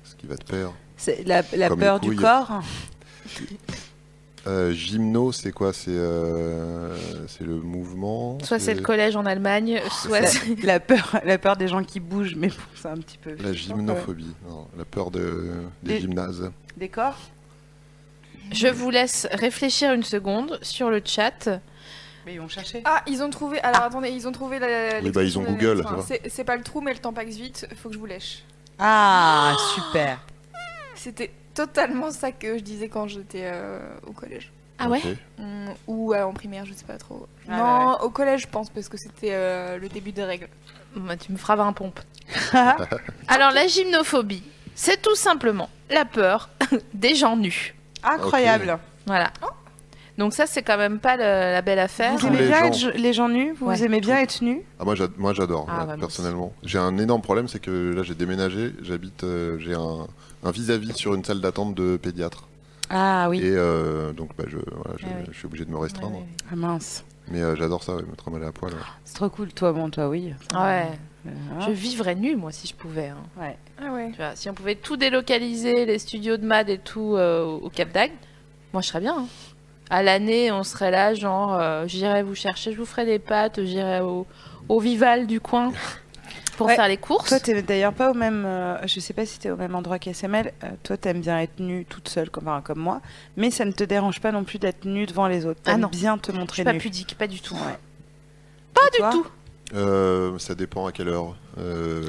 C: ce qui va te perdre.
B: C'est la la
C: Comme
B: peur
C: les
B: du
C: couilles.
B: corps.
C: Euh, gymno, c'est quoi C'est euh, c'est le mouvement
A: Soit c'est le collège en Allemagne, soit...
B: La,
A: c'est-
B: la peur, la peur des gens qui bougent, mais bon, c'est un petit peu.
C: La gymnophobie, non, la peur de, des
B: Et-
C: gymnases.
B: Des corps
A: Je vous laisse réfléchir une seconde sur le chat.
B: Mais ils vont chercher.
D: Ah, ils ont trouvé. Alors attendez, ils ont trouvé la.
C: Oui, bah, ils ont
D: l'expression de-
C: Google,
D: enfin,
C: ça va.
D: c'est- c'est pas le trou, mais le Tampax vite. Faut que je vous lèche.
B: Ah, super.
D: C'était totalement ça que je disais quand j'étais euh, au collège.
A: Ah ouais
C: Ok.
D: Hmm, ou euh, en primaire, je sais pas trop.
B: Ah,
D: non, au collège, je pense, parce que c'était euh, le début des règles.
A: Bah, tu me frappes un pompe. Alors la gymnophobie, c'est tout simplement la peur des gens nus.
B: Incroyable.
A: Voilà. Donc ça, c'est quand même pas le- la belle affaire.
B: Vous
C: Tous
B: aimez
C: les
B: bien
C: gens.
B: être ju- les gens nus Vous
A: Ouais.
B: aimez bien être nus
C: Ah, moi, j'ad- moi, j'adore,
A: Ah,
C: là,
A: bah, moi
C: personnellement. J'ai un énorme problème, c'est que là, j'ai déménagé, j'habite, euh, j'ai un un vis-à-vis sur une salle d'attente de pédiatre.
B: Ah oui.
C: Et euh, donc, bah, je, voilà, je,
A: Ah oui.
C: je suis obligé de me restreindre.
B: Ah mince.
C: Mais euh, j'adore ça, ouais, me trimballer à poil. ouais.
B: C'est trop cool. Toi, bon, toi, oui. Euh, ah.
A: Ouais.
B: Voilà.
A: Je vivrais nu, moi, si je pouvais. hein.
B: Ouais.
D: Ah ouais.
A: Tu vois, si on pouvait tout délocaliser, les studios de MAD et tout euh, au Cap d'Agde, moi je serais bien. hein. À l'année, on serait là, genre, euh, j'irai vous chercher, je vous ferai des pâtes, j'irai au, au Vival du coin pour
B: Ouais.
A: faire les courses.
B: Toi, t'es d'ailleurs pas au même. euh, je sais pas si t'es au même endroit qu'SML. Euh, toi, t'aimes bien être nue toute seule, comme, enfin, comme moi. Mais ça ne te dérange pas non plus d'être nue devant les autres.
A: Ah
B: T'aimes
A: non.
B: bien te
A: je suis
B: montrer
A: pas
B: nue.
A: pudique, pas du tout.
B: Ouais.
A: Pas du
B: Toi
A: tout.
C: Euh, ça dépend à quelle heure. Euh,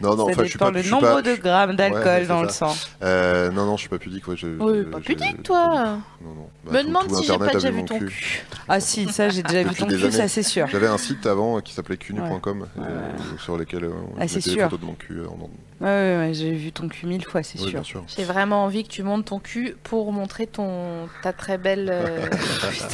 C: non, non,
B: ça
C: enfin, je suis
B: dépend
C: pas.
B: le
C: je suis
B: nombre
C: pas-
B: de grammes d'alcool
C: c'est
B: dans le
C: ça.
B: sang.
C: Euh, non, non, je suis pas pudique. Ouais, je,
A: Oui,
C: Euh, je-
A: pas
C: je-
A: pudique, toi.
C: Non, non. Bah,
A: Me
C: tout-
A: demande
C: tout
A: si j'ai
C: Internet
A: pas
C: a
A: déjà
C: vu
A: vu
C: mon
A: ton cul.
B: Ah si, ça, j'ai déjà vu
C: Depuis
B: ton
C: des
B: cul,
C: années.
B: ça c'est sûr.
C: J'avais un site avant euh, qui s'appelait cunu.com
B: Ouais.
C: euh, sur lesquels euh, on
B: Ah, c'est
C: mettait des
B: sûr.
C: photos de mon cul. euh, en-
B: Ouais, ouais, ouais, j'ai vu ton cul mille fois, c'est
C: Oui,
B: sûr.
C: bien sûr.
A: J'ai vraiment envie que tu montes ton cul pour montrer ton ta très belle. euh,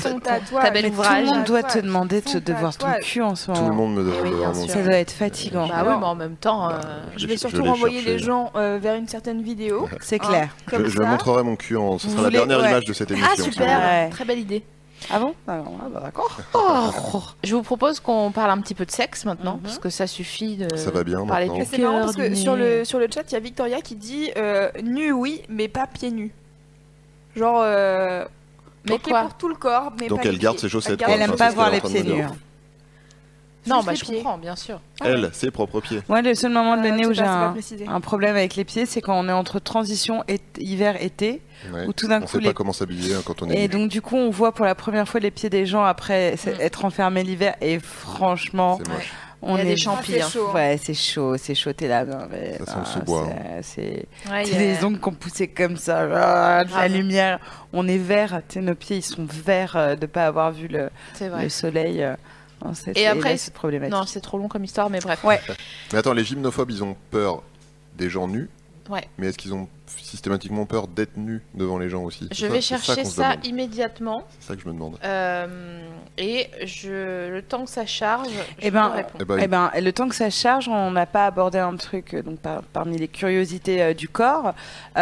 D: Ton tatouage.
A: ta belle
B: Mais tout
A: ouvrage.
B: le monde doit te
D: Tatouage.
B: demander de, te-
D: Son
B: de voir ton
D: tatouage.
B: cul en ce
C: Tout le
B: moment.
C: monde me demande
A: oui, bien
C: vraiment.
A: sûr.
B: Ça doit être fatigant.
A: Bah oui, mais en même temps.
C: Bah,
A: euh,
D: Je
C: l'ai-
D: vais surtout
C: l'ai
D: renvoyer
C: cherché.
D: les gens euh, vers une certaine vidéo.
B: C'est
D: hein,
B: clair.
D: comme
C: Je, je
D: ça.
C: montrerai mon cul en. Ce
B: Vous
C: sera
B: voulez-
C: la dernière
B: ouais.
C: image de Oh. cette émission.
A: Ah
C: si vous
A: super,
C: voulez.
B: Ouais.
A: très belle idée.
B: Ah bon Ah bon, ah bah D'accord.
A: Je vous propose qu'on parle un petit peu de sexe maintenant,
B: Mhm.
A: parce que ça suffit de
C: Ça va bien
A: parler
C: maintenant.
A: du
D: C'est
A: cœur,
D: marrant parce
A: du
D: que
A: nez.
D: sur le, sur le chat, il y a Victoria qui dit euh, nu, oui, mais pas pieds nus. Genre. euh,
A: Mais
D: ok
A: quoi
D: pour tout le corps, mais
C: Donc
D: pas
C: elle
D: les
C: garde
D: pieds.
C: ses chaussettes,
D: garde
C: quoi.
B: Elle aime
C: Enfin,
B: pas
C: Ah, c'est
B: voir
C: ce
B: les
C: qu'elle est
B: pieds
C: en train de
B: nus. hein.
C: me dire.
A: Non,
D: Juste
A: bah
D: les
A: je
D: pieds.
A: comprends, bien sûr.
C: Elle, ses propres pieds.
B: Moi, le seul
A: Ah,
B: moment de l'année
D: Euh,
B: où
D: je sais
B: j'ai
D: pas, c'est pas
B: un,
D: précisé.
B: un problème avec les pieds, c'est quand on est entre transition et- hiver-été,
C: Ouais.
B: où tout d'un
C: On
B: coup
C: sait
B: les
C: pas comment s'habiller hein, quand on est.
B: et
C: nu.
B: donc du coup on voit pour la première fois les pieds des gens après s- être enfermé l'hiver et franchement
C: C'est moche.
A: Mm.
B: on
A: Il y a
B: est
A: des champis,
D: Ah, c'est chaud, hein.
B: ouais c'est chaud c'est chaud t'es là ben, ben,
C: Ça sent le
B: ben,
C: sous-bois, hein.
B: c'est- c'est
A: Ouais, il y
B: C'est
A: a-
B: des ongles qu'on poussait comme ça, ah, de la
A: Grave.
B: lumière. On est vert, tu sais, nos pieds ils sont verts euh, de pas avoir vu le,
A: c'est
B: le
A: vrai.
B: soleil. euh, en cette-
A: Et après,
B: là,
A: ils-
B: c'est problématique.
A: Non, c'est trop long comme histoire, mais bref.
B: Ouais.
C: Mais attends, les gymnophobes, ils ont peur des gens nus.
A: Ouais.
C: Mais est-ce qu'ils ont systématiquement peur d'être nus devant les gens aussi
A: Je
C: C'est ça-
A: vais
C: c'est
A: chercher
C: qu'on se
A: ça,
C: demande.
A: immédiatement
C: C'est ça que je me demande.
A: euh, et je le temps que ça charge, je
B: Eh ben,
A: te réponds.
C: Eh ben,
B: Eh ben, le temps que ça charge, on n'a pas abordé un truc euh, donc par- parmi les curiosités euh, du corps.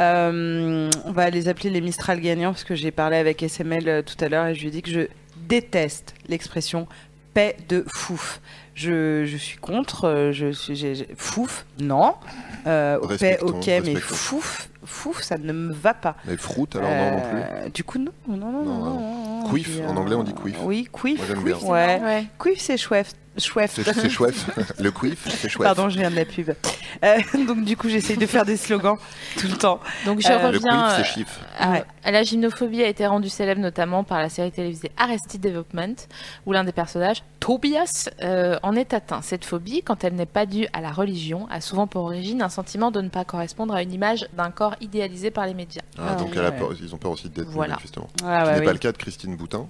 B: Euh, on va les appeler les Mistral gagnants parce que j'ai parlé avec SML euh, tout à l'heure et je lui ai dit que je déteste l'expression paix de fouf. Je, je suis contre, euh, je suis j'ai- j'ai- fouf, non. Euh, au paix,
C: Respectons,
B: ok, mais
C: respectons.
B: fouf, fouf, ça ne me va pas.
C: Mais fruit, alors non, non plus.
B: Euh, Du coup, non, non, non, non,
C: Non,
B: non,
C: non.
B: non, non.
C: Quiff,
B: Puis,
C: en anglais, on dit quiff.
B: Oui, quiff,
C: Moi, j'aime
B: quiff,
C: bien.
B: ouais.
A: Ouais.
B: Quiff, c'est chouette, chouette.
C: C'est c'est chouette. Le quiff, c'est chouette.
B: Pardon, je viens de la pub. Euh, donc du coup, j'essaye de faire des slogans tout le temps.
A: Donc je
B: Euh,
C: Le quiff,
A: reviens.
C: c'est
A: euh,
C: chiffre.
A: à-
B: Ouais.
A: à La gymnophobie a été rendue célèbre notamment par la série télévisée Arrested Development, où l'un des personnages, Tobias, euh, en est atteint. Cette phobie, quand elle n'est pas due à la religion, a souvent pour origine un sentiment de ne pas correspondre à une image d'un corps idéalisé par les médias.
C: Ah, donc
B: ouais.
C: elle a peur- ils ont peur aussi d'être nus,
A: Voilà.
C: manifestement.
B: Ah,
C: Ce
B: ouais,
C: n'est pas
B: oui.
C: le cas de Christine Boutin,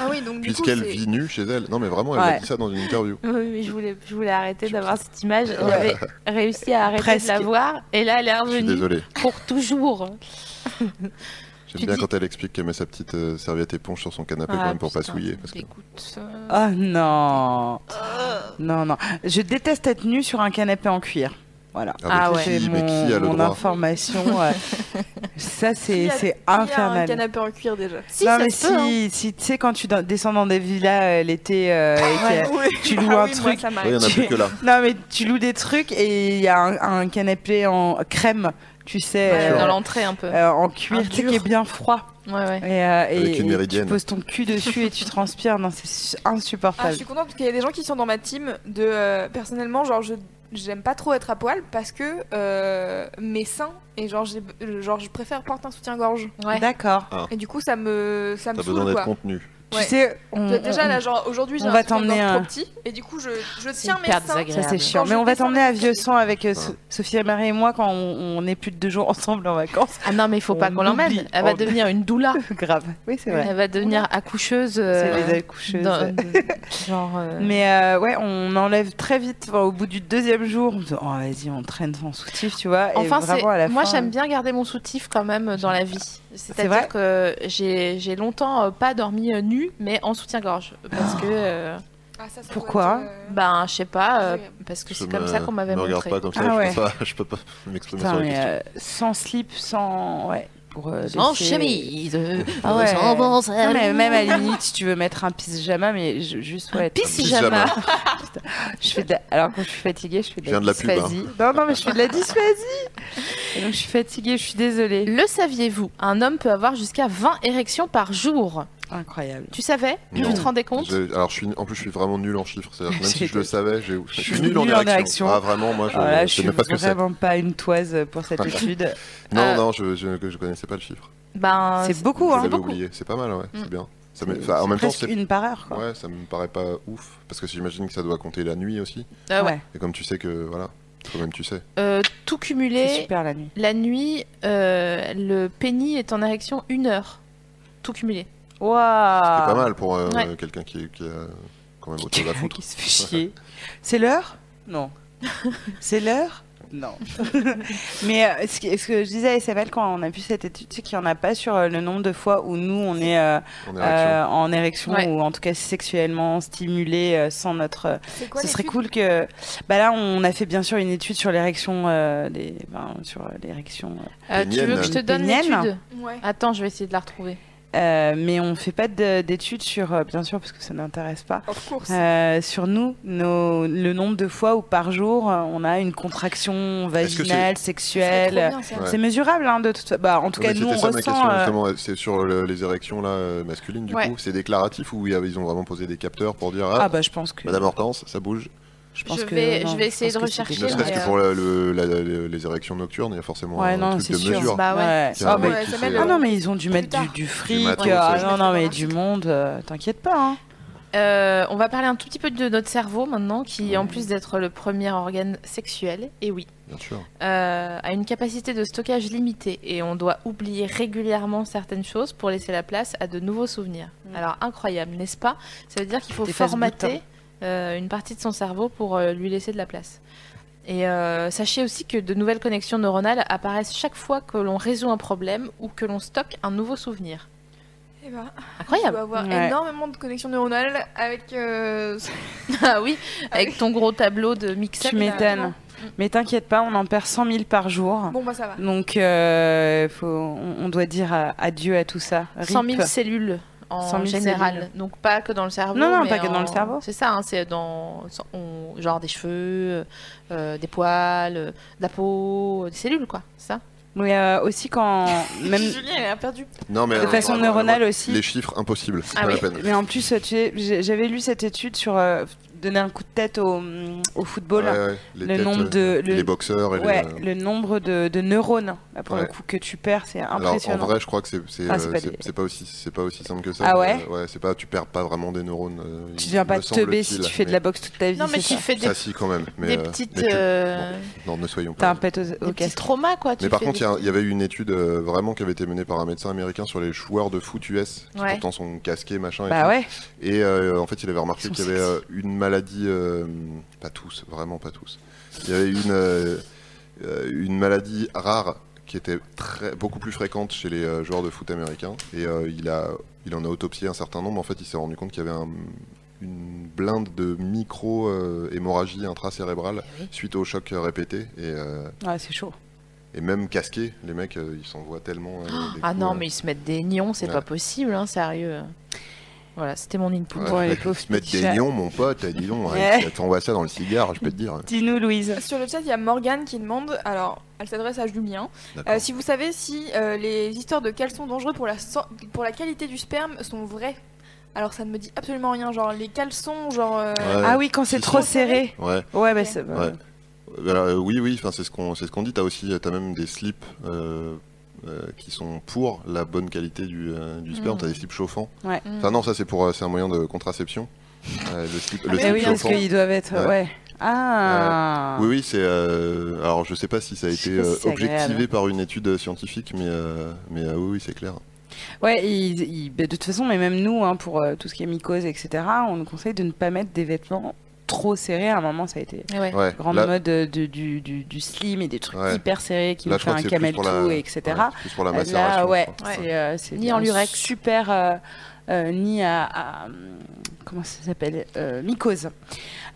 D: Ah oui, donc du coup.
C: puisqu'elle
D: c'est-
C: vit nue chez elle. Non, mais vraiment, elle
B: Ouais.
C: a dit ça dans une interview.
A: Oui, oui, je voulais, je voulais arrêter d'avoir cette image. J'avais réussi à arrêter
B: Presque.
A: de la voir, et là, elle est
C: Je suis
A: revenue
C: désolé.
A: pour toujours. Tu
C: J'aime bien
A: dis- Ah,
C: quand elle explique qu'elle met sa petite euh, serviette éponge sur son canapé quand même pour pas
A: putain,
C: souiller. Parce que...
A: écoute, euh,
B: Oh non, non, non. Je déteste être nue sur un canapé en cuir. Voilà.
A: Ah
C: mais
A: ouais.
C: qui,
B: C'est
C: mais
B: mon,
C: qui a le
B: mon
C: droit
B: information. euh, ça,
D: Qui
B: c'est
D: a-
B: c'est
D: Qui a un
B: infernal.
D: canapé en cuir déjà
A: Si,
B: non
A: ça
B: mais
A: se peut, hein.
B: si, si tu sais quand tu dans- descends dans des villas euh, l'été euh,
A: Ah,
B: et qu'il y a- tu loues
D: Ah
B: un
D: oui, moi,
B: truc
D: ça
C: Oui, il y
D: m'arrive.
C: en a plus que là.
B: Non mais tu loues des trucs et il y a un, un canapé en crème, tu sais,
A: Ouais,
B: euh,
A: dans l'entrée un peu.
B: euh, en cuir,
A: Un
B: tu sais,
A: dur.
B: qui est bien froid.
A: Ouais, ouais.
B: Et, euh, et-
C: Avec une
B: et
C: méridienne.
B: tu poses ton cul dessus et tu transpires. Non, c'est su-
D: Ah, je
B: insupportable.
D: suis contente parce qu'il y a des gens qui sont dans ma team de euh, personnellement genre je j'aime pas trop être à poil parce que euh, mes seins et genre j'ai euh, genre je préfère porter un soutien-gorge
A: Ouais.
B: D'accord.
D: et du coup ça me ça me
C: T'as besoin
D: saoule
C: d'être
D: quoi.
C: contenu.
B: Tu
D: Ouais.
B: sais, on,
D: Déjà,
B: on-
D: là, genre aujourd'hui, j'ai
B: on
D: un
B: va
D: truc encore
B: t'emmener,
D: trop
B: euh,
D: petit, et du coup, je, je
A: C'est
D: tiens mes
A: hyper
D: seins.
A: désagréable.
B: ça c'est chiant.
D: Quand
B: Mais
D: je
B: on va
D: descends
B: t'emmener
D: la
B: à Vieux
D: cuisine.
B: Sang avec euh, So- Sophie et Marie et moi quand on, on est plus de deux jours ensemble en vacances.
A: Ah non, mais il faut pas
B: On
A: qu'on l'emmène.
B: oublie.
A: Elle va
B: On-
A: devenir une doula.
B: Grave. Oui, c'est
D: Euh,
B: vrai.
A: Elle va devenir accoucheuse.
B: C'est
A: euh,
B: les accoucheuses.
A: dans- genre. euh,
B: Mais euh, ouais, on enlève très vite. Enfin, au bout du deuxième jour, on se dit, oh, vas-y, on traîne sans soutif, tu vois.
A: Enfin,
B: et
A: c'est-
B: vraiment, à la
A: moi
B: fin,
A: j'aime bien garder mon soutif quand même dans la vie.
B: vrai
A: C'est-à-dire que j'ai j'ai longtemps euh, pas dormi nu nue, mais en soutien-gorge. Parce que, euh,
D: Ah, ça, ça
B: Pourquoi
D: doit être, euh,
A: ben, je sais pas, euh,
D: Horrible.
A: parce que
C: Je
A: c'est comme
C: me-
A: ça qu'on m'avait
C: me regarde
A: montré.
C: pas comme ça,
B: Ah
C: je,
B: ouais.
C: peux pas, je peux pas m'exprimer
B: Putain,
C: sur la
B: mais,
C: question.
B: euh, sans slip, sans. Ouais. Pour, euh,
A: En
B: laisser-
A: chemise,
B: Ah ouais.
A: sans bon
B: Non, mais
A: salut.
B: même à la limite, si tu veux mettre un pyjama, mais je- juste ouais.
C: Un petit
A: pyjama.
C: pyjama.
B: Je fais de la- Alors quand je suis fatiguée, je fais de
C: Je
B: la
C: viens de la pub, hein.
B: dysphasie. Non, non, mais je fais de la dysphasie. Et donc je suis fatiguée, je suis désolée.
A: Le saviez-vous Un homme peut avoir jusqu'à 20 érections par jour.
B: Incroyable.
A: Tu savais
C: Non.
A: Tu te rendais
B: euh,
A: compte
C: Je- alors, je suis, en plus, je suis vraiment nul en chiffres. C'est-à-dire que même si
B: J'ai-
C: je le savais, j'ai- je suis
B: suis
C: nul en
B: nul en
C: érection.
B: érection.
C: Ah, vraiment, moi, je
B: Alors là,
C: je
B: je
C: sais
B: suis
C: même pas ce que c'est.
B: vraiment pas une toise pour cette étude.
C: Non,
A: Euh,
C: non, je, je, je connaissais pas le chiffre.
A: Ben,
B: c'est beaucoup,
C: Je
B: hein.
C: l'avais oublié. C'est pas mal, ouais. C'est bien. Ça me- enfin, en
B: C'est
C: même temps,
B: presque
C: c'est.
B: une par heure. Quoi.
C: Ouais, ça me paraît pas ouf. Parce que j'imagine que ça doit compter la nuit aussi.
A: euh, ouais.
B: Ah Ouais,
C: Et comme tu sais que. Voilà. Toi-même, tu sais.
A: Euh, tout
B: C'est
A: cumulé,
B: super la nuit.
A: la nuit, euh, le pénis est en érection une heure. Tout cumulé.
C: C'est
B: Waouh.
C: pas mal pour euh,
A: Ouais.
C: quelqu'un qui, qui a quand même autre chose à foutre.
B: Qui se fait chier. C'est l'heure Non. C'est l'heure Non. Mais euh, ce, que, ce que je disais à SML quand on a pu cette étude, c'est qu'il n'y en a pas sur euh, le nombre de fois où nous, on est euh,
C: En érection.
B: euh, en érection
A: Ouais.
B: ou en tout cas sexuellement stimulé euh, sans notre. euh,
D: C'est quoi
B: ce
D: les
B: serait
D: pubs
B: cool que. Bah là, on a fait bien sûr une étude sur l'érection euh, des. ben, sur euh, l'érection. euh,
A: Euh, tu veux
C: Pénienne.
A: que je te donne
B: Pénienne
A: l'étude
D: Ouais.
A: Attends, je vais essayer de la retrouver.
B: euh, mais on fait pas de- d'étude sur, euh, bien sûr, parce que ça n'intéresse pas.
D: Of course.
B: Euh, sur nous, nos- le nombre de fois où par jour euh, on a une contraction
C: Est-ce que
B: vaginale,
D: C'est trop
B: sexuelle.
D: bien, ça.
C: Ouais.
B: C'est mesurable, hein, de toute fa- Bah, en tout
C: Ouais,
B: cas,
C: mais
B: nous,
C: c'était
B: on
C: ça ma question
B: ressent. euh,
C: justement, c'est sur le- les érections là, euh, masculines du
A: Ouais.
C: coup, c'est déclaratif ou il y avait- ils ont vraiment posé des capteurs pour dire ah,
B: Ah, bah, je pense que.
C: Madame Hortense, ça bouge.
B: je pense
A: Je
B: que.
A: vais-
B: non,
A: je vais essayer
B: pense
A: de
B: que c'est
A: rechercher, euh,
C: Ne
B: des-
C: serait-ce que pour le- le- la- la- les érections nocturnes, il y a forcément
B: euh, Ouais,
C: un
B: non,
C: truc
B: c'est
C: de
B: sûr.
C: mesure.
A: Bah ouais.
B: Ouais.
C: C'est
B: Ah,
C: un
B: bah,
C: mec
D: ouais,
C: qui
D: ça
C: fait-
D: mène
B: Ah
D: Euh,
B: non, mais ils ont dû
D: plus
B: mettre du,
D: tard.
B: du fric.
C: matos,
B: ah
C: ouais.
B: non, non, mais du monde. euh, T'inquiète pas. hein.
A: Euh, on va parler un tout petit peu de notre cerveau maintenant, qui
C: Mmh.
A: en plus d'être le premier organe sexuel, et oui,
C: Bien sûr.
A: euh, a une capacité de stockage limitée et on doit oublier régulièrement certaines choses pour laisser la place à de nouveaux souvenirs.
B: Mm.
A: Alors incroyable, n'est-ce pas Ça veut dire qu'il faut
B: Des phases
A: formater
B: boutons.
A: euh, une partie de son cerveau pour euh, lui laisser de la place. Et euh, sachez aussi que de nouvelles connexions neuronales apparaissent chaque fois que l'on résout un problème ou que l'on stocke un nouveau souvenir.
D: Eh ben,
B: Ah
D: tu
A: Incroyable
D: dois avoir
B: Ouais.
D: énormément de connexions neuronales avec. euh,
A: Ah oui, avec ton gros tableau de mixage.
B: Tu m'étonnes.
D: Mm.
B: Mais t'inquiète pas, on en perd 100 000 par jour.
D: Bon, bah ça va.
B: Donc, euh, faut- on, on doit dire euh, adieu à tout ça. Rip.
A: 100 000 cellules en
B: 100 000
A: général.
B: cellules.
A: Donc pas que dans le cerveau.
B: Non, non,
A: mais
B: pas que dans
A: en-
B: le cerveau.
A: C'est ça, hein, c'est dans on- genre des cheveux, euh, des poils, euh, de la peau, euh, des cellules quoi, c'est ça.
B: Mais euh, aussi quand. même
D: Julien, elle a perdu.
C: Non, mais,
B: De
C: euh,
B: façon
C: vraiment,
B: neuronale
C: vraiment,
B: aussi.
C: Les chiffres impossibles, c'est
A: Ah
C: pas
A: oui.
C: la peine.
B: Mais en plus, tu sais, j'ai- j'avais lu cette étude sur euh, donner un coup de tête au, mm, au football.
C: Ouais, ouais, les
B: Le
C: têtes,
B: nombre
C: euh,
B: de- le-
C: les boxeurs et les,
B: Ouais,
C: euh,
B: le nombre de, de neurones, là, pour
C: Ouais.
B: le coup, que tu perds, c'est
C: Alors en
B: impressionnant.
C: vrai, je crois que c'est c'est
B: Ah, c'est
C: euh,
B: pas
C: c'est-
B: des-
C: c'est pas aussi c'est pas aussi simple que ça.
B: Ah
C: mais,
B: ouais
C: euh, Ouais, c'est pas tu perds pas vraiment des neurones. euh,
B: tu
C: il-
B: deviens
C: me
B: pas teubé si
C: semble-t-il,
B: tu fais de
C: mais-
B: la boxe toute ta vie.
A: non mais
B: c'est
A: tu
B: ça.
A: fais des,
C: ça si quand même. Mais,
A: des
C: euh,
A: petites
C: mais tu-
A: euh,
C: bon, Non, ne soyons
B: T'as un
C: pas.
B: pète aux,
A: des
B: aux
A: petits
B: caisses.
A: traumas quoi. tu
C: Mais par
A: fais
C: contre, il
A: des-
C: y a- il y avait eu une étude euh, vraiment qui avait été menée par un médecin américain sur les joueurs de foot US, qui
A: Ouais.
C: pourtant sont casqués, machin. et
B: Bah
C: tout.
B: ouais,
C: Et euh, en fait, il avait
B: Ils
C: remarqué
B: sont
C: qu'il y avait euh, une maladie, euh, pas tous, vraiment pas tous. Il y avait une, euh, euh, une maladie rare qui était très, beaucoup plus fréquente chez les euh, joueurs de foot américains. Et euh, il, a, il en a autopsié un certain nombre. En fait, il s'est rendu compte qu'il y avait un- une blinde de micro-hémorragie intracérébrale
B: Eh
C: suite au choc répété. Et, euh,
B: ouais c'est chaud.
C: et même casqués, les mecs, euh, ils s'envoient tellement. euh, des
A: Ah
C: coups,
A: non,
C: euh,
A: mais ils se mettent des nions, c'est
C: Ouais.
A: pas possible hein, sérieux. Voilà, c'était mon input.
C: Ouais.
B: Bon, les pauvres
C: se mettre
B: petits
C: des
B: chats.
C: lions, mon pote, dis donc,
B: Ouais. Euh,
C: hein, t'envoies ça dans le cigare, je peux te dire.
B: Dis-nous, Louise.
D: Sur le chat, il y a Morgane qui demande. Alors, elle s'adresse à Julien.
C: D'accord.
D: Euh, si vous savez si euh, les histoires de caleçons dangereux pour la, so- pour la qualité du sperme sont vraies. Alors, ça ne me dit absolument rien. Genre, les caleçons, genre. euh,
C: Ouais.
B: Ah oui, quand
C: si,
B: c'est
C: si.
B: trop serré.
C: Ouais.
B: Ouais, bah c'est.
C: Ouais. Euh, alors, euh, oui, oui, enfin, c'est ce qu'on c'est ce qu'on dit. T'as aussi t'as même des slips euh, euh, qui sont pour la bonne qualité du, euh, du sperme.
A: Mm.
C: T'as des slips chauffants.
B: Ouais.
C: Enfin non, ça c'est pour euh, c'est un moyen de contraception. Euh, le slip,
B: Ah,
C: le
B: mais
C: slip
B: oui, parce
C: chauffant.
B: qu'ils doivent être.
C: Ouais.
B: Ouais. Ah
C: Oui, oui, c'est. euh, alors, je sais pas si ça a
B: Je
C: été
B: sais pas si
C: euh,
B: c'est agréable.
C: objectivé par une étude scientifique, mais, euh, mais euh, oui, oui, c'est clair.
B: Ouais, ils- ils- bah, de toute façon, mais même nous, hein, pour euh, tout ce qui est mycose, etc., on nous conseille de ne pas mettre des vêtements trop serrés. À un moment, ça a été
A: Ouais.
C: Ouais.
B: grande
C: là,
B: mode euh, de- du, du- du slim et des trucs
C: Ouais.
B: hyper serrés qui
C: là,
B: nous
C: je
B: fait
C: crois
B: un
C: que c'est plus
B: camel tout,
C: pour la,
B: etc.
C: ouais, c'est plus pour la
B: Euh,
C: macération.
B: Là,
C: je
B: ouais,
C: crois.
A: Ouais.
B: c'est euh, c'est
A: Ni
B: un
A: en lurex.
B: Super euh, euh, ni à, à, hum, comment ça s'appelle Euh, mycose.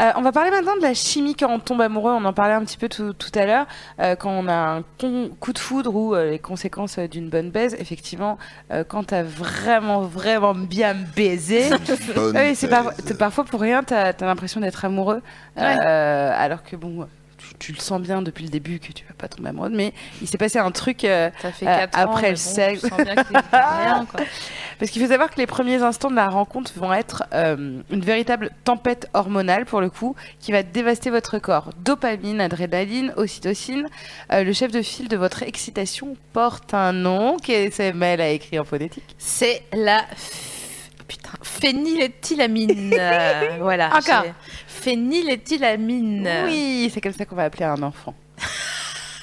B: Euh, on va parler maintenant de la chimie quand on tombe amoureux. On en parlait un petit peu tout, tout à l'heure Euh, quand on a un con- coup de foudre ou euh, les conséquences euh, d'une bonne baise. Effectivement, euh, quand t'as vraiment vraiment bien baisé.
C: Bonne
B: Ah oui, c'est par-
C: thèse.
B: t- parfois pour rien, t'as as, l'impression d'être amoureux. Euh, alors que bon, tu, tu le sens bien depuis le début que tu vas pas tomber amoureux. Mais il s'est passé un truc. euh,
A: Ça fait
B: Euh,
A: 4 ans.
B: après
A: mais
B: le
A: bon,
B: sexe.
A: je sens bien qu'il y a rien, quoi.
B: parce qu'il faut savoir que les premiers instants de la rencontre vont être euh, une véritable tempête hormonale, pour le coup, qui va dévaster votre corps. Dopamine, adrénaline, ocytocine. Euh, le chef de file de votre excitation porte un nom qu'SML a écrit en phonétique.
A: C'est la. ph- Putain, phényléthylamine. Euh, voilà.
D: Encore.
A: j'ai- Phényléthylamine.
B: Oui, c'est comme ça qu'on va appeler un enfant.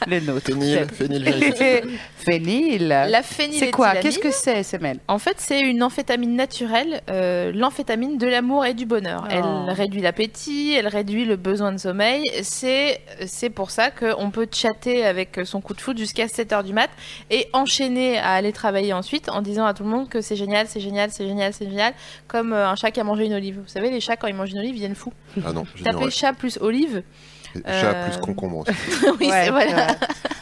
B: le nôtre.
C: Phényl, phényl,
B: Phényl.
A: La
B: C'est
A: phényléthylamine.
B: quoi Qu'est-ce que c'est, SML
A: En fait, c'est une amphétamine naturelle, euh, l'amphétamine de l'amour et du bonheur.
B: Oh.
A: Elle réduit l'appétit, elle réduit le besoin de sommeil. C'est c'est pour ça qu'on peut chatter avec son coup de foot jusqu'à 7h du mat et enchaîner à aller travailler ensuite en disant à tout le monde que c'est génial, c'est génial, c'est génial, c'est génial, comme euh, un chat qui a mangé une olive. Vous savez, les chats, quand ils mangent une olive, ils viennent fous.
C: Ah non,
A: Tapez
C: j'ignorais.
A: chat plus olive.
C: Chat
A: euh,
C: plus concombre. aussi.
A: oui,
B: Ouais,
A: c'est- voilà.
B: ouais.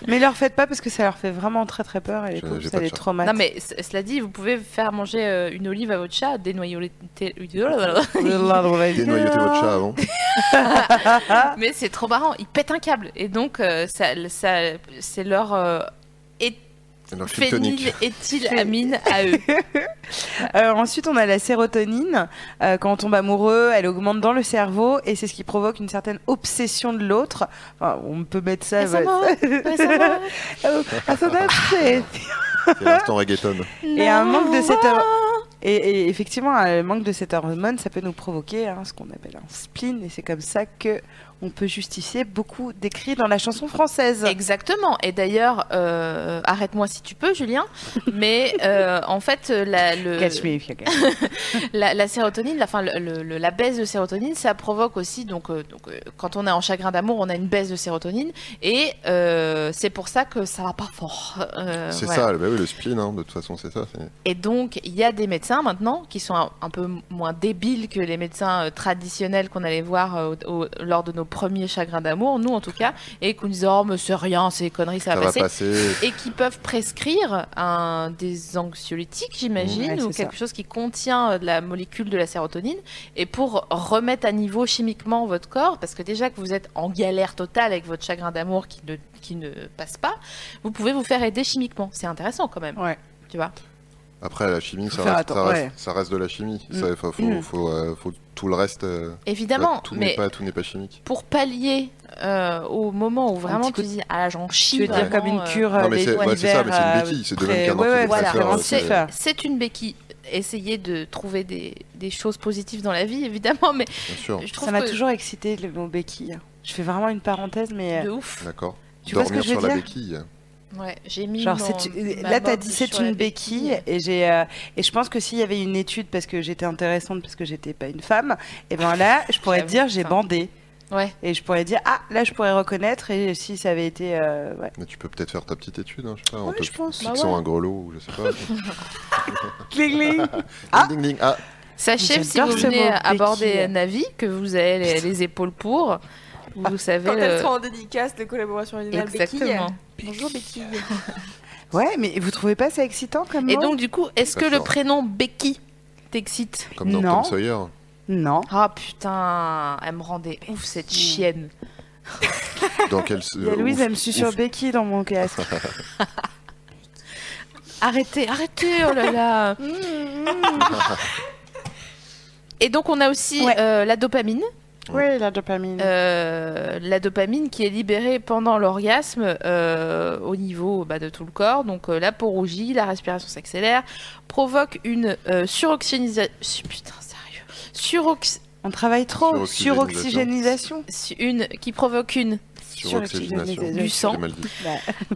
B: Mais leur faites pas parce que ça leur fait vraiment très très peur et les
C: Je-
B: pauvres,
C: j'ai
B: ça
C: pas de
B: les
C: chat.
B: traumatise.
A: Non mais c- cela dit, vous pouvez faire manger euh, une olive à votre chat, dénoyer
C: Dénoyautez votre chat avant.
A: Mais c'est trop marrant, ils pètent un câble. Et donc, euh, ça, ça, c'est leur euh,
C: Alors, je suis tonique.
A: phényléthylamine à eux.
B: Euh, ensuite, on a la sérotonine. Euh, quand on tombe amoureux, elle augmente dans le cerveau et c'est ce qui provoque une certaine obsession de l'autre. Enfin, on peut mettre ça.
A: Ça
B: bah,
A: va,
B: Oh, à son obsession.
C: C'est l'instant reggaeton.
A: Euh,
B: et un manque de cette hor- et, et effectivement, un manque de cette hormone, ça peut nous provoquer hein, ce qu'on appelle un spleen et c'est comme ça que on peut justifier beaucoup d'écrits dans la chanson française.
A: Exactement. Et d'ailleurs, euh, arrête-moi si tu peux, Julien. Mais euh, en fait, la, le-
B: Catch me if you can.
A: la, la sérotonine, la, enfin, le- le- le- la baisse de sérotonine, ça provoque aussi, donc, euh, donc, euh, quand on est en chagrin d'amour, on a une baisse de sérotonine. Et euh, c'est pour ça que ça va pas fort. Euh,
C: C'est
A: voilà.
C: ça, bah oui, le spleen, hein, de toute façon, c'est ça. c'est-
A: Et donc, il y a des médecins maintenant qui sont un, un peu m- moins débiles que les médecins euh, traditionnels qu'on allait voir euh, au- au- lors de nos premiers chagrins d'amour, nous en tout cas, et qui nous disent Oh, mais c'est rien, c'est des conneries, ça,
C: Ça va
A: passer.
C: passer.
A: Et qui peuvent prescrire un, des anxiolytiques, j'imagine,
B: Ouais,
A: ou
B: c'est ça.
A: quelque chose qui contient euh, de la molécule de la sérotonine. Et pour remettre à niveau chimiquement votre corps, parce que déjà que vous êtes en galère totale avec votre chagrin d'amour qui ne, qui ne passe pas, vous pouvez vous faire aider chimiquement. C'est intéressant quand même.
B: Ouais.
A: Tu vois
C: Après, la chimie, ça
B: faire
C: reste,
B: atten-
C: ça reste-
B: ouais.
C: ça reste de la chimie.
B: Mm.
C: Ça, faut, faut-
B: Mm.
C: faut, euh, faut tout le reste. euh,
A: Évidemment,
C: là, tout
A: mais
C: n'est pas, tout n'est pas chimique.
A: pour pallier euh, au moment où vraiment tu
B: petit coup de-
A: dis ah j'en chie
B: Tu veux dire
A: vraiment,
B: comme une
A: euh,
B: cure
C: Non,
B: euh,
C: mais
B: les
C: c'est- ouais, c'est ça, mais c'est une
B: euh,
C: béquille, c'est de même
B: pré-
C: qu'un
B: ouais, ouais,
C: antidépresseur,
B: voilà.
A: euh,
B: c'est-
C: c'est-
A: c'est une béquille essayer de trouver des, des choses positives dans la vie évidemment mais
C: Bien sûr,
A: je trouve
B: Ça m'a
A: que
B: toujours excité le mot béquille. Je fais vraiment une parenthèse, mais
A: de
B: euh,
A: ouf
C: d'accord.
B: Tu vois ce
C: Dormir
B: que je veux
C: sur la
B: dire
C: béquille.
A: ouais j'ai mis
B: genre
A: mon-
B: c'est tu-
A: ma
B: là t'as
A: morgue
B: dit c'est
A: sur la
B: une béquille et j'ai euh, et je pense que s'il y avait une étude parce que j'étais intéressante parce que j'étais pas une femme, et ben là je pourrais
A: J'avoue,
B: dire j'ai
A: putain.
B: bandé
A: ouais
B: et je pourrais dire ah là je pourrais reconnaître et si ça avait été euh, ouais.
C: Mais tu peux peut-être faire ta petite étude, hein, je sais pas, en
B: Ouais,
C: te
B: je pense.
C: fixant
A: Bah ouais.
C: un grelot ou je sais pas. Ding,
B: Cling, cling.
C: ding, ding. Ah,
A: sachez si vous
B: J'adore ce
A: venez
B: mot,
A: aborder
B: béquille.
A: Navi que vous avez les, les épaules pour
B: Ah,
A: vous savez
D: Quand
A: le-
D: elles seront en dédicace de collaboration originale, Béquille.
A: exactement
D: Bonjour Béquille.
B: ouais mais vous trouvez pas ça excitant comme
A: et
B: mot
A: donc du coup est-ce
C: Pas
A: que le
C: sûr.
A: prénom Becky t'excite
C: comme dans
B: Non.
C: Tom Sawyer.
B: non
A: Ah putain, elle me rendait ouf cette chienne.
C: Dans quel.
B: Il y a
C: euh,
B: Louise
C: ouf,
B: elle me suit sur
C: ouf.
B: béquille dans mon casque.
A: Arrêtez, arrêtez, oh là là.
B: Mm,
A: Et donc on a aussi
B: Ouais.
A: euh, la dopamine
B: Oui, la dopamine.
A: Euh, la dopamine qui est libérée pendant l'orgasme euh, au niveau bah, de tout le corps. Donc euh, la peau rougit, la respiration s'accélère, provoque une euh, suroxygenisa- su- Putain, sérieux. Surox-
B: On travaille trop.
C: Suroxygénisation.
B: Suroxygénisation.
A: su- Une qui provoque une.
C: Suroxygénation.
B: Du
A: sang.
C: J'ai mal dit.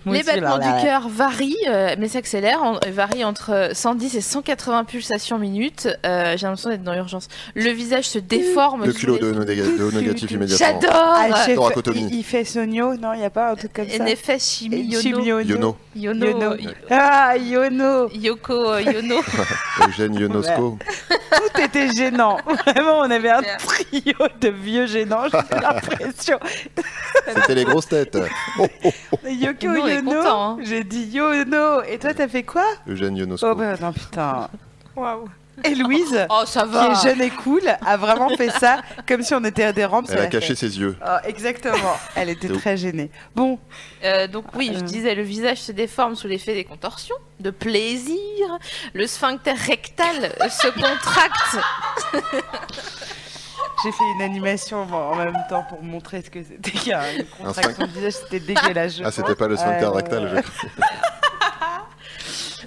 A: Les battements du cœur varient, euh, mais s'accélèrent, en- varient entre 110 et 180 pulsations minutes. Euh, J'ai l'impression d'être dans l'urgence. Le visage se déforme.
C: Deux
A: sous
C: kilos
A: les-
C: de, néga- de négatif immédiatement.
B: Ah,
A: J'adore.
B: je sais pas,
C: thoracotomie.
B: il, il fait sonio, non, il n'y a pas un truc comme ça.
A: Un effet chimie, Yono.
B: Chimiono.
C: Yono,
A: Yono,
B: Yono.
A: Yo-
B: Ah, Yono,
A: Yoko euh, Yono.
C: Eugène Yonosco.
B: tout était gênant. Vraiment, on avait un trio de vieux gênants, j'ai l'impression.
C: C'était les grosses têtes. Oh, oh, oh.
B: Yoko
A: Nous, on est
B: Yono,
A: contents, hein.
B: j'ai dit Yono. Et toi, t'as fait quoi
C: Eugène Yonosco.
B: Oh, bah non, putain.
D: Waouh.
B: Et Louise,
A: Oh, ça
B: qui est jeune et cool, a vraiment fait ça comme si on était des rampes.
C: Elle a caché ses yeux.
B: Oh, exactement, elle était
C: C'est ouf.
B: très gênée. Bon,
A: Euh, donc oui, je
B: Euh.
A: disais, le visage se déforme sous l'effet des contorsions, de plaisir. Le sphincter rectal se contracte.
B: j'ai fait une animation en- en même temps pour montrer ce que c'était. Il y a Une contraction
C: sphincter.
B: de visage, c'était dégueulasse. je
C: Ah, c'était
B: pense.
C: pas le sphincter
B: Ouais, ouais,
C: rectal.
B: ouais.
C: je crois.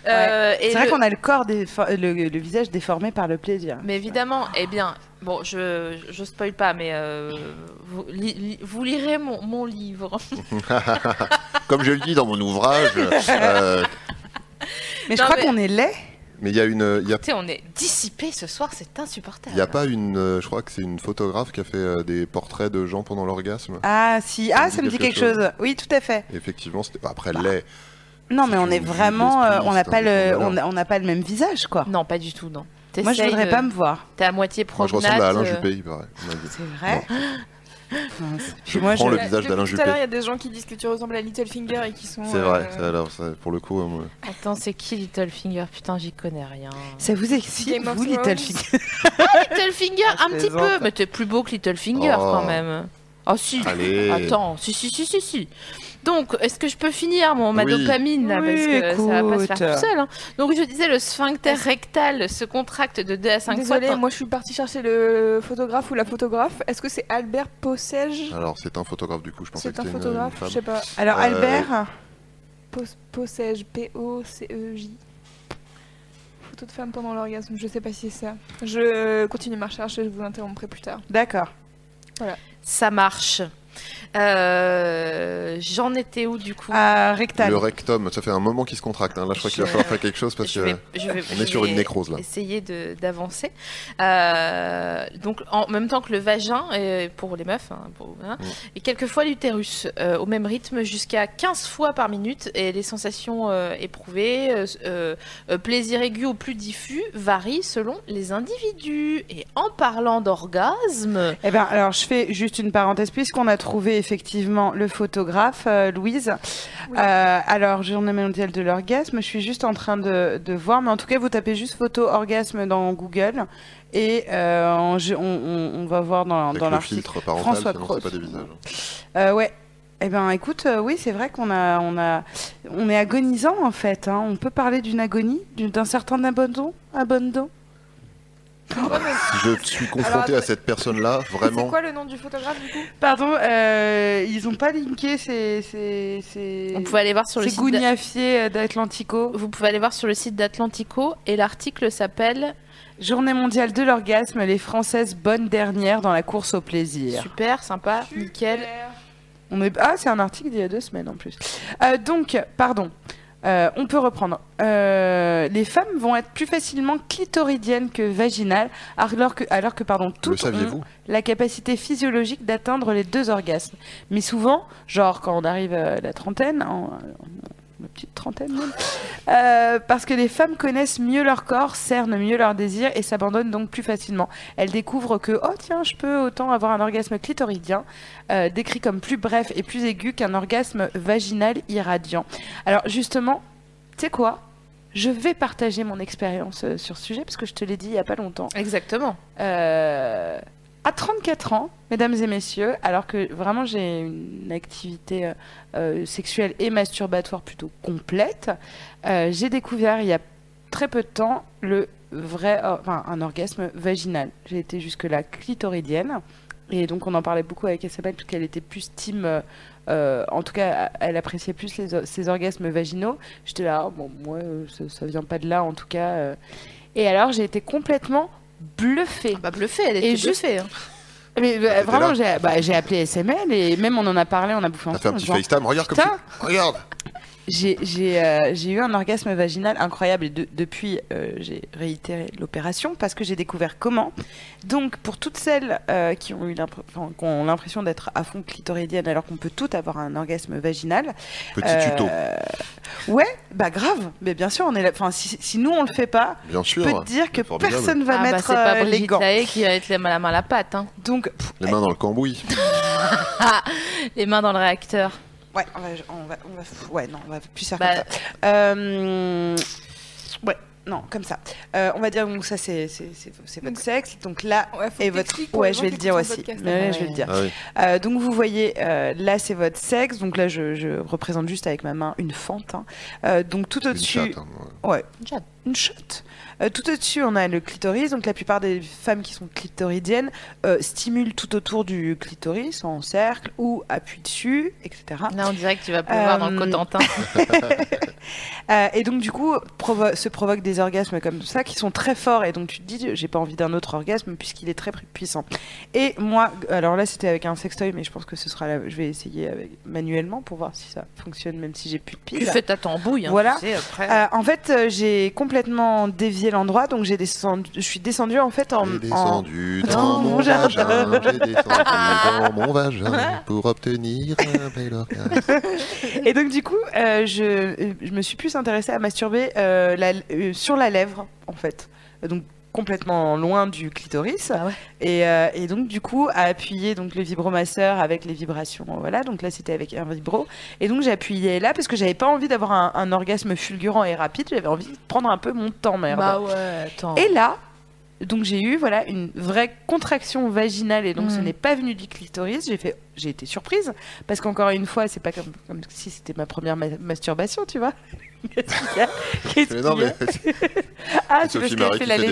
A: Euh, et
B: C'est vrai
A: le-
B: qu'on a le corps, défor- le, le visage déformé par le plaisir.
A: Mais évidemment, eh bien, bon, je, je spoil pas, mais euh, vous, li- li- vous lirez mon, mon livre.
C: Comme je le dis dans mon ouvrage, euh,
B: Mais je
A: Non,
B: crois
A: mais-
B: qu'on est laid.
C: mais il y a une, il y a
A: Tu sais, on est dissipé ce soir, c'est insupportable.
C: Il n'y a pas une. euh, je crois que c'est une photographe qui a fait euh, des portraits de gens pendant l'orgasme.
B: Ah si, ah ça me dit quelque chose.
C: chose.
B: Oui, tout à fait.
C: Et Effectivement, c'était pas après l'est.
B: Non,
C: C'est
B: mais on
C: une
B: est
C: vue
B: vraiment,
C: d'esprit,
B: euh, on
C: c'est un
B: n'a pas le,
C: défaut de
B: on a- on n'a pas le même visage quoi.
A: Non, pas du tout, non.
B: Moi, je
A: T'essayes,
B: voudrais
A: euh,
B: pas me voir.
A: T'es à moitié
C: Moi,
A: promenade.
C: hein, je ressemble à Alain
A: euh,
C: Juppé, il paraît. on m'a dit.
B: C'est vrai. Mince. Puis
C: Je
B: moi,
C: prends
B: je-
C: le visage d'Alain
D: Tout à l'heure, il
C: Juppé.
D: y a des gens qui disent que tu ressembles à Littlefinger et qui sont.
C: C'est
D: euh,
C: vrai. ça, Alors, ça, pour le coup, euh, moi-
A: Attends, c'est qui Littlefinger Putain, j'y connais rien.
B: Ça vous excite
D: Game of
B: vous,
D: Thrones.
B: Littlefinger
A: Littlefinger,
B: Ah, je
A: un petit peu,
B: plaisante.
A: mais t'es plus beau que Littlefinger
C: Oh.
A: quand même. Oh si.
C: Allez.
A: Attends, si si si si si. Donc, est-ce que je peux finir mon ma
C: Oui.
A: dopamine là
B: Oui,
A: parce que ça va pas se
B: écoute.
A: faire tout seul. hein. Donc je disais le sphincter rectal se contracte de 2 à 5 fois.
D: Désolée, moi je suis partie chercher le photographe ou la photographe. Est-ce que c'est Albert Possège
C: Alors, c'est un photographe du coup, je pensais que
D: C'est un
C: c'était une-
D: photographe,
C: une
D: je sais
C: femme.
D: pas.
B: Alors
C: Euh,
B: Albert,
D: Pos- Possège, P-O-C-E-J. E Photo de femme pendant l'orgasme, je sais pas si c'est ça. Je continue ma recherche et je vous interromprai plus tard.
B: d'accord.
A: ça marche. Euh, j'en étais où du coup
B: Ah, rectal.
C: Le rectum, ça fait un moment qu'il se contracte. hein. Là, je crois qu'il va
A: Je-
C: falloir faire quelque chose parce
A: Je
C: que
A: vais- je vais-
C: on
A: je
C: est sur
A: vais-
C: une nécrose là.
A: essayer de- d'avancer. Euh, donc en même temps que le vagin, euh, pour les meufs, hein, pour- hein,
C: Mm.
A: et quelquefois l'utérus, euh, au même rythme jusqu'à 15 fois par minute, et les sensations euh, éprouvées, euh, euh, euh, plaisir aigu ou plus diffus, varient selon les individus. Et en parlant d'orgasme,
B: Eh ben, alors je fais juste une parenthèse puisqu'on a trouvé effectivement le photographe euh, Louise.
D: Oui.
B: Euh, alors journée mondiale de l'orgasme, je suis juste en train de, de voir, mais en tout cas vous tapez juste photo orgasme dans Google et euh, en jeu- on, on- on va voir dans,
C: Avec
B: dans
C: le
B: l'article.
C: filtre parental,
B: François
C: sinon c'est
B: Cross.
C: pas des visages. hein.
B: Euh, ouais. Eh ben écoute, euh, oui c'est vrai qu'on a, on a, on est agonisant en fait. hein. On peut parler d'une agonie, d'une- d'un certain abandon, abandon.
C: Si je suis confronté à
D: attends-
C: cette personne-là,
D: C'est
C: vraiment,
D: quoi le nom du photographe du coup
B: Pardon, euh, ils ont pas linké ces, ces, ces...
A: on pouvait aller voir sur le
B: C'est
A: site. d'A-
B: gougnafié euh, d'Atlantico.
A: Vous pouvez aller voir sur le site d'Atlantico et l'article s'appelle
B: Journée mondiale de l'orgasme, les Françaises bonnes dernières dans la course au plaisir.
A: Super, sympa, nickel.
B: On est... Ah, c'est un article d'il y a deux semaines en plus. Euh, donc, pardon, Euh, on peut reprendre. Euh, les femmes vont être plus facilement clitoridiennes que vaginales, alors que, alors que pardon,
C: le
B: toutes ont
C: saviez-vous
B: la capacité physiologique d'atteindre les deux orgasmes. Mais souvent, genre quand on arrive à la trentaine, en, en- la petite trentaine même, euh, parce que les femmes connaissent mieux leur corps, cernent mieux leurs désirs et s'abandonnent donc plus facilement. Elles découvrent que, oh tiens, je peux autant avoir un orgasme clitoridien, euh, décrit comme plus bref et plus aigu qu'un orgasme vaginal irradiant. Alors justement, tu sais quoi je vais partager mon expérience euh, sur ce sujet parce que je te l'ai dit il y a pas longtemps.
A: Exactement.
B: Euh, à 34 ans, mesdames et messieurs, alors que vraiment j'ai une activité euh, euh, sexuelle et masturbatoire plutôt complète, euh, j'ai découvert il y a très peu de temps le vrai, or- enfin, un orgasme vaginal. J'ai été jusque-là clitoridienne. Et donc on en parlait beaucoup avec Isabelle parce qu'elle était plus team, euh, euh, en tout cas elle appréciait plus les o- ses orgasmes vaginaux. J'étais là, Ah, bon moi euh, ça, ça vient pas de là en tout cas. euh. Et alors j'ai été complètement bluffée.
A: Bah, bluffée, elle
B: Et
A: était
B: juste-
A: bluffée. hein.
B: Mais bah,
C: t'étais
B: vraiment
C: là
B: j'ai bah, j'ai appelé SML et même on en a parlé, on a bouffé
C: T'as fait un
B: ensemble.
C: petit
B: genre,
C: FaceTime, regarde comme
B: Putain.
C: tu... Regarde
B: j'ai j'ai, euh, j'ai eu un orgasme vaginal incroyable et de- depuis euh, j'ai réitéré l'opération parce que j'ai découvert comment. Donc pour toutes celles euh, qui ont eu l'impr- enfin, qui ont l'impression d'être à fond clitoridienne alors qu'on peut toutes avoir un orgasme vaginal.
C: Petit
B: euh,
C: tuto,
B: Ouais, bah grave. Mais bien sûr, on est là. Enfin, si, si nous on le fait pas,
C: bien
B: je
C: sûr.
B: peux te dire que
C: formidable.
B: personne va
A: Ah, bah,
B: mettre
A: c'est pas
B: euh, les
A: Brigitte
B: gants.
A: Lahaie qui va être la main la, main à la pâte. hein.
B: Donc pff,
C: Les mains dans le cambouis.
A: Les mains dans le réacteur.
B: ouais, on va, on va, on va- pff, ouais, non, on va plus faire
A: Bah,
B: comme ça. Euh, ouais, non, comme ça. Euh, on va dire donc ça c'est c'est c'est- c'est votre
D: Donc-
B: sexe. Donc là.
D: Ouais, faut
B: Et
D: que
B: votre...
D: t'expliques pour
B: Ouais,
D: les
B: je
D: gens
B: vais
D: qui
B: le dire
D: écoutent
B: aussi.
D: le podcast.
B: Ouais, Je vais le dire.
C: Ah oui.
B: Euh, donc vous voyez, euh, là c'est votre sexe. Donc là je, je représente juste avec ma main une fente. hein. Euh, donc tout
C: Une
B: au-dessus,
C: chatte, hein, ouais.
B: une chatte. Euh, tout au-dessus, on a le clitoris. Donc la plupart des femmes qui sont clitoridiennes euh, stimulent tout autour du clitoris en cercle ou appuient dessus, etc.
A: Là, on dirait que tu vas pleuvoir dans le
B: Euh,
A: Cotentin.
B: Euh, et donc du coup provo- se provoquent des orgasmes comme ça qui sont très forts et donc tu te dis j'ai pas envie d'un autre orgasme puisqu'il est très pu- puissant. Et moi alors là c'était avec un sextoy mais je pense que ce sera la- je vais essayer avec... manuellement pour voir si ça fonctionne même si j'ai plus de
A: Tu
B: pile.
A: fais ta tambouille. Hein,
B: Voilà.
A: tu sais, après.
B: Euh, en fait euh, j'ai complètement dévié l'endroit donc j'ai descendu je suis descendue en fait en,
C: J'ai
B: en-
C: descendu
B: en-
C: dans,
B: dans
C: mon
B: mon jardin.
C: vagin, j'ai descendu dans mon vagin pour obtenir un bel orgasme.
B: et donc du coup euh, je je me suis plus intéressée à masturber euh, la- euh, sur la lèvre en fait donc complètement loin du clitoris
A: Ah ouais.
B: Et, euh, et donc du coup à appuyer donc le vibromasseur avec les vibrations voilà donc là c'était avec un vibro et donc j'appuyais là parce que j'avais pas envie d'avoir un, un orgasme fulgurant et rapide j'avais envie de prendre un peu mon temps merde
A: Bah ouais, attends.
C: Oh.
B: et là donc j'ai eu voilà une vraie contraction vaginale et donc ce
A: Mm.
B: n'est pas venu du clitoris j'ai fait j'ai été surprise parce qu'encore une fois c'est pas comme, comme si c'était ma première ma- masturbation tu vois Qu'est-ce qu'il y a Qu'est-ce
C: Mais non,
B: qu'il y a
C: mais
B: ah
C: Sophie
B: c'est parce qu'elle
C: Marie
B: fait
C: qui
B: la
C: fait des- Ah, bah,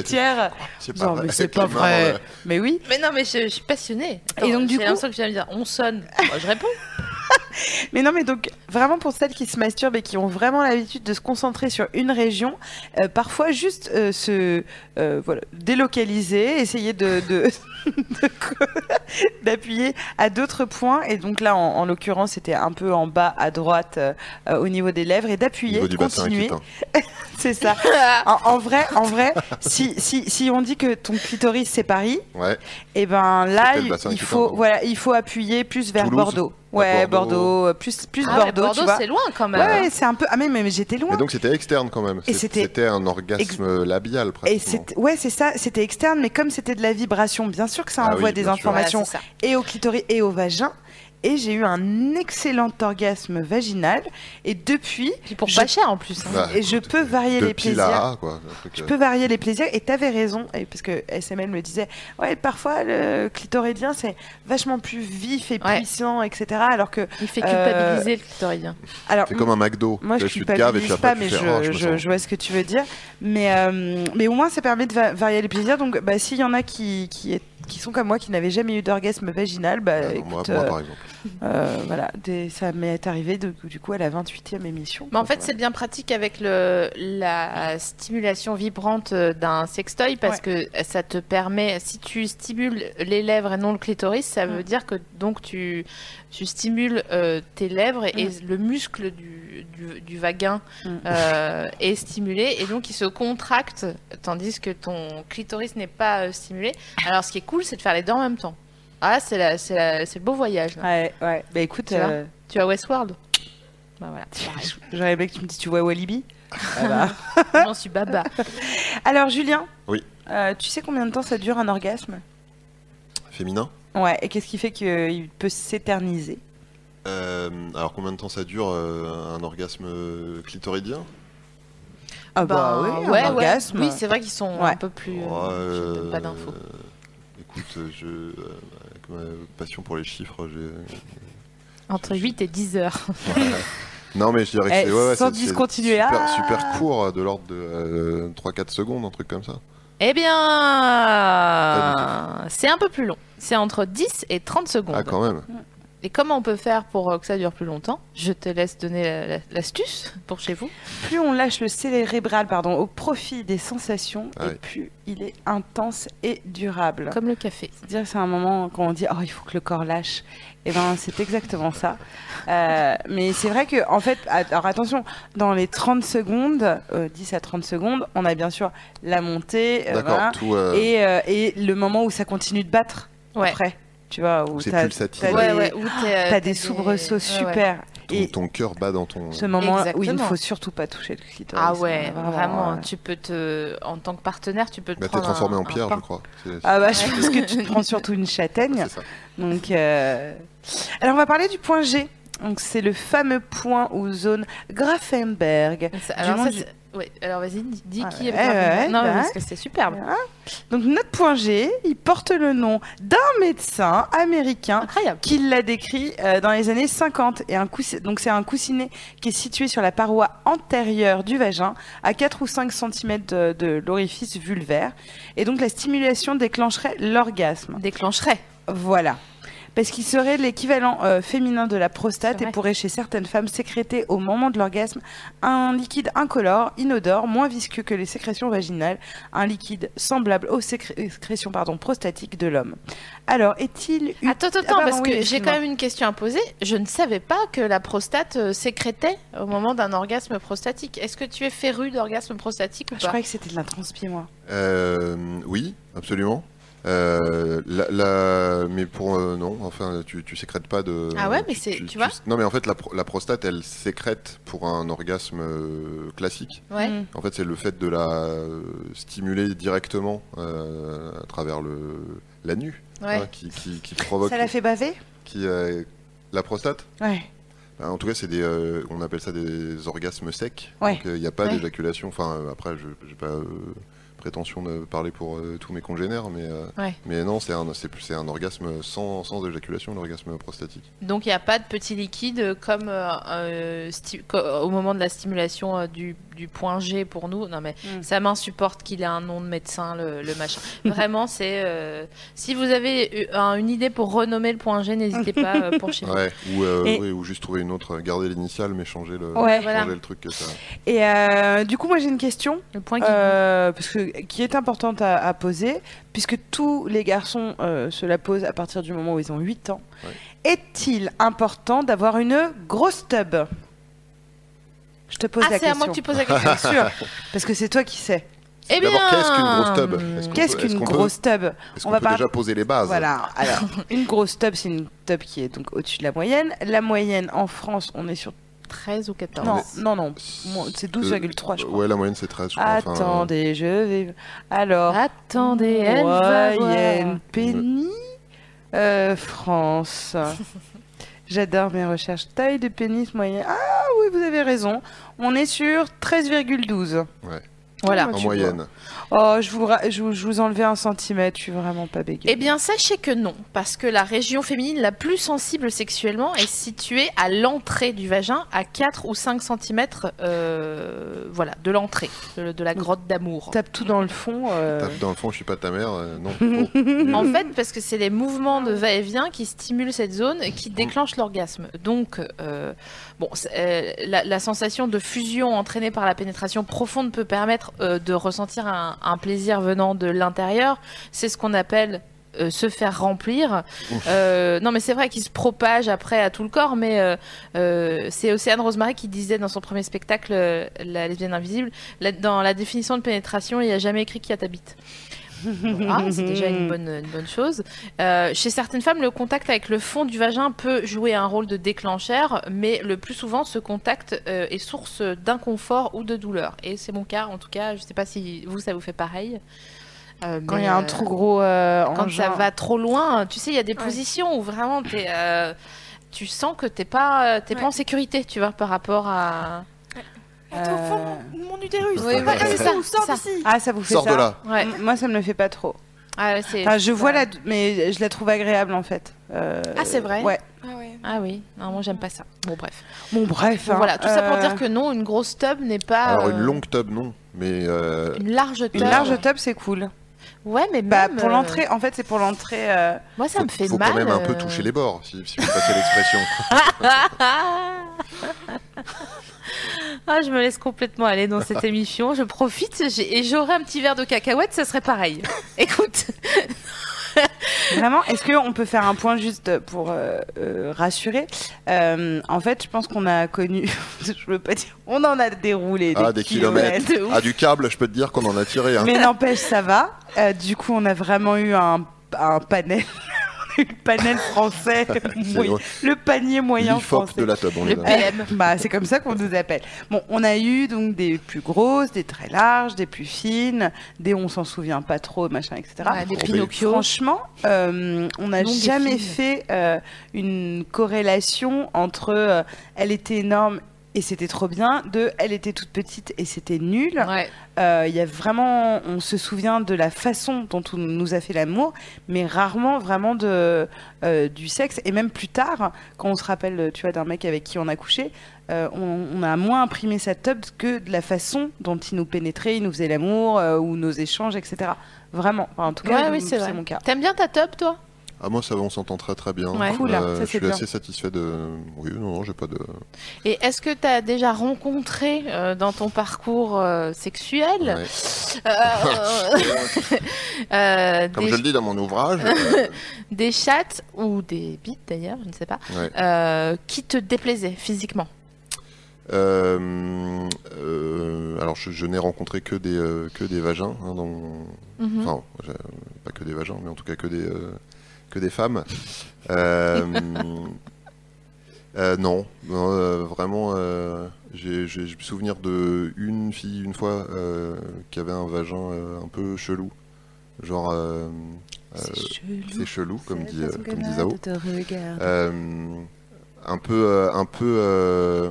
B: laitière
C: c'est euh,
B: non mais c'est pas vrai mais oui
A: Mais non, mais je, je suis passionnée. Attends,
B: Et donc, du
A: j'ai
B: coup-
A: l'impression que tu vas me dire, on sonne. Moi, je réponds.
B: Mais non, mais donc vraiment pour celles qui se masturbent et qui ont vraiment l'habitude de se concentrer sur une région, euh, parfois juste euh, se euh, voilà, délocaliser, essayer de, de- de co- d'appuyer à d'autres points. Et donc là, en, en l'occurrence, c'était un peu en bas à droite euh, euh, au niveau des lèvres et
C: Au
B: d'appuyer,
C: niveau
B: de
C: du bassin
B: continuer.
C: inquiétant.
B: C'est ça. En, en vrai, en vrai, si, si, si on dit que ton clitoris c'est Paris,
C: Ouais.
B: et ben là,
C: C'était le
B: il,
C: bassin
B: il
C: qui
B: faut
C: tend.
B: voilà, il faut appuyer plus vers
C: Toulouse,
B: Bordeaux. Ouais,
C: Bordeaux.
B: Bordeaux, euh, plus plus
A: Ah ouais,
B: Bordeaux, tu
A: Bordeaux,
B: vois.
A: c'est loin quand même. hein.
B: Ouais, ouais, c'est un peu. Ah mais mais, mais j'étais loin.
C: Mais donc c'était externe quand même.
B: Et
C: C'est-
B: c'était-
C: C'était un orgasme labial
B: Et
C: pratiquement.
B: c'est ouais, c'est ça. C'était externe, mais comme c'était de la vibration, bien sûr que ça
C: Ah oui,
B: envoie des
C: bien sûr.
A: Voilà,
B: informations
A: c'est ça.
B: et au clitoris et au vagin. Et j'ai eu un excellent orgasme vaginal. Et depuis,
A: Puis pour
B: Je-
A: pas cher en plus. hein.
C: Bah,
B: et je peux varier
C: de
B: les
C: pile
B: plaisirs.
C: à A, quoi. un truc,
B: Je
C: euh,
B: peux varier les plaisirs et t'avais raison et parce que SML me disait ouais parfois le clitoridien c'est vachement plus vif et
A: Ouais.
B: puissant etc alors que
A: Il fait culpabiliser
B: Euh,
A: le clitorien.
B: alors
C: C'est comme un McDo.
B: Moi, je
C: Là,
B: suis
C: tu
B: pas
C: te gaves et puis
B: pas,
C: après,
B: mais
C: tu
B: je,
C: fais, oh, je me
B: je,
C: sens-
B: je vois ce que tu veux dire. Mais, euh, mais au moins, ça permet de va- varier les plaisirs. Donc, bah, s'il y en a qui, qui, est- qui sont comme moi, qui n'avaient jamais eu d'orgasme vaginal, bah,
C: Ah non,
B: écoute,
C: moi,
B: euh,
C: moi, par exemple.
B: euh, voilà, des- ça m'est arrivé de- du coup à la 28e émission.
A: Mais en
B: quoi,
A: fait, c'est bien pratique avec le, la stimulation vibrante euh, d'un sextoy parce que ça te permet, si tu stimules les lèvres et non le clitoris, ça veut
B: Mm.
A: dire que donc tu, tu stimules euh, tes lèvres et, et le muscle du, du, du vagin
B: Mm.
A: euh, est stimulé et donc il se contracte tandis que ton clitoris n'est pas euh, stimulé. Alors, ce qui est cool, c'est de faire les deux en même temps. Ah, là, c'est la- c'est la- c'est le beau voyage. là.
B: Ouais, ouais. Bah écoute,
A: Tu vois
B: euh,
A: Tu as Westworld Bah voilà.
B: j'aurais aimé que tu me dises, tu vois Walibi
A: J'en suis baba.
B: Alors, Julien
C: Oui.
B: euh, tu sais combien de temps ça dure un orgasme
C: Féminin
B: Ouais, et qu'est-ce qui fait qu'il peut s'éterniser
C: Euh, alors combien de temps ça dure euh, un orgasme euh, clitoridien
B: Ah, bah
A: Ben,
B: oui,
A: ouais,
B: un
A: ouais.
B: orgasme.
A: Oui, c'est vrai qu'ils sont
B: Ouais.
A: un peu plus.
C: Ouais,
A: euh, je donne pas
C: euh,
A: d'infos.
C: Écoute, euh, je, euh, avec ma passion pour les chiffres, j'ai... euh,
A: Entre 8 et 10 heures.
C: Voilà. non mais je dirais que
B: Eh,
C: c'est... ouais, ouais,
B: sans
C: c'est- c'est
B: discontinuer,
C: Super,
B: ah
C: super court, de l'ordre de euh, 3-4 euh, secondes, un truc comme ça.
A: Eh bien, c'est un peu plus long. C'est entre 10 et 30 secondes.
B: bah.
C: Ah, quand même.
A: Et comment on peut faire pour euh, que ça dure plus longtemps Je te laisse donner la- la- l'astuce pour chez vous.
B: Plus on lâche le cérébral pardon, au profit des sensations,
C: Ah
B: et
C: oui.
B: plus il est intense et durable.
A: Comme le café.
B: dire c'est un moment quand on dit oh il faut que le corps lâche et ben c'est exactement ça Euh, mais c'est vrai que en fait at- alors attention dans les 30 secondes euh, 10 à 30 secondes on a bien sûr la montée euh,
C: D'accord,
B: voilà,
C: tout. euh,
B: et, euh, et le moment où ça continue de battre
A: Ouais.
B: après tu vois où
C: C'est
B: t'as-
C: pulsatif.
B: t'as
A: Ouais,
B: des,
A: ouais. Où t'es, euh,
B: t'as
A: t'as
B: des soubresauts
A: ouais, ouais.
B: super
C: ton,
B: et
C: ton cœur bat dans ton. bah,
B: ce moment où il ne
A: Exactement.
B: faut surtout pas toucher le clitoris
A: Ah ouais,
B: hein,
A: vraiment.
B: euh,
A: Tu peux te, en tant que partenaire, tu peux te
C: Bah, t'es
A: prendre
C: transformé
A: un-
C: en
A: un
C: pierre,
A: pain.
C: je crois. C'est-
B: ah bah je
A: Ouais.
B: pense que tu te prends surtout une châtaigne
C: c'est ça.
B: Donc, euh, alors on va parler du point G. Donc c'est le fameux point ou zone Grafenberg.
A: Ça- Alors,
B: monde
A: ça,
B: du-
A: c'est- ouais, alors vas-y, dis, dis
B: Ah,
A: qui est le
B: ouais,
A: Gravenberg.
B: ouais,
A: Non,
B: bah.
A: parce que c'est superbe.
B: Voilà. Donc notre point G, il porte le nom d'un médecin américain
A: Incroyable.
B: qui l'a décrit euh, dans les années 50. Et un coussi- donc c'est un coussinet qui est situé sur la paroi antérieure du vagin, à 4 ou 5 cm de, de l'orifice vulvaire. Et donc la stimulation déclencherait l'orgasme.
A: Déclencherait.
B: Voilà. Parce qu'il serait l'équivalent euh, féminin de la prostate
A: C'est
B: et
A: vrai.
B: pourrait chez certaines femmes sécréter au moment de l'orgasme un liquide incolore, inodore, moins visqueux que les sécrétions vaginales, un liquide semblable aux sécré- sécrétions pardon, prostatiques de l'homme. Alors, est-il... ut-
A: Attends, attends,
B: Ah, pardon,
A: parce
B: oui,
A: que j'ai
B: excuse-moi.
A: quand même une question à poser. Je ne savais pas que la prostate euh, sécrétait au moment d'un orgasme prostatique. Est-ce que tu es féru d'orgasme prostatique ou
B: Bah, Je
A: pas
B: croyais que c'était de la transpi, moi.
C: Euh, oui, absolument. Euh, la- la- mais pour euh, non, enfin, tu, tu sécrètes pas de.
A: Ah ouais, mais c'est- tu vois
C: Non, mais en fait, la, pro- la prostate, elle sécrète pour un orgasme euh, classique.
A: Ouais.
B: Mm.
C: En fait, c'est le fait de la euh, stimuler directement euh, à travers le la nu
A: Ouais.
C: hein, qui, qui- qui provoque.
B: Ça l'a fait baver
C: Qui, euh, la prostate.
B: Ouais.
C: Bah, En tout cas, c'est des, euh, on appelle ça des orgasmes secs.
B: Ouais.
C: Donc il n'y a pas
A: Ouais.
C: d'éjaculation. Enfin, euh, après, je n'ai pas euh, prétention de parler pour euh, tous mes congénères, mais, euh,
A: Ouais.
C: mais non, c'est un, c'est, c'est un orgasme sans, sans éjaculation, l'orgasme prostatique.
A: Donc il n'y a pas de petit liquide euh, comme euh, euh, sti- co- au moment de la stimulation euh, du, du point G pour nous. Non mais
B: Mm.
A: ça m'insupporte qu'il ait un nom de médecin, le, le machin. Vraiment, c'est... euh, Si vous avez eu- un- une idée pour renommer le point G, n'hésitez pas euh, pour chez vous.
C: Ouais. Ou, euh,
B: Et-
C: oui, ou juste trouver une autre, garder l'initiale, mais changer le,
B: Ouais.
C: changer
A: Voilà.
C: le truc que ça.
B: Et euh, du coup, moi, j'ai une question.
A: Le point qui...
B: Euh, parce que, qui est importante à, à poser, puisque tous les garçons euh, se la posent à partir du moment où ils ont 8 ans. Est-il important d'avoir une grosse tub Je te pose
A: Ah,
B: la
A: c'est à
B: question.
A: moi que tu poses la question.
B: Bien sûr, parce que c'est toi qui sais.
A: Eh
C: D'abord,
A: bien,
C: qu'est-ce qu'une grosse tub Est-ce qu'on
B: Qu'est-ce
C: peut- est-ce
B: qu'une
C: qu'on peut-
B: grosse tub
C: Est-ce
B: On
C: qu'on
B: va
C: peut
B: par-
C: déjà poser les bases
B: Voilà. Alors, une grosse tub, c'est une tub qui est donc au-dessus de la moyenne. La moyenne en France, on est sur
A: 13 ou 14
B: non, non, non, Moi,
C: Euh,
B: c'est 12,3 je crois.
C: Ouais, la moyenne c'est 13, je crois. Enfin,
B: Attendez, je vais. Alors,
A: Attendez, elle va voir.
B: Moyenne penny euh, France. J'adore mes recherches. Taille de pénis moyen. Ah oui, vous avez raison. On est sur 13,12.
C: ouais,
A: Voilà.
B: Ah,
C: en
B: tu
C: moyenne.
B: Oh, je vous, ra- je, vous- je vous enlevais un centimètre. Je suis vraiment pas bégueule.
A: Eh bien, sachez que non, parce que la région féminine la plus sensible sexuellement est située à l'entrée du vagin, à 4 ou 5 cm voilà, de l'entrée, de, de la grotte d'amour.
B: tape tout dans le fond. euh,
C: Tape dans le fond, je suis pas ta mère. euh, non. Oh.
A: En fait, parce que c'est les mouvements de va-et-vient qui stimulent cette zone et qui déclenchent l'orgasme. Donc, euh, bon, c'est, euh, la, la sensation de fusion entraînée par la pénétration profonde peut permettre euh, de ressentir un, un plaisir venant de l'intérieur. C'est ce qu'on appelle euh, se faire remplir. Euh, non, mais c'est vrai qu'il se propage après à tout le corps, mais euh, euh, c'est Océane Rosemary qui disait dans son premier spectacle, euh, La lesbienne invisible, la- dans la définition de pénétration, il n'y a jamais écrit qui t'habite. Ah, c'est déjà une bonne, une bonne chose. Euh, chez certaines femmes, le contact avec le fond du vagin peut jouer un rôle de déclencheur, mais le plus souvent, ce contact euh, est source d'inconfort ou de douleur. Et c'est mon cas, en tout cas, je sais pas si vous, ça vous fait pareil. Euh,
B: Quand
A: mais,
B: il y a un
A: euh,
B: trop gros. euh,
A: quand
B: engin.
A: ça va trop loin, tu sais, il y a des
D: Ouais.
A: positions où vraiment t'es, euh, tu sens que t'es pas, euh, t'es pas
D: Ouais.
A: en sécurité, tu vois, par rapport à.
D: Attends,
B: Euh,
D: fond, mon, mon utérus.
C: Oui, oui,
D: Voilà, c'est
C: c'est
D: ça,
A: ça,
D: sors
A: c'est
D: d'ici.
B: Ah, ça vous fait
C: Sors
B: ça
C: de là.
A: Ouais.
B: M- Moi, ça me le fait pas trop.
A: Ah, ouais, c'est-
B: Enfin, je vois
A: voilà.
B: la, dou- mais je la trouve agréable en fait. Euh,
A: Ah, c'est vrai
B: Ouais.
D: Ah ouais.
A: Ah oui, non, moi j'aime pas ça. Bon bref.
B: Bon, bref.
A: Bon,
B: hein.
A: voilà, tout ça pour
B: Euh,
A: dire que non, une grosse tub n'est pas.
C: Alors
A: euh,
C: une longue tub non, Mais euh,
A: Une large top.
B: Une large top, c'est cool.
A: Ouais, mais
B: Bah,
A: même,
B: pour
A: euh,
B: l'entrée, en fait, c'est pour l'entrée. euh,
A: Moi, ça
C: faut,
A: me fait
C: faut
A: mal.
C: quand même un peu
A: euh,
C: toucher les bords, si, si vous passez l'expression.
H: ah, je me laisse complètement aller dans cette émission. Je profite j'ai- et j'aurai un petit verre de cacahuète, ça serait pareil. Écoute,
B: Vraiment, est-ce qu'on peut faire un point juste pour euh, euh, rassurer Euh, En fait, je pense qu'on a connu, je veux pas dire, on en a déroulé
C: Ah,
B: des,
C: des kilomètres.
B: de ouf.
C: Ah, du câble, je peux te dire qu'on en a tiré. Hein.
B: Mais n'empêche, ça va. Euh, du coup, on a vraiment eu un, un panel. le panel français, moyen-
C: vrai.
B: le panier moyen
C: L'IFOP
B: français.
C: de la table, on
A: Le
C: les a.
A: PM.
B: Bah, c'est comme ça qu'on nous appelle. Bon, on a eu donc des plus grosses, des très larges, des plus fines, des on s'en souvient pas trop, machin, etc.
A: ouais, des
C: Courbet.
A: Pinocchio.
B: Franchement, euh, on n'a
A: Non, des
B: jamais
A: films.
B: fait euh, une corrélation entre euh, elle était énorme et c'était trop bien, de elle était toute petite et c'était nul.
A: Ouais.
B: Euh, Il y a vraiment, on se souvient de la façon dont on nous a fait l'amour, mais rarement vraiment de euh, du sexe. Et même plus tard, quand on se rappelle, tu vois, d'un mec avec qui on a couché, euh, on, on a moins imprimé sa tub que de la façon dont il nous pénétrait, il nous faisait l'amour euh, ou nos échanges, etc. Vraiment. Enfin, en tout cas,
A: Ouais, oui, c'est vrai.
B: mon cas.
A: T'aimes bien ta top, toi
C: Ah, moi, ça va, on s'entend très très bien. Euh,
A: Ouais.
B: Cool, ça,
C: je
B: c'est
C: suis
B: bien.
C: assez satisfait de. Oui, non, non, j'ai pas de.
A: Et est-ce que t'as déjà rencontré euh, dans ton parcours euh, sexuel
C: Ouais.
A: euh, euh,
C: Comme
A: des,
C: je le dis dans mon ouvrage, euh,
A: des chattes ou des bites d'ailleurs, je ne sais pas,
C: ouais.
A: euh, qui te déplaisaient physiquement
C: Euh, euh, alors, je, je n'ai rencontré que des, euh, que des vagins, hein, dans mon-
A: Mhm.
C: enfin, j'ai- pas que des vagins, mais en tout cas que des, euh, que des femmes. Euh, euh, non, non, euh, vraiment, euh, j'ai j'ai- j'ai souvenir de une fille une fois euh, qui avait un vagin euh, un peu chelou, genre euh, euh, c'est chelou comme dit, euh, comme dit Zao. Euh, un peu, euh, un peu euh,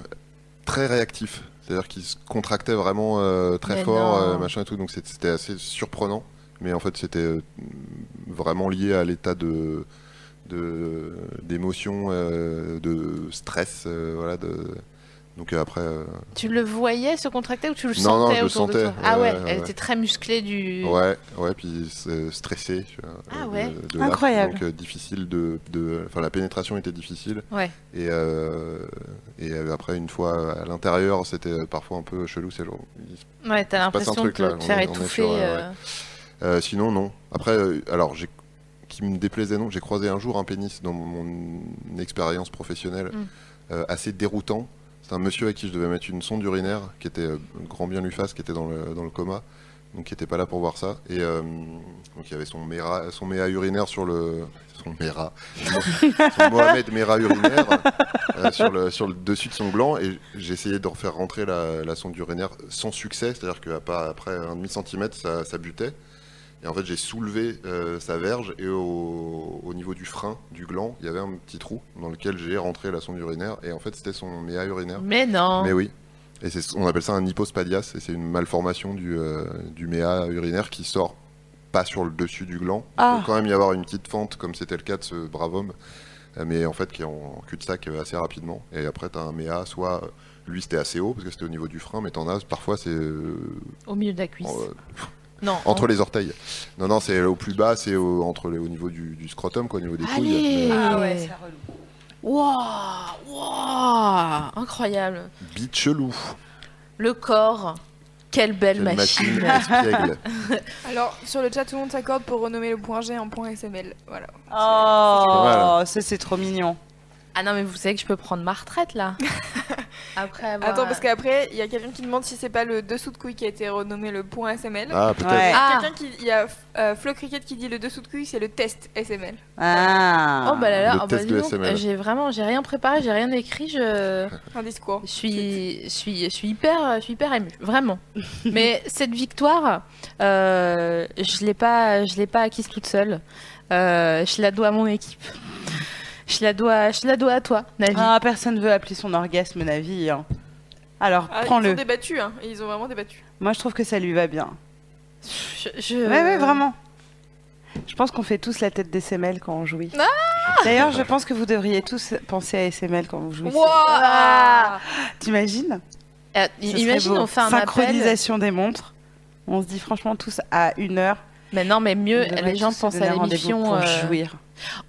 C: très réactif. C'est-à-dire qu'il se contractait vraiment euh, très
A: Mais
C: fort,
A: non.
C: euh, machin et tout. Donc c'est- c'était assez surprenant. Mais en fait, c'était euh, vraiment lié à l'état de de- d'émotion, euh, de stress, euh, voilà. De... Donc euh, après, euh,
A: Tu le voyais se contracter ou tu le
C: Non, non,
A: sentais
C: je le
A: autour de
C: sentais.
A: toi Ah
C: Ouais,
A: ouais,
C: ouais,
A: elle
C: ouais.
A: était très musclée du.
C: ouais, ouais, puis euh, stressé. tu vois,
A: Ah
C: de-
A: ouais.
C: de là.
B: Incroyable.
C: Donc euh, difficile de, de, enfin la pénétration était difficile.
A: Ouais.
C: Et, euh, et euh, après, une fois à l'intérieur, c'était euh, parfois un peu chelou. C'est genre, il-
A: Ouais, t'as
C: Il se passe un
A: l'impression de
C: truc,
A: te
C: là.
A: te
C: On
A: faire
C: est- on est
A: étouffer.
C: sur, euh,
A: euh,
C: Euh, sinon, non. Après, euh, alors, j'ai... qui me déplaisait, non, j'ai croisé un jour un pénis dans mon expérience professionnelle
A: Mm.
C: euh, assez déroutant. C'est un monsieur à qui je devais mettre une sonde urinaire, qui était euh, grand bien lui fasse, qui était dans le, dans le coma, donc qui n'était pas là pour voir ça. Et euh, donc il y avait son méra, son méa urinaire sur le. Son méra. son Mohamed méra urinaire euh, sur, le, sur le dessus de son gland. Et j'ai essayé de refaire rentrer la, la sonde urinaire sans succès, c'est-à-dire qu'après un demi-centimètre, ça, ça butait. Et en fait, j'ai soulevé euh, sa verge et au, au niveau du frein du gland, il y avait un petit trou dans lequel j'ai rentré la sonde urinaire. Et en fait, c'était son méa urinaire.
A: Mais non
C: Mais oui. Et c'est- on appelle ça un hypospadias, et c'est une malformation du, euh, du méa urinaire qui sort pas sur le dessus du gland. Il
B: Ah.
C: peut quand même y avoir une petite fente, comme c'était le cas de ce brave homme, euh, mais en fait qui est en cul-de-sac euh, assez rapidement. Et après, t'as un méa, soit euh, lui c'était assez haut, parce que c'était au niveau du frein, mais t'en as parfois c'est euh,
A: Au milieu de la cuisse.
C: en- euh,
A: Non.
C: entre
A: en-
C: les orteils. Non, non, c'est au plus bas, c'est au, entre les, au niveau du, du scrotum, quoi, au niveau des couilles.
A: Allez
C: Mais-
D: Ah
A: Waouh Waouh Incroyable
C: Bite chelou.
A: Le corps, quelle belle
C: Quelle
A: machine,
C: espiègle.
D: Alors, sur le chat, tout le monde s'accorde pour renommer le point G en point SML. Voilà.
C: hein.
B: Oh, ça c'est trop mignon.
A: Ah non, mais vous savez que je peux prendre ma retraite là Après avoir.
D: Attends, parce qu'après, il y a quelqu'un qui demande si c'est pas le dessous de couille qui a été renommé le point SML.
C: Ah, peut-être.
B: Ouais.
D: Il y a
A: Ah.
D: quelqu'un qui. Il y a euh, Flo Cricket qui dit le dessous de couille, c'est le test SML.
B: Ah.
A: Oh bah là là,
C: Le
A: ah bah
C: test
A: dis
C: de
A: donc,
C: SML.
A: j'ai vraiment, j'ai rien préparé, j'ai rien écrit, je,
D: Un discours.
A: je suis, je suis, je suis hyper, je suis hyper émue, vraiment. Mais cette victoire, euh, je l'ai pas, je l'ai pas acquise toute seule. Euh, je la dois à mon équipe. Je la dois, je la dois à toi, Navi.
B: Ah, personne veut appeler son orgasme Navi. hein. Alors,
D: Ah, ils
B: prends-le.
D: ont débattu, hein. Ils ont vraiment débattu.
B: Moi, je trouve que ça lui va bien.
A: Je- je-
B: Ouais, ouais, vraiment. Je pense qu'on fait tous la tête des SML quand on jouit.
D: Ah
B: D'ailleurs, je pense que vous devriez tous penser à SML quand vous jouez.
D: Wouah
B: T'imagines
D: Ah.
A: Euh,
B: Ça serait
A: imagine,
B: beau.
A: Euh, on fait un appel.
B: Synchronisation des montres. On se dit franchement tous à une heure.
A: Mais non, mais mieux,
B: on devrait
A: les gens
B: tous se
A: pensent à
B: donner rendez-vous
A: l'émission.
B: pour
A: euh,
B: jouir.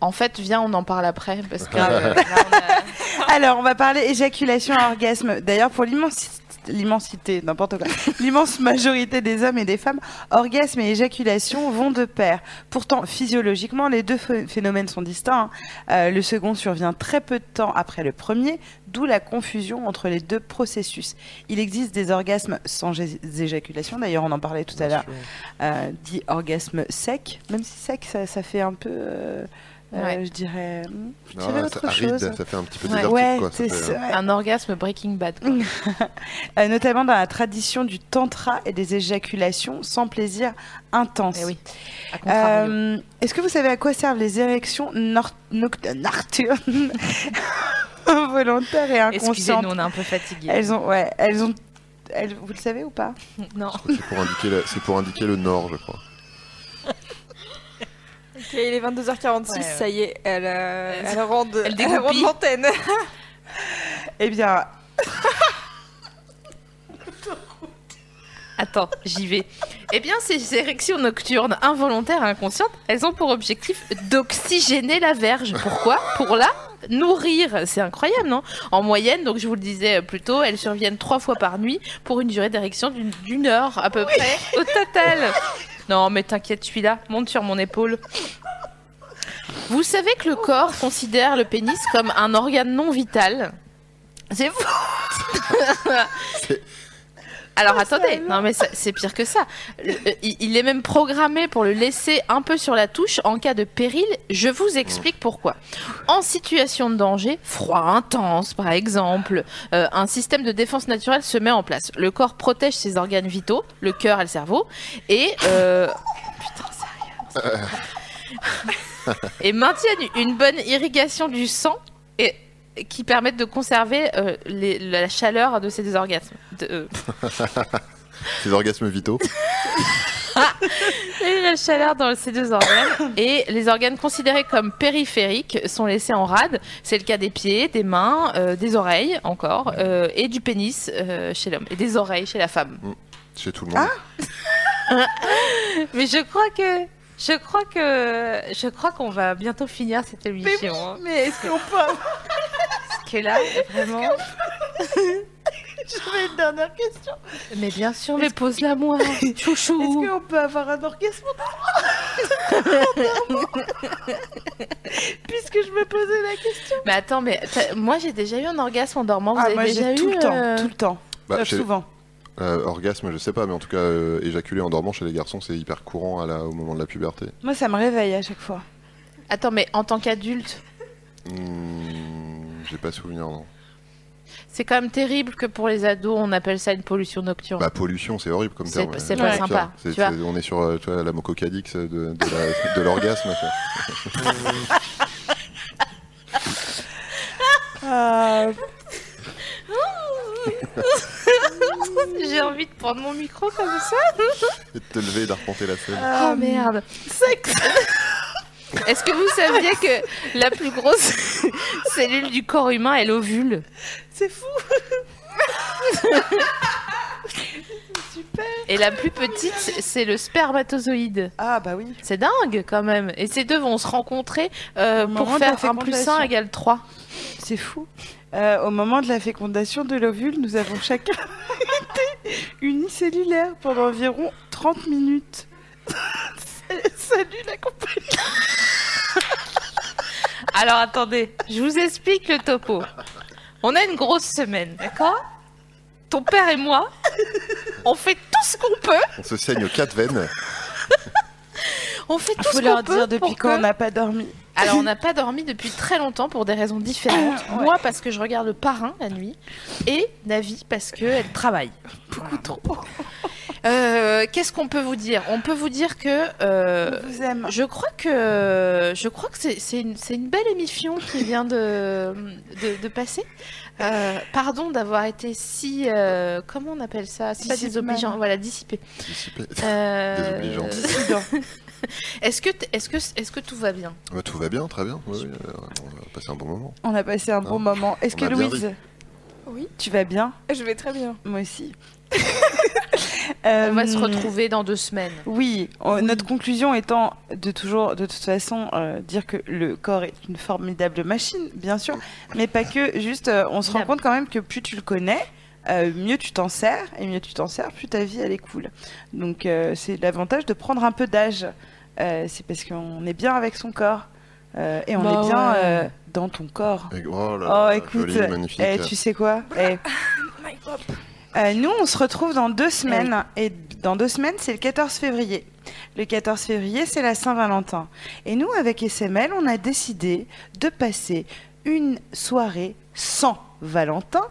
A: En fait, viens, on en parle après. Parce que.
D: Grave. Là, on a-
B: Alors, on va parler éjaculation à orgasme. D'ailleurs, pour l'immensi- l'immensité, n'importe quoi, l'immense majorité des hommes et des femmes, orgasme et éjaculation vont de pair. Pourtant, physiologiquement, les deux ph- phénomènes sont distincts. hein. Euh, le second survient très peu de temps après le premier, d'où la confusion entre les deux processus. Il existe des orgasmes sans gé- éjaculation, d'ailleurs, on en parlait tout à l'heure, euh, dit orgasme sec, même si sec, ça, ça fait un peu, euh, euh,
A: Ouais.
B: je dirais, hmm, je
C: Ah,
B: dirais
C: ça,
B: autre
C: aride,
B: chose.
C: ça fait un petit peu
A: Ouais. Ah.
C: désertique.
B: Ouais,
C: quoi, ça
B: c'est
C: fait,
B: ça,
C: euh,
B: ouais.
A: Un orgasme Breaking Bad. quoi.
B: Euh, notamment dans la tradition du tantra et des éjaculations sans plaisir intense.
A: Eh oui. à contrario.
B: Euh, Est-ce que vous savez à quoi servent les érections nor- noct- euh, nocturnes involontaires et inconscientes
A: Excusez-nous, on est un peu fatigués.
B: Elles ont, ouais, elles ont, elles- vous le savez ou pas
A: Non.
C: C'est pour, indiquer le- c'est pour indiquer le nord, je crois.
D: Ok, il est 22h46,
A: Ouais, ouais.
D: ça y est, elle, euh, elle rentre
A: Elle
D: elle rentre
A: dégoupille.
D: l'antenne.
B: Eh bien,
A: Attends, j'y vais. Eh bien, ces érections nocturnes involontaires et inconscientes, elles ont pour objectif d'oxygéner la verge. Pourquoi Pour la nourrir. C'est incroyable, non En moyenne, donc je vous le disais plus tôt, elles surviennent trois fois par nuit pour une durée d'érection d'une- d'une heure à peu près au total. Non, mais t'inquiète, je suis là. Monte sur mon épaule. Vous savez que le corps considère le pénis comme un organe non vital. C'est fou Alors attendez, non mais ça- c'est pire que ça. Le- euh, il, il est même programmé pour le laisser un peu sur la touche en cas de péril. Je vous explique pourquoi. En situation de danger, froid intense par exemple, euh, un système de défense naturelle se met en place. Le corps protège ses organes vitaux, le cœur et le cerveau, et euh, putain sérieux. et maintiennent une bonne irrigation du sang et qui permettent de conserver euh, les- la chaleur de ces orgasmes. De, euh,
C: Ces orgasmes vitaux.
A: Et la chaleur dans ces deux organes. Et les organes considérés comme périphériques sont laissés en rade. C'est le cas des pieds, des mains, euh, des oreilles encore, euh, et du pénis euh, chez l'homme, et des oreilles chez la femme.
C: Chez tout le monde.
B: Ah,
H: Mais je crois que. Je crois que. Je crois qu'on va bientôt finir cette émission. hein.
B: mais est-ce qu'on peut avoir
H: Parce que là, vraiment.
B: une dernière question
H: Mais bien sûr, mais pose-la moi, chouchou.
B: Est-ce qu'on peut avoir un orgasme Puisque je me posais la question.
A: Mais attends, mais t'as- moi j'ai déjà eu un orgasme en dormant. Vous
B: Ah,
A: avez
B: moi
A: déjà
B: j'ai
A: eu
B: tout le
A: euh,
B: temps, tout le temps,
C: Bah,
B: euh,
C: chez-
B: souvent.
C: euh, orgasme, je sais pas, mais en tout cas, euh, éjaculer en dormant chez les garçons, c'est hyper courant à la- au moment de la puberté.
B: Moi ça me réveille à chaque fois.
A: Attends, mais en tant qu'adulte,
C: Hmm, J'ai pas souvenir, non.
A: c'est quand même terrible que pour les ados on appelle ça une pollution nocturne.
C: Bah, pollution, c'est horrible comme
A: C'est-
C: terme. hein.
A: c'est pas
C: Ouais.
A: sympa,
C: C'est-
A: tu vois.
C: c'est- on est sur euh, tu vois, la mococadix de, de la- de l'orgasme. quoi.
B: Ah,
A: J'ai envie de prendre mon micro comme ça.
C: Et de te lever et d'arpenter la scène.
B: Ah,
A: Oh merde. Est-ce que vous saviez que la plus grosse cellule du corps humain est l'ovule
B: c'est fou.
A: Et la plus petite, c'est le spermatozoïde.
B: Ah bah oui.
A: C'est dingue quand même. Et ces deux vont se rencontrer euh,
B: Au
A: pour
B: moment de la
A: faire 1 plus
B: fécondation.
A: 1 égale 3.
B: C'est fou. Euh, au moment de la fécondation de l'ovule, nous avons chacun été unicellulaires pendant environ 30 minutes. Salut la compagnie.
H: Alors attendez, je vous explique le topo. On a une grosse semaine, d'accord Ton père et moi, on fait tout ce qu'on peut.
C: On se saigne aux quatre
A: Euh.
C: veines.
H: On fait tout
B: Ah, Faut
H: ce qu'on
B: leur
H: peut.
B: dire depuis
H: pour
B: quand on
H: que-
B: n'a pas dormi.
A: Alors on n'a pas dormi depuis très longtemps pour des raisons différentes.
B: Ah,
A: Moi parce que je regarde le parrain la nuit et Navi parce qu'elle travaille. Beaucoup trop. Euh, Qu'est-ce qu'on peut vous dire On peut vous dire que... euh,
B: On vous aime.
A: Je crois que je crois que c'est- c'est une, c'est une belle émission qui vient de, de, de passer. Euh, pardon d'avoir été si euh, comment on appelle ça C'est pas
B: Dissipée.
A: désobligeant, voilà dissipé.
C: Dissiper.
A: Euh,
C: Désobligeant.
B: Dissident.
A: est-ce que t- est-ce que est-ce que tout va bien
C: Bah, tout va bien, très bien. Ouais, ouais, euh, on va passer un bon moment.
B: Ah. On a passé un bon moment. Est-ce
C: On
B: que
C: a bien
B: Louise
D: Oui,
B: Tu vas bien
D: je vais très bien.
B: Moi aussi.
A: On va se
B: Euh,
A: retrouver dans deux semaines.
B: Oui, on- notre conclusion étant de toujours, de toute façon, euh, dire que le corps est une formidable machine, bien sûr, mais pas que. Juste, euh, on se rend
A: Évidemment.
B: compte quand même que plus tu le connais, euh, mieux tu t'en sers, et mieux tu t'en sers, plus ta vie elle est cool. Donc euh, c'est l'avantage de prendre un peu d'âge. Euh, c'est parce qu'on est bien avec son corps euh, et on
A: Bah
B: est bien
A: ouais.
B: euh, dans ton corps.
C: Et- Oh là
B: Oh,
C: là,
B: écoute,
C: joli, magnifique.
B: eh, tu sais quoi Eh,
D: Mic drop.
B: euh, nous, on se retrouve dans deux semaines. Et dans deux semaines, c'est le 14 février. Le 14 février, c'est la Saint-Valentin. Et nous, avec SML, on a décidé de passer une soirée sans Valentin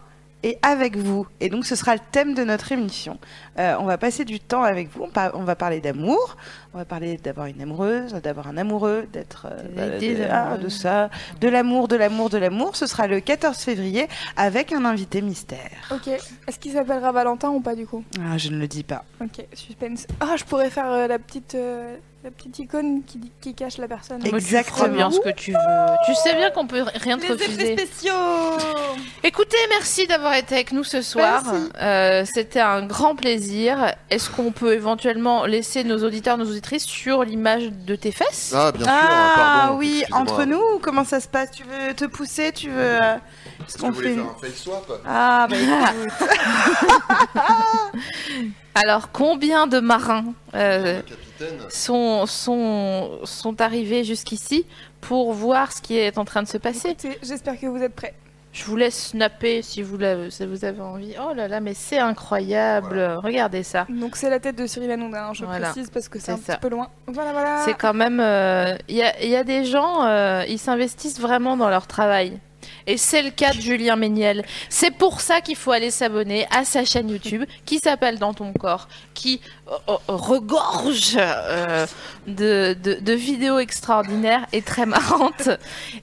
B: et avec vous. Et donc, ce sera le thème de notre émission. Euh, on va passer du temps avec vous. On, par- on va parler d'amour. On va parler d'avoir une amoureuse, d'avoir un amoureux, d'être. euh, bah,
A: Des
B: de- ah, de ça. De l'amour, de l'amour, de l'amour. Ce sera le 14 février avec un invité mystère.
D: Ok. Est-ce qu'il s'appellera Valentin ou pas du coup
B: Ah, je ne le dis pas.
D: Ok, suspense. Ah, je pourrais faire euh, la petite euh, la petite icône qui, dit- qui cache la personne.
B: Et-
A: Bah, tu feras
B: Exactement.
A: bien ce que tu veux. Tu sais bien qu'on peut rien te
H: Les effets
A: refuser.
H: spéciaux
A: Écoutez, merci d'avoir été avec nous ce soir. Euh, C'était un grand plaisir. Est-ce qu'on peut éventuellement laisser nos auditeurs, nos auditrices sur l'image de tes fesses
C: Ah, bien sûr,
B: Ah
C: pardon,
B: oui,
C: excusez-moi.
B: entre nous, ou comment ça se passe Tu veux te pousser Tu veux. euh,
C: Est-ce que
B: on
C: vous voulez
B: fait-
C: faire un face swap
B: Ah, bah écoute.
A: Alors, combien de marins euh,
C: Capitaine
A: sont, sont, sont arrivés jusqu'ici pour voir ce qui est en train de se passer
D: Écoutez, J'espère que vous êtes prêts.
A: Je vous laisse snapper si vous, l'avez- si vous avez envie. Oh là là, mais c'est incroyable. Regardez ça.
D: Donc c'est la tête de Cyril Hanouna, hein, je
A: Voilà.
D: précise parce que c'est
A: C'est
D: un
A: ça.
D: petit peu loin. Voilà, voilà.
A: C'est quand même. euh, Il y, a- il y a des gens, euh, ils s'investissent vraiment dans leur travail. Et c'est le cas de Julien Méniel. C'est pour ça qu'il faut aller s'abonner à sa chaîne YouTube qui s'appelle Dans ton corps, qui euh, euh, regorge euh, de, de- de vidéos extraordinaires et très marrantes.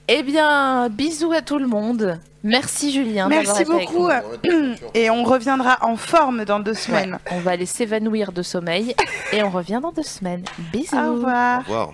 A: Eh bien, bisous à tout le monde. Merci Julien. d'avoir
B: Merci
A: été avec
B: beaucoup. euh,
A: nous.
B: Et on reviendra en forme dans deux semaines.
A: On va aller s'évanouir de sommeil et on revient dans deux semaines. Bisous.
B: Au revoir.
C: Au revoir.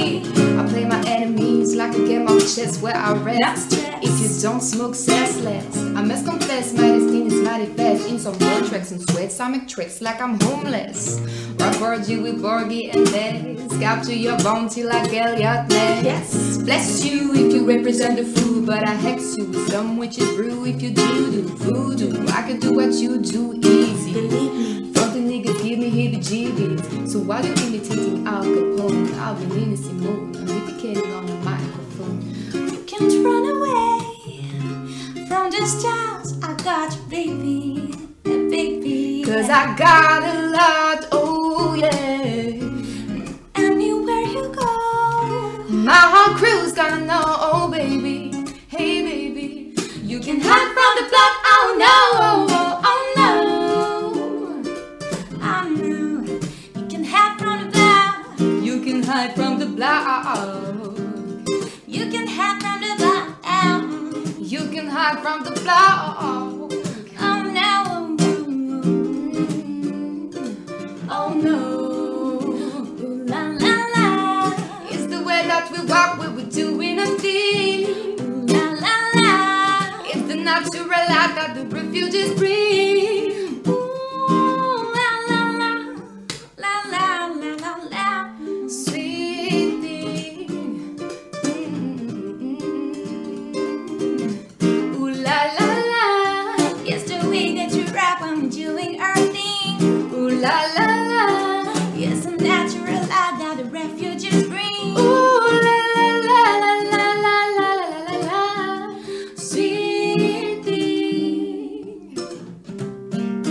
G: I play my enemies like a game of chess where I rest. If you don't smoke, says less. I must confess, my destiny is mighty fast. In some war tracks and sweats, I make tricks like I'm homeless. Rubbered you with Borgie and Des. Scalp to your bounty like Elliot Ness. Yes. Bless you if you represent the food, but I hex you with some witch's brew if you do do voodoo. I can do what you do easy. Believe me. Fuck the niggas, give me heebie-jeebies. So while you're imitating Al Capone, I'll be Nina Simone. I'm defecating on the microphone.
I: You can't run away from the stars. I got you, baby, baby.
G: Cause I got a lot, oh yeah.
I: anywhere you go,
G: My whole crew's gonna know, oh baby, hey baby. You can hide from the block, oh no, oh, no.
I: I know Oh, you can have from the block.
G: You can hide from the block,
I: You can have from the block.
G: you can hide from the block.
I: Oh no,
G: Oh no.
I: Ooh, la la la,
G: It's the way that we walk, we were doing a thing.
I: Ooh, la la la.
G: It's the natural light that the refugees bring.
I: Ooh, la la la, la la la la la.
G: Sweet thing. Mm. Ooh la la la.
I: It's the way that you rap when we're doing our thing.
G: Ooh la la la.
I: It's a natural light that the refugees bring.
G: Ooh la la la la la la la la la la la. Sweet thing. Mm.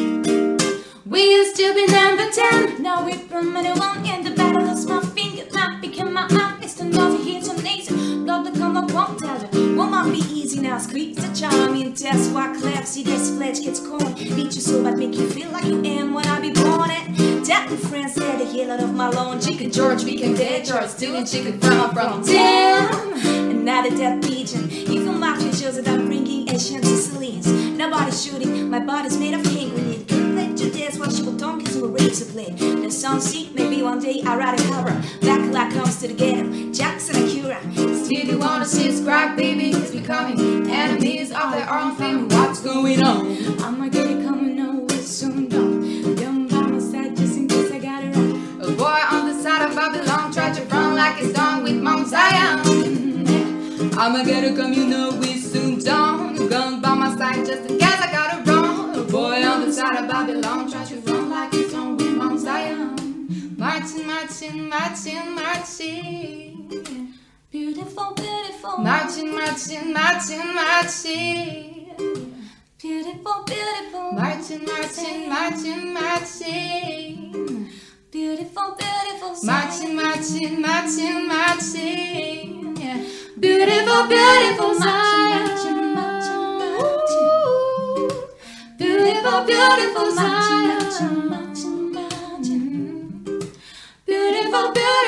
G: I'm the one in the battle, lost my finger, not become my arm, it's the love here, so lazy. Love the come up, won't tell you. Won't mind be easy now, squeeze the charm in, test why clap, see this fledge gets cold. Beat you so bad, make you feel like you am when I be born at. Tell your friends, they're the heel out of my lawn. Chicken George, we can dead George, stealing chicken from my from Damn! Another dead pigeon. You can mock your shows without bringing ancient Sicilians. Nobody's shooting, my body's made of king. We need good play to dance, watchable donkeys will raise a blade. The sun see, maybe one day I'll ride a cover. Black light comes to the ghetto, Jackson Akira.
J: If you wanna see us crack, baby, it's becoming enemies of their own family. What's going on?
G: I'ma get it coming over soon, dog. Them by my side just in case I got it wrong.
J: A boy on the side of Babylon tried to run like it's done with Mount Zion. I'ma get a come, you know we soon done. Gun by my side just in case I got it wrong. A boy on the side of Babylon tried to run like it's done with Mount Zion. Martin, Martin, Martin, Martin.
G: Beautiful, beautiful.
J: Martin, Martin, Martin, Martin.
G: Beautiful, beautiful.
J: Martin, Martin, Martin, Martin.
G: Beautiful, beautiful.
J: Martin, Martin, Martin, Martin. Yeah.
G: Beautiful, beautiful
J: Martin.
G: Zion. Beautiful, beautiful Zion. Beautiful, beautiful.